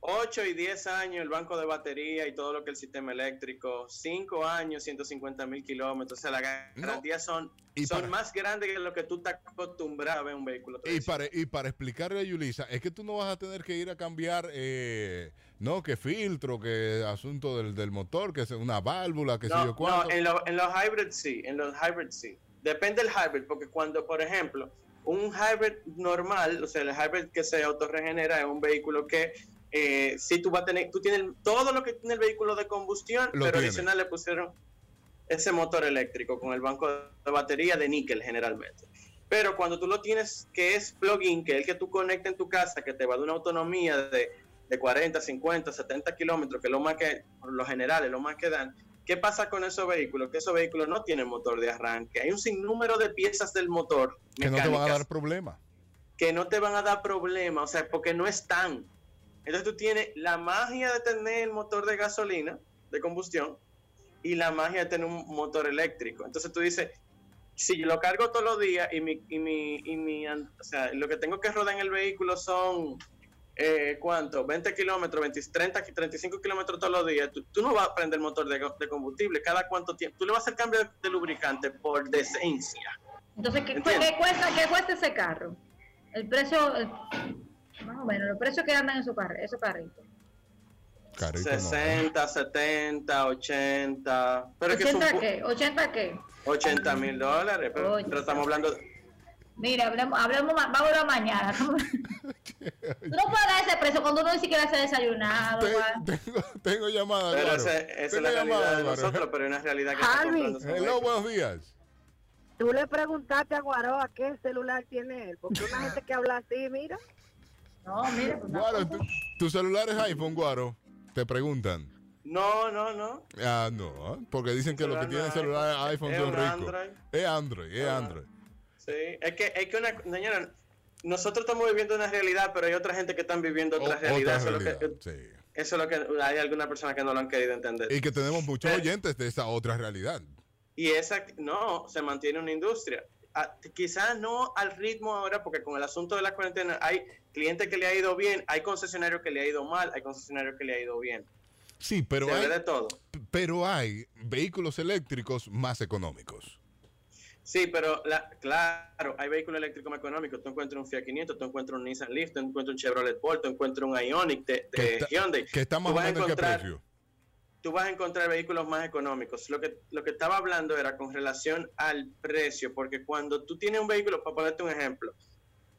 [SPEAKER 10] 8 y 10 años el banco de batería y todo lo que el sistema eléctrico, 5 años, 150 mil kilómetros, o sea, las gar- garantías son, son más grandes que lo que tú estás acostumbrado a ver en un vehículo.
[SPEAKER 1] Y para, y para explicarle a Yulisa, es que tú no vas a tener que ir a cambiar, eh, no, que filtro, que asunto del, del motor, que es una válvula, que sé
[SPEAKER 10] No,
[SPEAKER 1] yo cuánto.
[SPEAKER 10] no, en, lo- en los hybrid sí, en los hybrid sí. Depende del hybrid, porque cuando, por ejemplo, un hybrid normal, o sea, el hybrid que se autorregenera es un vehículo que eh, sí tú vas a tener, tú tienes todo lo que tiene el vehículo de combustión,
[SPEAKER 1] Lo
[SPEAKER 10] pero
[SPEAKER 1] tiene.
[SPEAKER 10] adicional le pusieron ese motor eléctrico con el banco de batería de níquel generalmente. Pero cuando tú lo tienes, que es plug-in, que es el que tú conectas en tu casa, que te va a dar una autonomía de, de 40, 50, 70 kilómetros, que es lo más que, por lo general, es lo más que dan. ¿Qué pasa con esos vehículos? Que esos vehículos no tienen motor de arranque. Hay un sinnúmero de piezas del motor
[SPEAKER 1] que no te van a
[SPEAKER 10] mecánicas
[SPEAKER 1] dar problema.
[SPEAKER 10] que no te van a dar problema, o sea, porque no están. Entonces tú tienes la magia de tener el motor de gasolina, de combustión, y la magia de tener un motor eléctrico. Entonces tú dices, si yo lo cargo todos los días y mi, y mi, y mi an- o sea, lo que tengo que rodar en el vehículo son, eh, ¿cuánto? 20 kilómetros, 20, 30, 35 kilómetros todos los días. Tú, tú no vas a prender el motor de, go- de combustible cada cuánto tiempo. Tú le vas a hacer cambio de, de lubricante por decencia.
[SPEAKER 3] Entonces, ¿qué, cu-
[SPEAKER 10] Entiendo.
[SPEAKER 3] qué cuesta, ¿qué cuesta ese carro? El precio, el- más o menos, los precios que andan en su carro, esos carritos.
[SPEAKER 10] 60, 70, 80. Pero es que son
[SPEAKER 3] ¿80
[SPEAKER 10] pu-
[SPEAKER 3] qué? ¿80 qué?
[SPEAKER 10] 80 mil dólares. Pero,
[SPEAKER 3] Oye.
[SPEAKER 10] pero estamos hablando. de-
[SPEAKER 3] Mira, hablemos, hablemos más, vamos a hablar mañana. Tú no puedes dar ese precio cuando uno ni siquiera se ha desayunado. guau.
[SPEAKER 1] Tengo llamada,
[SPEAKER 10] Pero
[SPEAKER 1] Álvaro.
[SPEAKER 10] ese- esa es
[SPEAKER 1] Tengo
[SPEAKER 10] la realidad
[SPEAKER 1] llamada,
[SPEAKER 10] de
[SPEAKER 1] Álvaro.
[SPEAKER 10] nosotros, pero es una realidad que
[SPEAKER 4] Javi.
[SPEAKER 10] esos
[SPEAKER 1] Hello,
[SPEAKER 10] vehículos.
[SPEAKER 1] buenos días.
[SPEAKER 4] Tú le preguntaste a Guaró a qué celular tiene él, porque una gente que habla así, mira.
[SPEAKER 3] No, mira. pues,
[SPEAKER 1] Guaro, tu, tu celular es iPhone, Guaro. Te preguntan.
[SPEAKER 10] No, no, no.
[SPEAKER 1] Ah, no, porque dicen que los que
[SPEAKER 10] Celular no
[SPEAKER 1] tienen
[SPEAKER 10] es
[SPEAKER 1] celular iPhone
[SPEAKER 10] es
[SPEAKER 1] son
[SPEAKER 10] un
[SPEAKER 1] ricos.
[SPEAKER 10] Android.
[SPEAKER 1] Es Android, es Android.
[SPEAKER 10] Sí, es que, es que una. Señora, nosotros estamos viviendo una realidad, pero hay otra gente que están viviendo otra
[SPEAKER 1] O- otra
[SPEAKER 10] realidad. eso, es lo
[SPEAKER 1] realidad,
[SPEAKER 10] que, eso es lo que hay algunas personas que no lo han querido entender.
[SPEAKER 1] Y que tenemos muchos
[SPEAKER 10] Eh.
[SPEAKER 1] oyentes de esa otra realidad.
[SPEAKER 10] Y esa, no, se mantiene una industria. Ah, Quizás no al ritmo ahora, porque con el asunto de la cuarentena hay clientes que le ha ido bien, hay concesionarios que le ha ido mal, hay concesionarios que le ha ido bien.
[SPEAKER 1] Sí, pero
[SPEAKER 10] Se ve
[SPEAKER 1] hay,
[SPEAKER 10] de todo.
[SPEAKER 1] pero hay vehículos eléctricos más económicos.
[SPEAKER 10] Sí, pero la- claro, hay vehículos eléctricos más económicos. Tú encuentras un Fiat 500, tú encuentras un Nissan Leaf, tú encuentras un Chevrolet Bolt, tú encuentras un Ioniq de, de Eh, Hyundai.
[SPEAKER 1] Que estamos
[SPEAKER 10] Tú vas a
[SPEAKER 1] hablando de qué
[SPEAKER 10] encontrar-
[SPEAKER 1] precio.
[SPEAKER 10] tú vas a encontrar vehículos más económicos. Lo que, lo que estaba hablando era con relación al precio, porque cuando tú tienes un vehículo, para ponerte un ejemplo,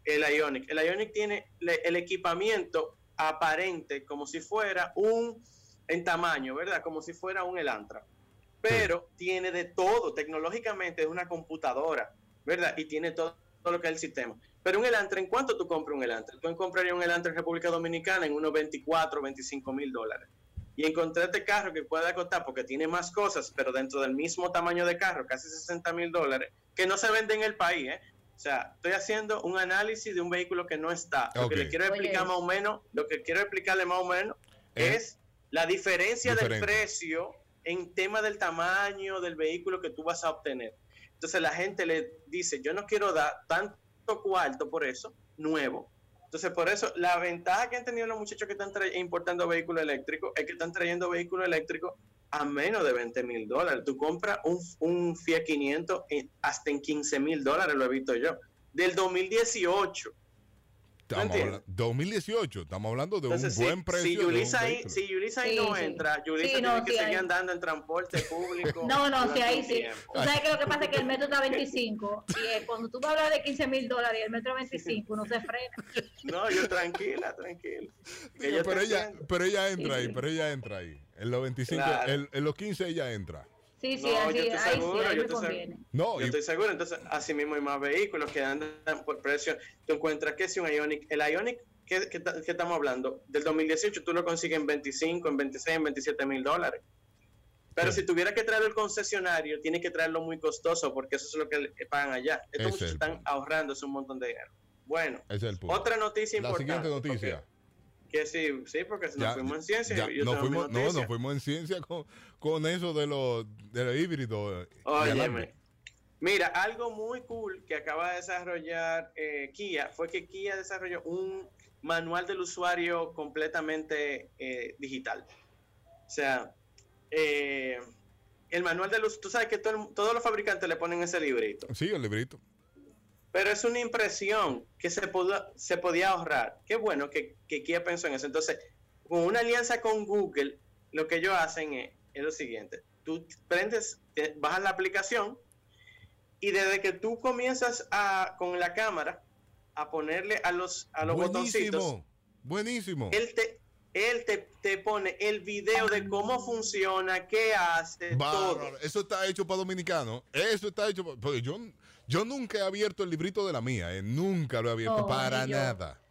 [SPEAKER 10] el Ionic, el Ionic tiene le- el equipamiento aparente como si fuera un, en tamaño, ¿verdad? Como si fuera un Elantra. Pero tiene de todo, tecnológicamente es una computadora, ¿verdad? Y tiene todo, todo lo que es el sistema. Pero un Elantra, ¿en cuánto tú compras un Elantra? Tú comprarías un Elantra en República Dominicana en unos 24, 25 mil dólares y encontré este carro que pueda costar porque tiene más cosas, pero dentro del mismo tamaño de carro, casi 60 mil dólares, que no se vende en el país. ¿eh? O sea, estoy haciendo un análisis de un vehículo que no está. Lo que
[SPEAKER 1] Ok.
[SPEAKER 10] le quiero explicar más o menos, lo que quiero explicarle más o menos es la diferencia del
[SPEAKER 1] Eh, Diferente.
[SPEAKER 10] precio en tema del tamaño del vehículo que tú vas a obtener. Entonces la gente le dice, yo no quiero dar tanto cuarto por eso, nuevo. Entonces, por eso, la ventaja que han tenido los muchachos que están tra- importando vehículos eléctricos es que están trayendo vehículos eléctricos a menos de 20 mil dólares. Tú compras un, un Fiat 500 en- hasta en 15 mil dólares, lo he visto yo, del 2018.
[SPEAKER 1] Estamos
[SPEAKER 10] entiendes?
[SPEAKER 1] habla- 2018, estamos hablando de
[SPEAKER 10] Entonces,
[SPEAKER 1] un buen
[SPEAKER 10] si,
[SPEAKER 1] precio.
[SPEAKER 10] si
[SPEAKER 1] de un
[SPEAKER 10] Yulisa ahí,
[SPEAKER 1] vehículo.
[SPEAKER 10] si Yulisa ahí
[SPEAKER 3] Sí,
[SPEAKER 10] no
[SPEAKER 3] sí.
[SPEAKER 10] entra, Yulisa
[SPEAKER 3] Sí,
[SPEAKER 10] tiene
[SPEAKER 3] no,
[SPEAKER 10] que
[SPEAKER 3] sí,
[SPEAKER 10] seguir
[SPEAKER 3] ahí.
[SPEAKER 10] andando en transporte público.
[SPEAKER 3] No, no, sí,
[SPEAKER 10] durante
[SPEAKER 3] ahí
[SPEAKER 10] un
[SPEAKER 3] sí.
[SPEAKER 10] tiempo.
[SPEAKER 3] Tú sabes que lo que pasa es que el metro está a 25 y eh, cuando tú vas a hablar de 15 mil dólares y el metro a 25 no se frena.
[SPEAKER 10] No, yo tranquila, tranquila. Que
[SPEAKER 1] Digo,
[SPEAKER 10] yo
[SPEAKER 1] pero,
[SPEAKER 10] te
[SPEAKER 1] ella,
[SPEAKER 10] entiendo.
[SPEAKER 1] pero ella entra
[SPEAKER 10] Sí,
[SPEAKER 1] ahí,
[SPEAKER 10] sí.
[SPEAKER 1] pero ella entra ahí. En los 25,
[SPEAKER 10] Claro.
[SPEAKER 1] en- en los 15 ella entra.
[SPEAKER 3] Sí, sí,
[SPEAKER 10] No,
[SPEAKER 3] así,
[SPEAKER 10] yo
[SPEAKER 3] ahí
[SPEAKER 10] estoy
[SPEAKER 3] sí,
[SPEAKER 10] seguro,
[SPEAKER 3] ahí
[SPEAKER 10] yo
[SPEAKER 3] me
[SPEAKER 10] estoy seguro.
[SPEAKER 3] conviene.
[SPEAKER 1] No,
[SPEAKER 10] yo estoy seguro. Entonces, así mismo hay más vehículos que andan por precio. Tú encuentras que si un Ionic, el Ionic que, que, ta- que estamos hablando, del 2018 tú lo consigues en 25, en 26, en 27 mil dólares. Pero si tuviera que traerlo el concesionario, tiene que traerlo muy costoso porque eso es lo que le pagan allá.
[SPEAKER 1] Ese
[SPEAKER 10] Estos muchachos
[SPEAKER 1] es el
[SPEAKER 10] están ahorrándose un montón de dinero. Bueno,
[SPEAKER 1] Ese es el punto.
[SPEAKER 10] otra noticia
[SPEAKER 1] La siguiente
[SPEAKER 10] importante.
[SPEAKER 1] noticia.
[SPEAKER 10] Que sí, sí, porque nos
[SPEAKER 1] Ya,
[SPEAKER 10] fuimos en
[SPEAKER 1] ya,
[SPEAKER 10] ciencia. y yo
[SPEAKER 1] nos
[SPEAKER 10] tengo mi
[SPEAKER 1] fuimos, no,
[SPEAKER 10] noticia.
[SPEAKER 1] nos fuimos en ciencia con, con eso de los de los híbridos. eh, de
[SPEAKER 10] Óyeme.
[SPEAKER 1] alambre.
[SPEAKER 10] Mira, algo muy cool que acaba de desarrollar eh, Kia fue que Kia desarrolló un manual del usuario completamente eh, digital. O sea, eh, el manual del usuario, tú sabes que todo el- todos los fabricantes le ponen ese librito,
[SPEAKER 1] Sí, el librito.
[SPEAKER 10] pero es una impresión que se, pudo- se podía ahorrar. Qué bueno que, que Kia pensó en eso. Entonces, con una alianza con Google, lo que ellos hacen es, es lo siguiente. Tú prendes, te- bajas la aplicación y desde que tú comienzas a, con la cámara a ponerle a los, a los botoncitos,
[SPEAKER 1] buenísimo. Buenísimo.
[SPEAKER 10] él te, él te, te pone el video de cómo funciona, qué hace, todo.
[SPEAKER 1] Bárbaro. Eso está hecho para dominicanos. Eso está hecho pa- porque yo yo nunca he abierto el librito de la mía, eh, nunca lo he abierto
[SPEAKER 10] No,
[SPEAKER 1] para
[SPEAKER 10] ni yo.
[SPEAKER 1] nada.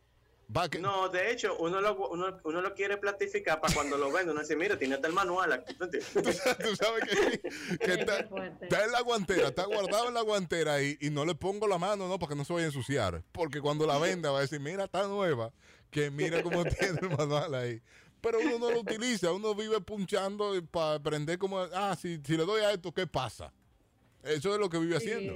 [SPEAKER 1] Va que-
[SPEAKER 10] No, de hecho, uno lo, uno, uno lo quiere platificar para cuando lo vende. Uno dice, mira, tiene hasta el manual aquí. ¿tú entiendes?
[SPEAKER 1] que está, está en la guantera, está guardado en la guantera y, y no le pongo la mano, no, para que no se vaya a ensuciar. Porque cuando la venda va a decir, mira, está nueva, que mira cómo tiene el manual ahí. Pero uno no lo utiliza, uno vive punchando para aprender como, ah, si, si le doy a esto, ¿qué pasa? Eso es lo que vive haciendo.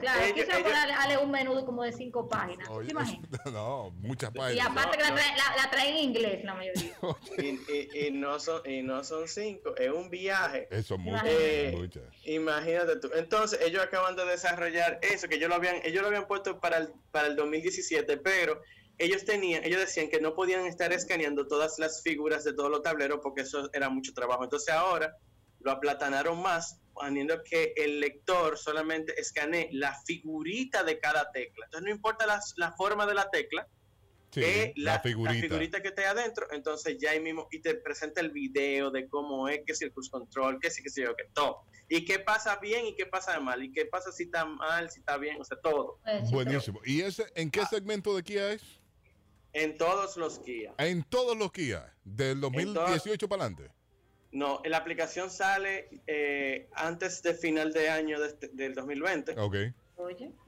[SPEAKER 3] Claro,
[SPEAKER 1] Ella-
[SPEAKER 3] aquí se
[SPEAKER 1] ella-
[SPEAKER 3] ponerle darle un menú como de cinco páginas. ¿Tú
[SPEAKER 1] Oye,
[SPEAKER 3] te imaginas?
[SPEAKER 1] no, muchas
[SPEAKER 3] Y
[SPEAKER 1] páginas.
[SPEAKER 3] aparte que la traen, la- la traen en inglés la mayoría.
[SPEAKER 10] y, y- y no son, y no son cinco, es un viaje.
[SPEAKER 1] Eso es mucho,
[SPEAKER 10] Eh,
[SPEAKER 1] mucho.
[SPEAKER 10] Imagínate tú. Entonces, ellos acaban de desarrollar eso, que ellos lo habían, ellos lo habían puesto para el, para el 2017, pero ellos tenían, ellos decían que no podían estar escaneando todas las figuras de todos los tableros porque eso era mucho trabajo. Entonces ahora lo aplatanaron más, poniendo que el lector solamente escanee la figurita de cada tecla. Entonces no importa las- la, forma de la tecla,
[SPEAKER 1] Sí,
[SPEAKER 10] es
[SPEAKER 1] la, figurita.
[SPEAKER 10] la figurita que esté adentro, entonces ya ahí mismo, y te presenta el video de cómo es, que si el cruise control, que si, que si yo, que todo. Y qué pasa bien y qué pasa mal, y qué pasa si está mal, si está bien, o sea, todo.
[SPEAKER 1] Buenísimo. ¿Y ese en qué segmento de Kia es?
[SPEAKER 10] En todos los Kia.
[SPEAKER 1] En todos los Kia, del 2018 para adelante.
[SPEAKER 10] No, la aplicación sale eh, antes de final de año de este- del 2020.
[SPEAKER 1] Ok.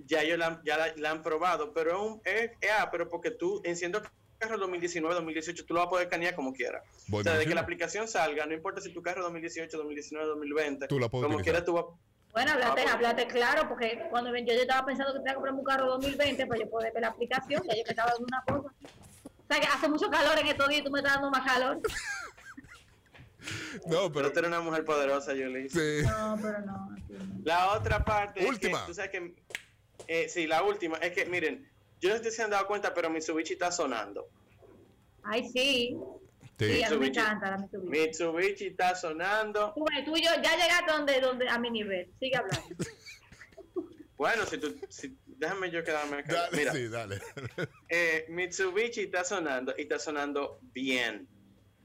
[SPEAKER 10] Ya ellos la, han- ya la, la han probado, pero es, un, es- es, ah, pero porque tú enciendo carro 2019, 2018, tú lo vas a poder escanear como quieras. O sea, desde
[SPEAKER 1] Buenísimo.
[SPEAKER 10] que la aplicación salga, no importa si tu carro es 2018, 2019, 2020,
[SPEAKER 1] Tú la puedes
[SPEAKER 10] como
[SPEAKER 1] utilizar.
[SPEAKER 10] quieras tú vas
[SPEAKER 3] Bueno, hablate, hablate claro, porque cuando ven- yo, yo estaba pensando que tenía que comprarme un carro 2020, pues yo puedo ver la aplicación, ya yo me estaba dando una cosa. O sea, que hace mucho calor en estos días y tú me estás dando más calor.
[SPEAKER 1] No,
[SPEAKER 10] pero tú eres una mujer poderosa, Yuli.
[SPEAKER 3] No, pero no.
[SPEAKER 10] La otra parte. es
[SPEAKER 1] Última.
[SPEAKER 10] que, tú sabes que, eh, sí, la última. Es que, miren, yo no sé si se han dado cuenta, pero Mitsubishi está sonando.
[SPEAKER 3] Ay, sí. Sí,
[SPEAKER 1] Sí.
[SPEAKER 3] a mí me encanta la Mitsubishi.
[SPEAKER 10] Mitsubishi está sonando.
[SPEAKER 3] Tú, ves, tú y yo ya llegaste donde, donde, a mi nivel. Sigue hablando.
[SPEAKER 10] Bueno, si tú. si- déjame yo quedarme acá.
[SPEAKER 1] Dale,
[SPEAKER 10] Mira,
[SPEAKER 1] sí, dale.
[SPEAKER 10] eh, Mitsubishi está sonando y está sonando bien.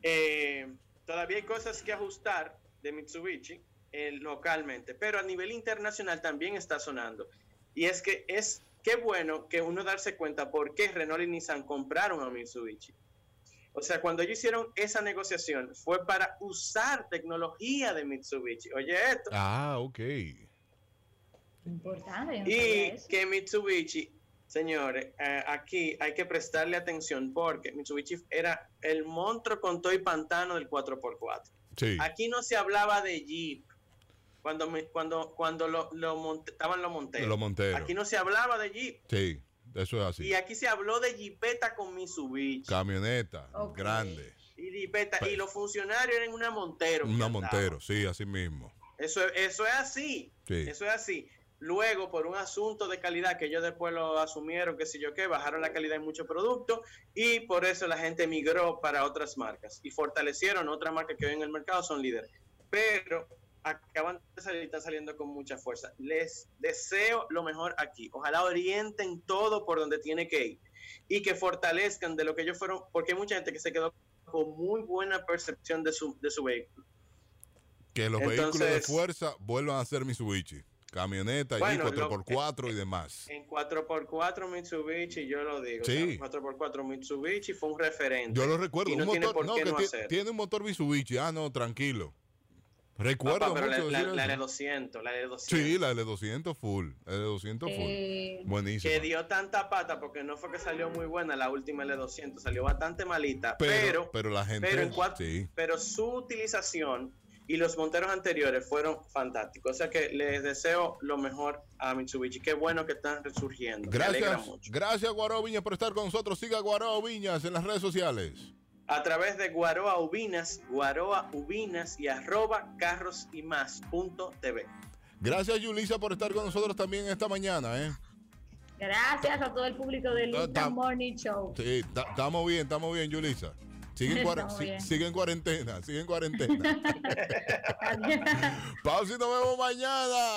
[SPEAKER 10] Eh, todavía hay cosas que ajustar de Mitsubishi eh, localmente, pero a nivel internacional también está sonando. Y es que es qué bueno que uno darse cuenta por qué Renault y Nissan compraron a Mitsubishi. O sea, cuando ellos hicieron esa negociación fue para usar tecnología de Mitsubishi. Oye, esto.
[SPEAKER 1] Ah, ok.
[SPEAKER 3] Importante. yo no sabía
[SPEAKER 10] Y
[SPEAKER 3] eso.
[SPEAKER 10] que Mitsubishi, señores, eh, aquí hay que prestarle atención porque Mitsubishi era el monstruo con todo y pantano del 4x4.
[SPEAKER 1] Sí.
[SPEAKER 10] Aquí no se hablaba de Jeep cuando, me- cuando, cuando lo, lo mont- estaban los monteros.
[SPEAKER 1] Los Monteros.
[SPEAKER 10] Aquí no se hablaba de Jeep.
[SPEAKER 1] Sí. Eso es así.
[SPEAKER 10] Y aquí se habló de jipeta con Mitsubishi.
[SPEAKER 1] Camioneta,
[SPEAKER 10] Ok.
[SPEAKER 1] grande.
[SPEAKER 10] Y jipeta. Y los funcionarios eran una Montero. que
[SPEAKER 1] Pues. Una
[SPEAKER 10] andaba.
[SPEAKER 1] Montero, sí, así mismo.
[SPEAKER 10] Eso, es- eso es así.
[SPEAKER 1] Sí.
[SPEAKER 10] Eso es así. Luego, por un asunto de calidad que ellos después lo asumieron, que sé yo qué, bajaron la calidad en muchos productos y por eso la gente migró para otras marcas y fortalecieron otras marcas que hoy en el mercado son líderes. Pero acaban de salir, están saliendo con mucha fuerza. Les deseo lo mejor aquí. Ojalá orienten todo por donde tiene que ir y que fortalezcan de lo que ellos fueron, porque hay mucha gente que se quedó con muy buena percepción de su, de su vehículo.
[SPEAKER 1] Que los vehículos de
[SPEAKER 10] Entonces-
[SPEAKER 1] fuerza vuelvan a ser Mitsubishi. Camioneta,
[SPEAKER 10] Bueno,
[SPEAKER 1] Jeep
[SPEAKER 10] lo-
[SPEAKER 1] 4x4 y demás.
[SPEAKER 10] En 4x4 Mitsubishi, yo lo digo.
[SPEAKER 1] Sí.
[SPEAKER 10] O sea, 4x4 Mitsubishi fue un referente.
[SPEAKER 1] Yo lo recuerdo.
[SPEAKER 10] Y no
[SPEAKER 1] un motor,
[SPEAKER 10] tiene por
[SPEAKER 1] no,
[SPEAKER 10] qué
[SPEAKER 1] que
[SPEAKER 10] no
[SPEAKER 1] ti-
[SPEAKER 10] hacer.
[SPEAKER 1] tiene un motor Mitsubishi. Ah, no, tranquilo.
[SPEAKER 10] Papá,
[SPEAKER 1] Recuerdo
[SPEAKER 10] pero la,
[SPEAKER 1] mucho
[SPEAKER 10] la-
[SPEAKER 1] decir
[SPEAKER 10] la
[SPEAKER 1] eso.
[SPEAKER 10] L200, la L200.
[SPEAKER 1] Sí, la L200 full. La L200 full.
[SPEAKER 10] Eh,
[SPEAKER 1] Buenísimo.
[SPEAKER 10] Que dio tanta pata porque no fue que salió muy buena la última L200, salió bastante malita.
[SPEAKER 1] Pero,
[SPEAKER 10] Pero,
[SPEAKER 1] pero, la gente.
[SPEAKER 10] pero en cuatro-
[SPEAKER 1] sí.
[SPEAKER 10] pero su utilización y los monteros anteriores fueron fantásticos. O sea que les deseo lo mejor a Mitsubishi. Qué bueno que están resurgiendo. Me alegra
[SPEAKER 1] Gracias,
[SPEAKER 10] mucho.
[SPEAKER 1] gracias Guarao Viñas por estar con nosotros. Siga a Guarao Viñas en las redes sociales.
[SPEAKER 10] a través de Guaroa Ubinas, Guaroa Ubinas y arroba carros y más punto TV.
[SPEAKER 1] Gracias Yulisa por estar con nosotros también esta mañana. ¿eh?
[SPEAKER 3] Gracias a todo el público del
[SPEAKER 1] Ta- ta-
[SPEAKER 3] Linda Morning Show.
[SPEAKER 1] Sí, ta- estamos bien, estamos bien Yulisa. Sigue en, cuaren-
[SPEAKER 3] Estamos
[SPEAKER 1] si-
[SPEAKER 3] bien.
[SPEAKER 1] sigue en cuarentena, sigue en cuarentena. Pausa y nos vemos mañana.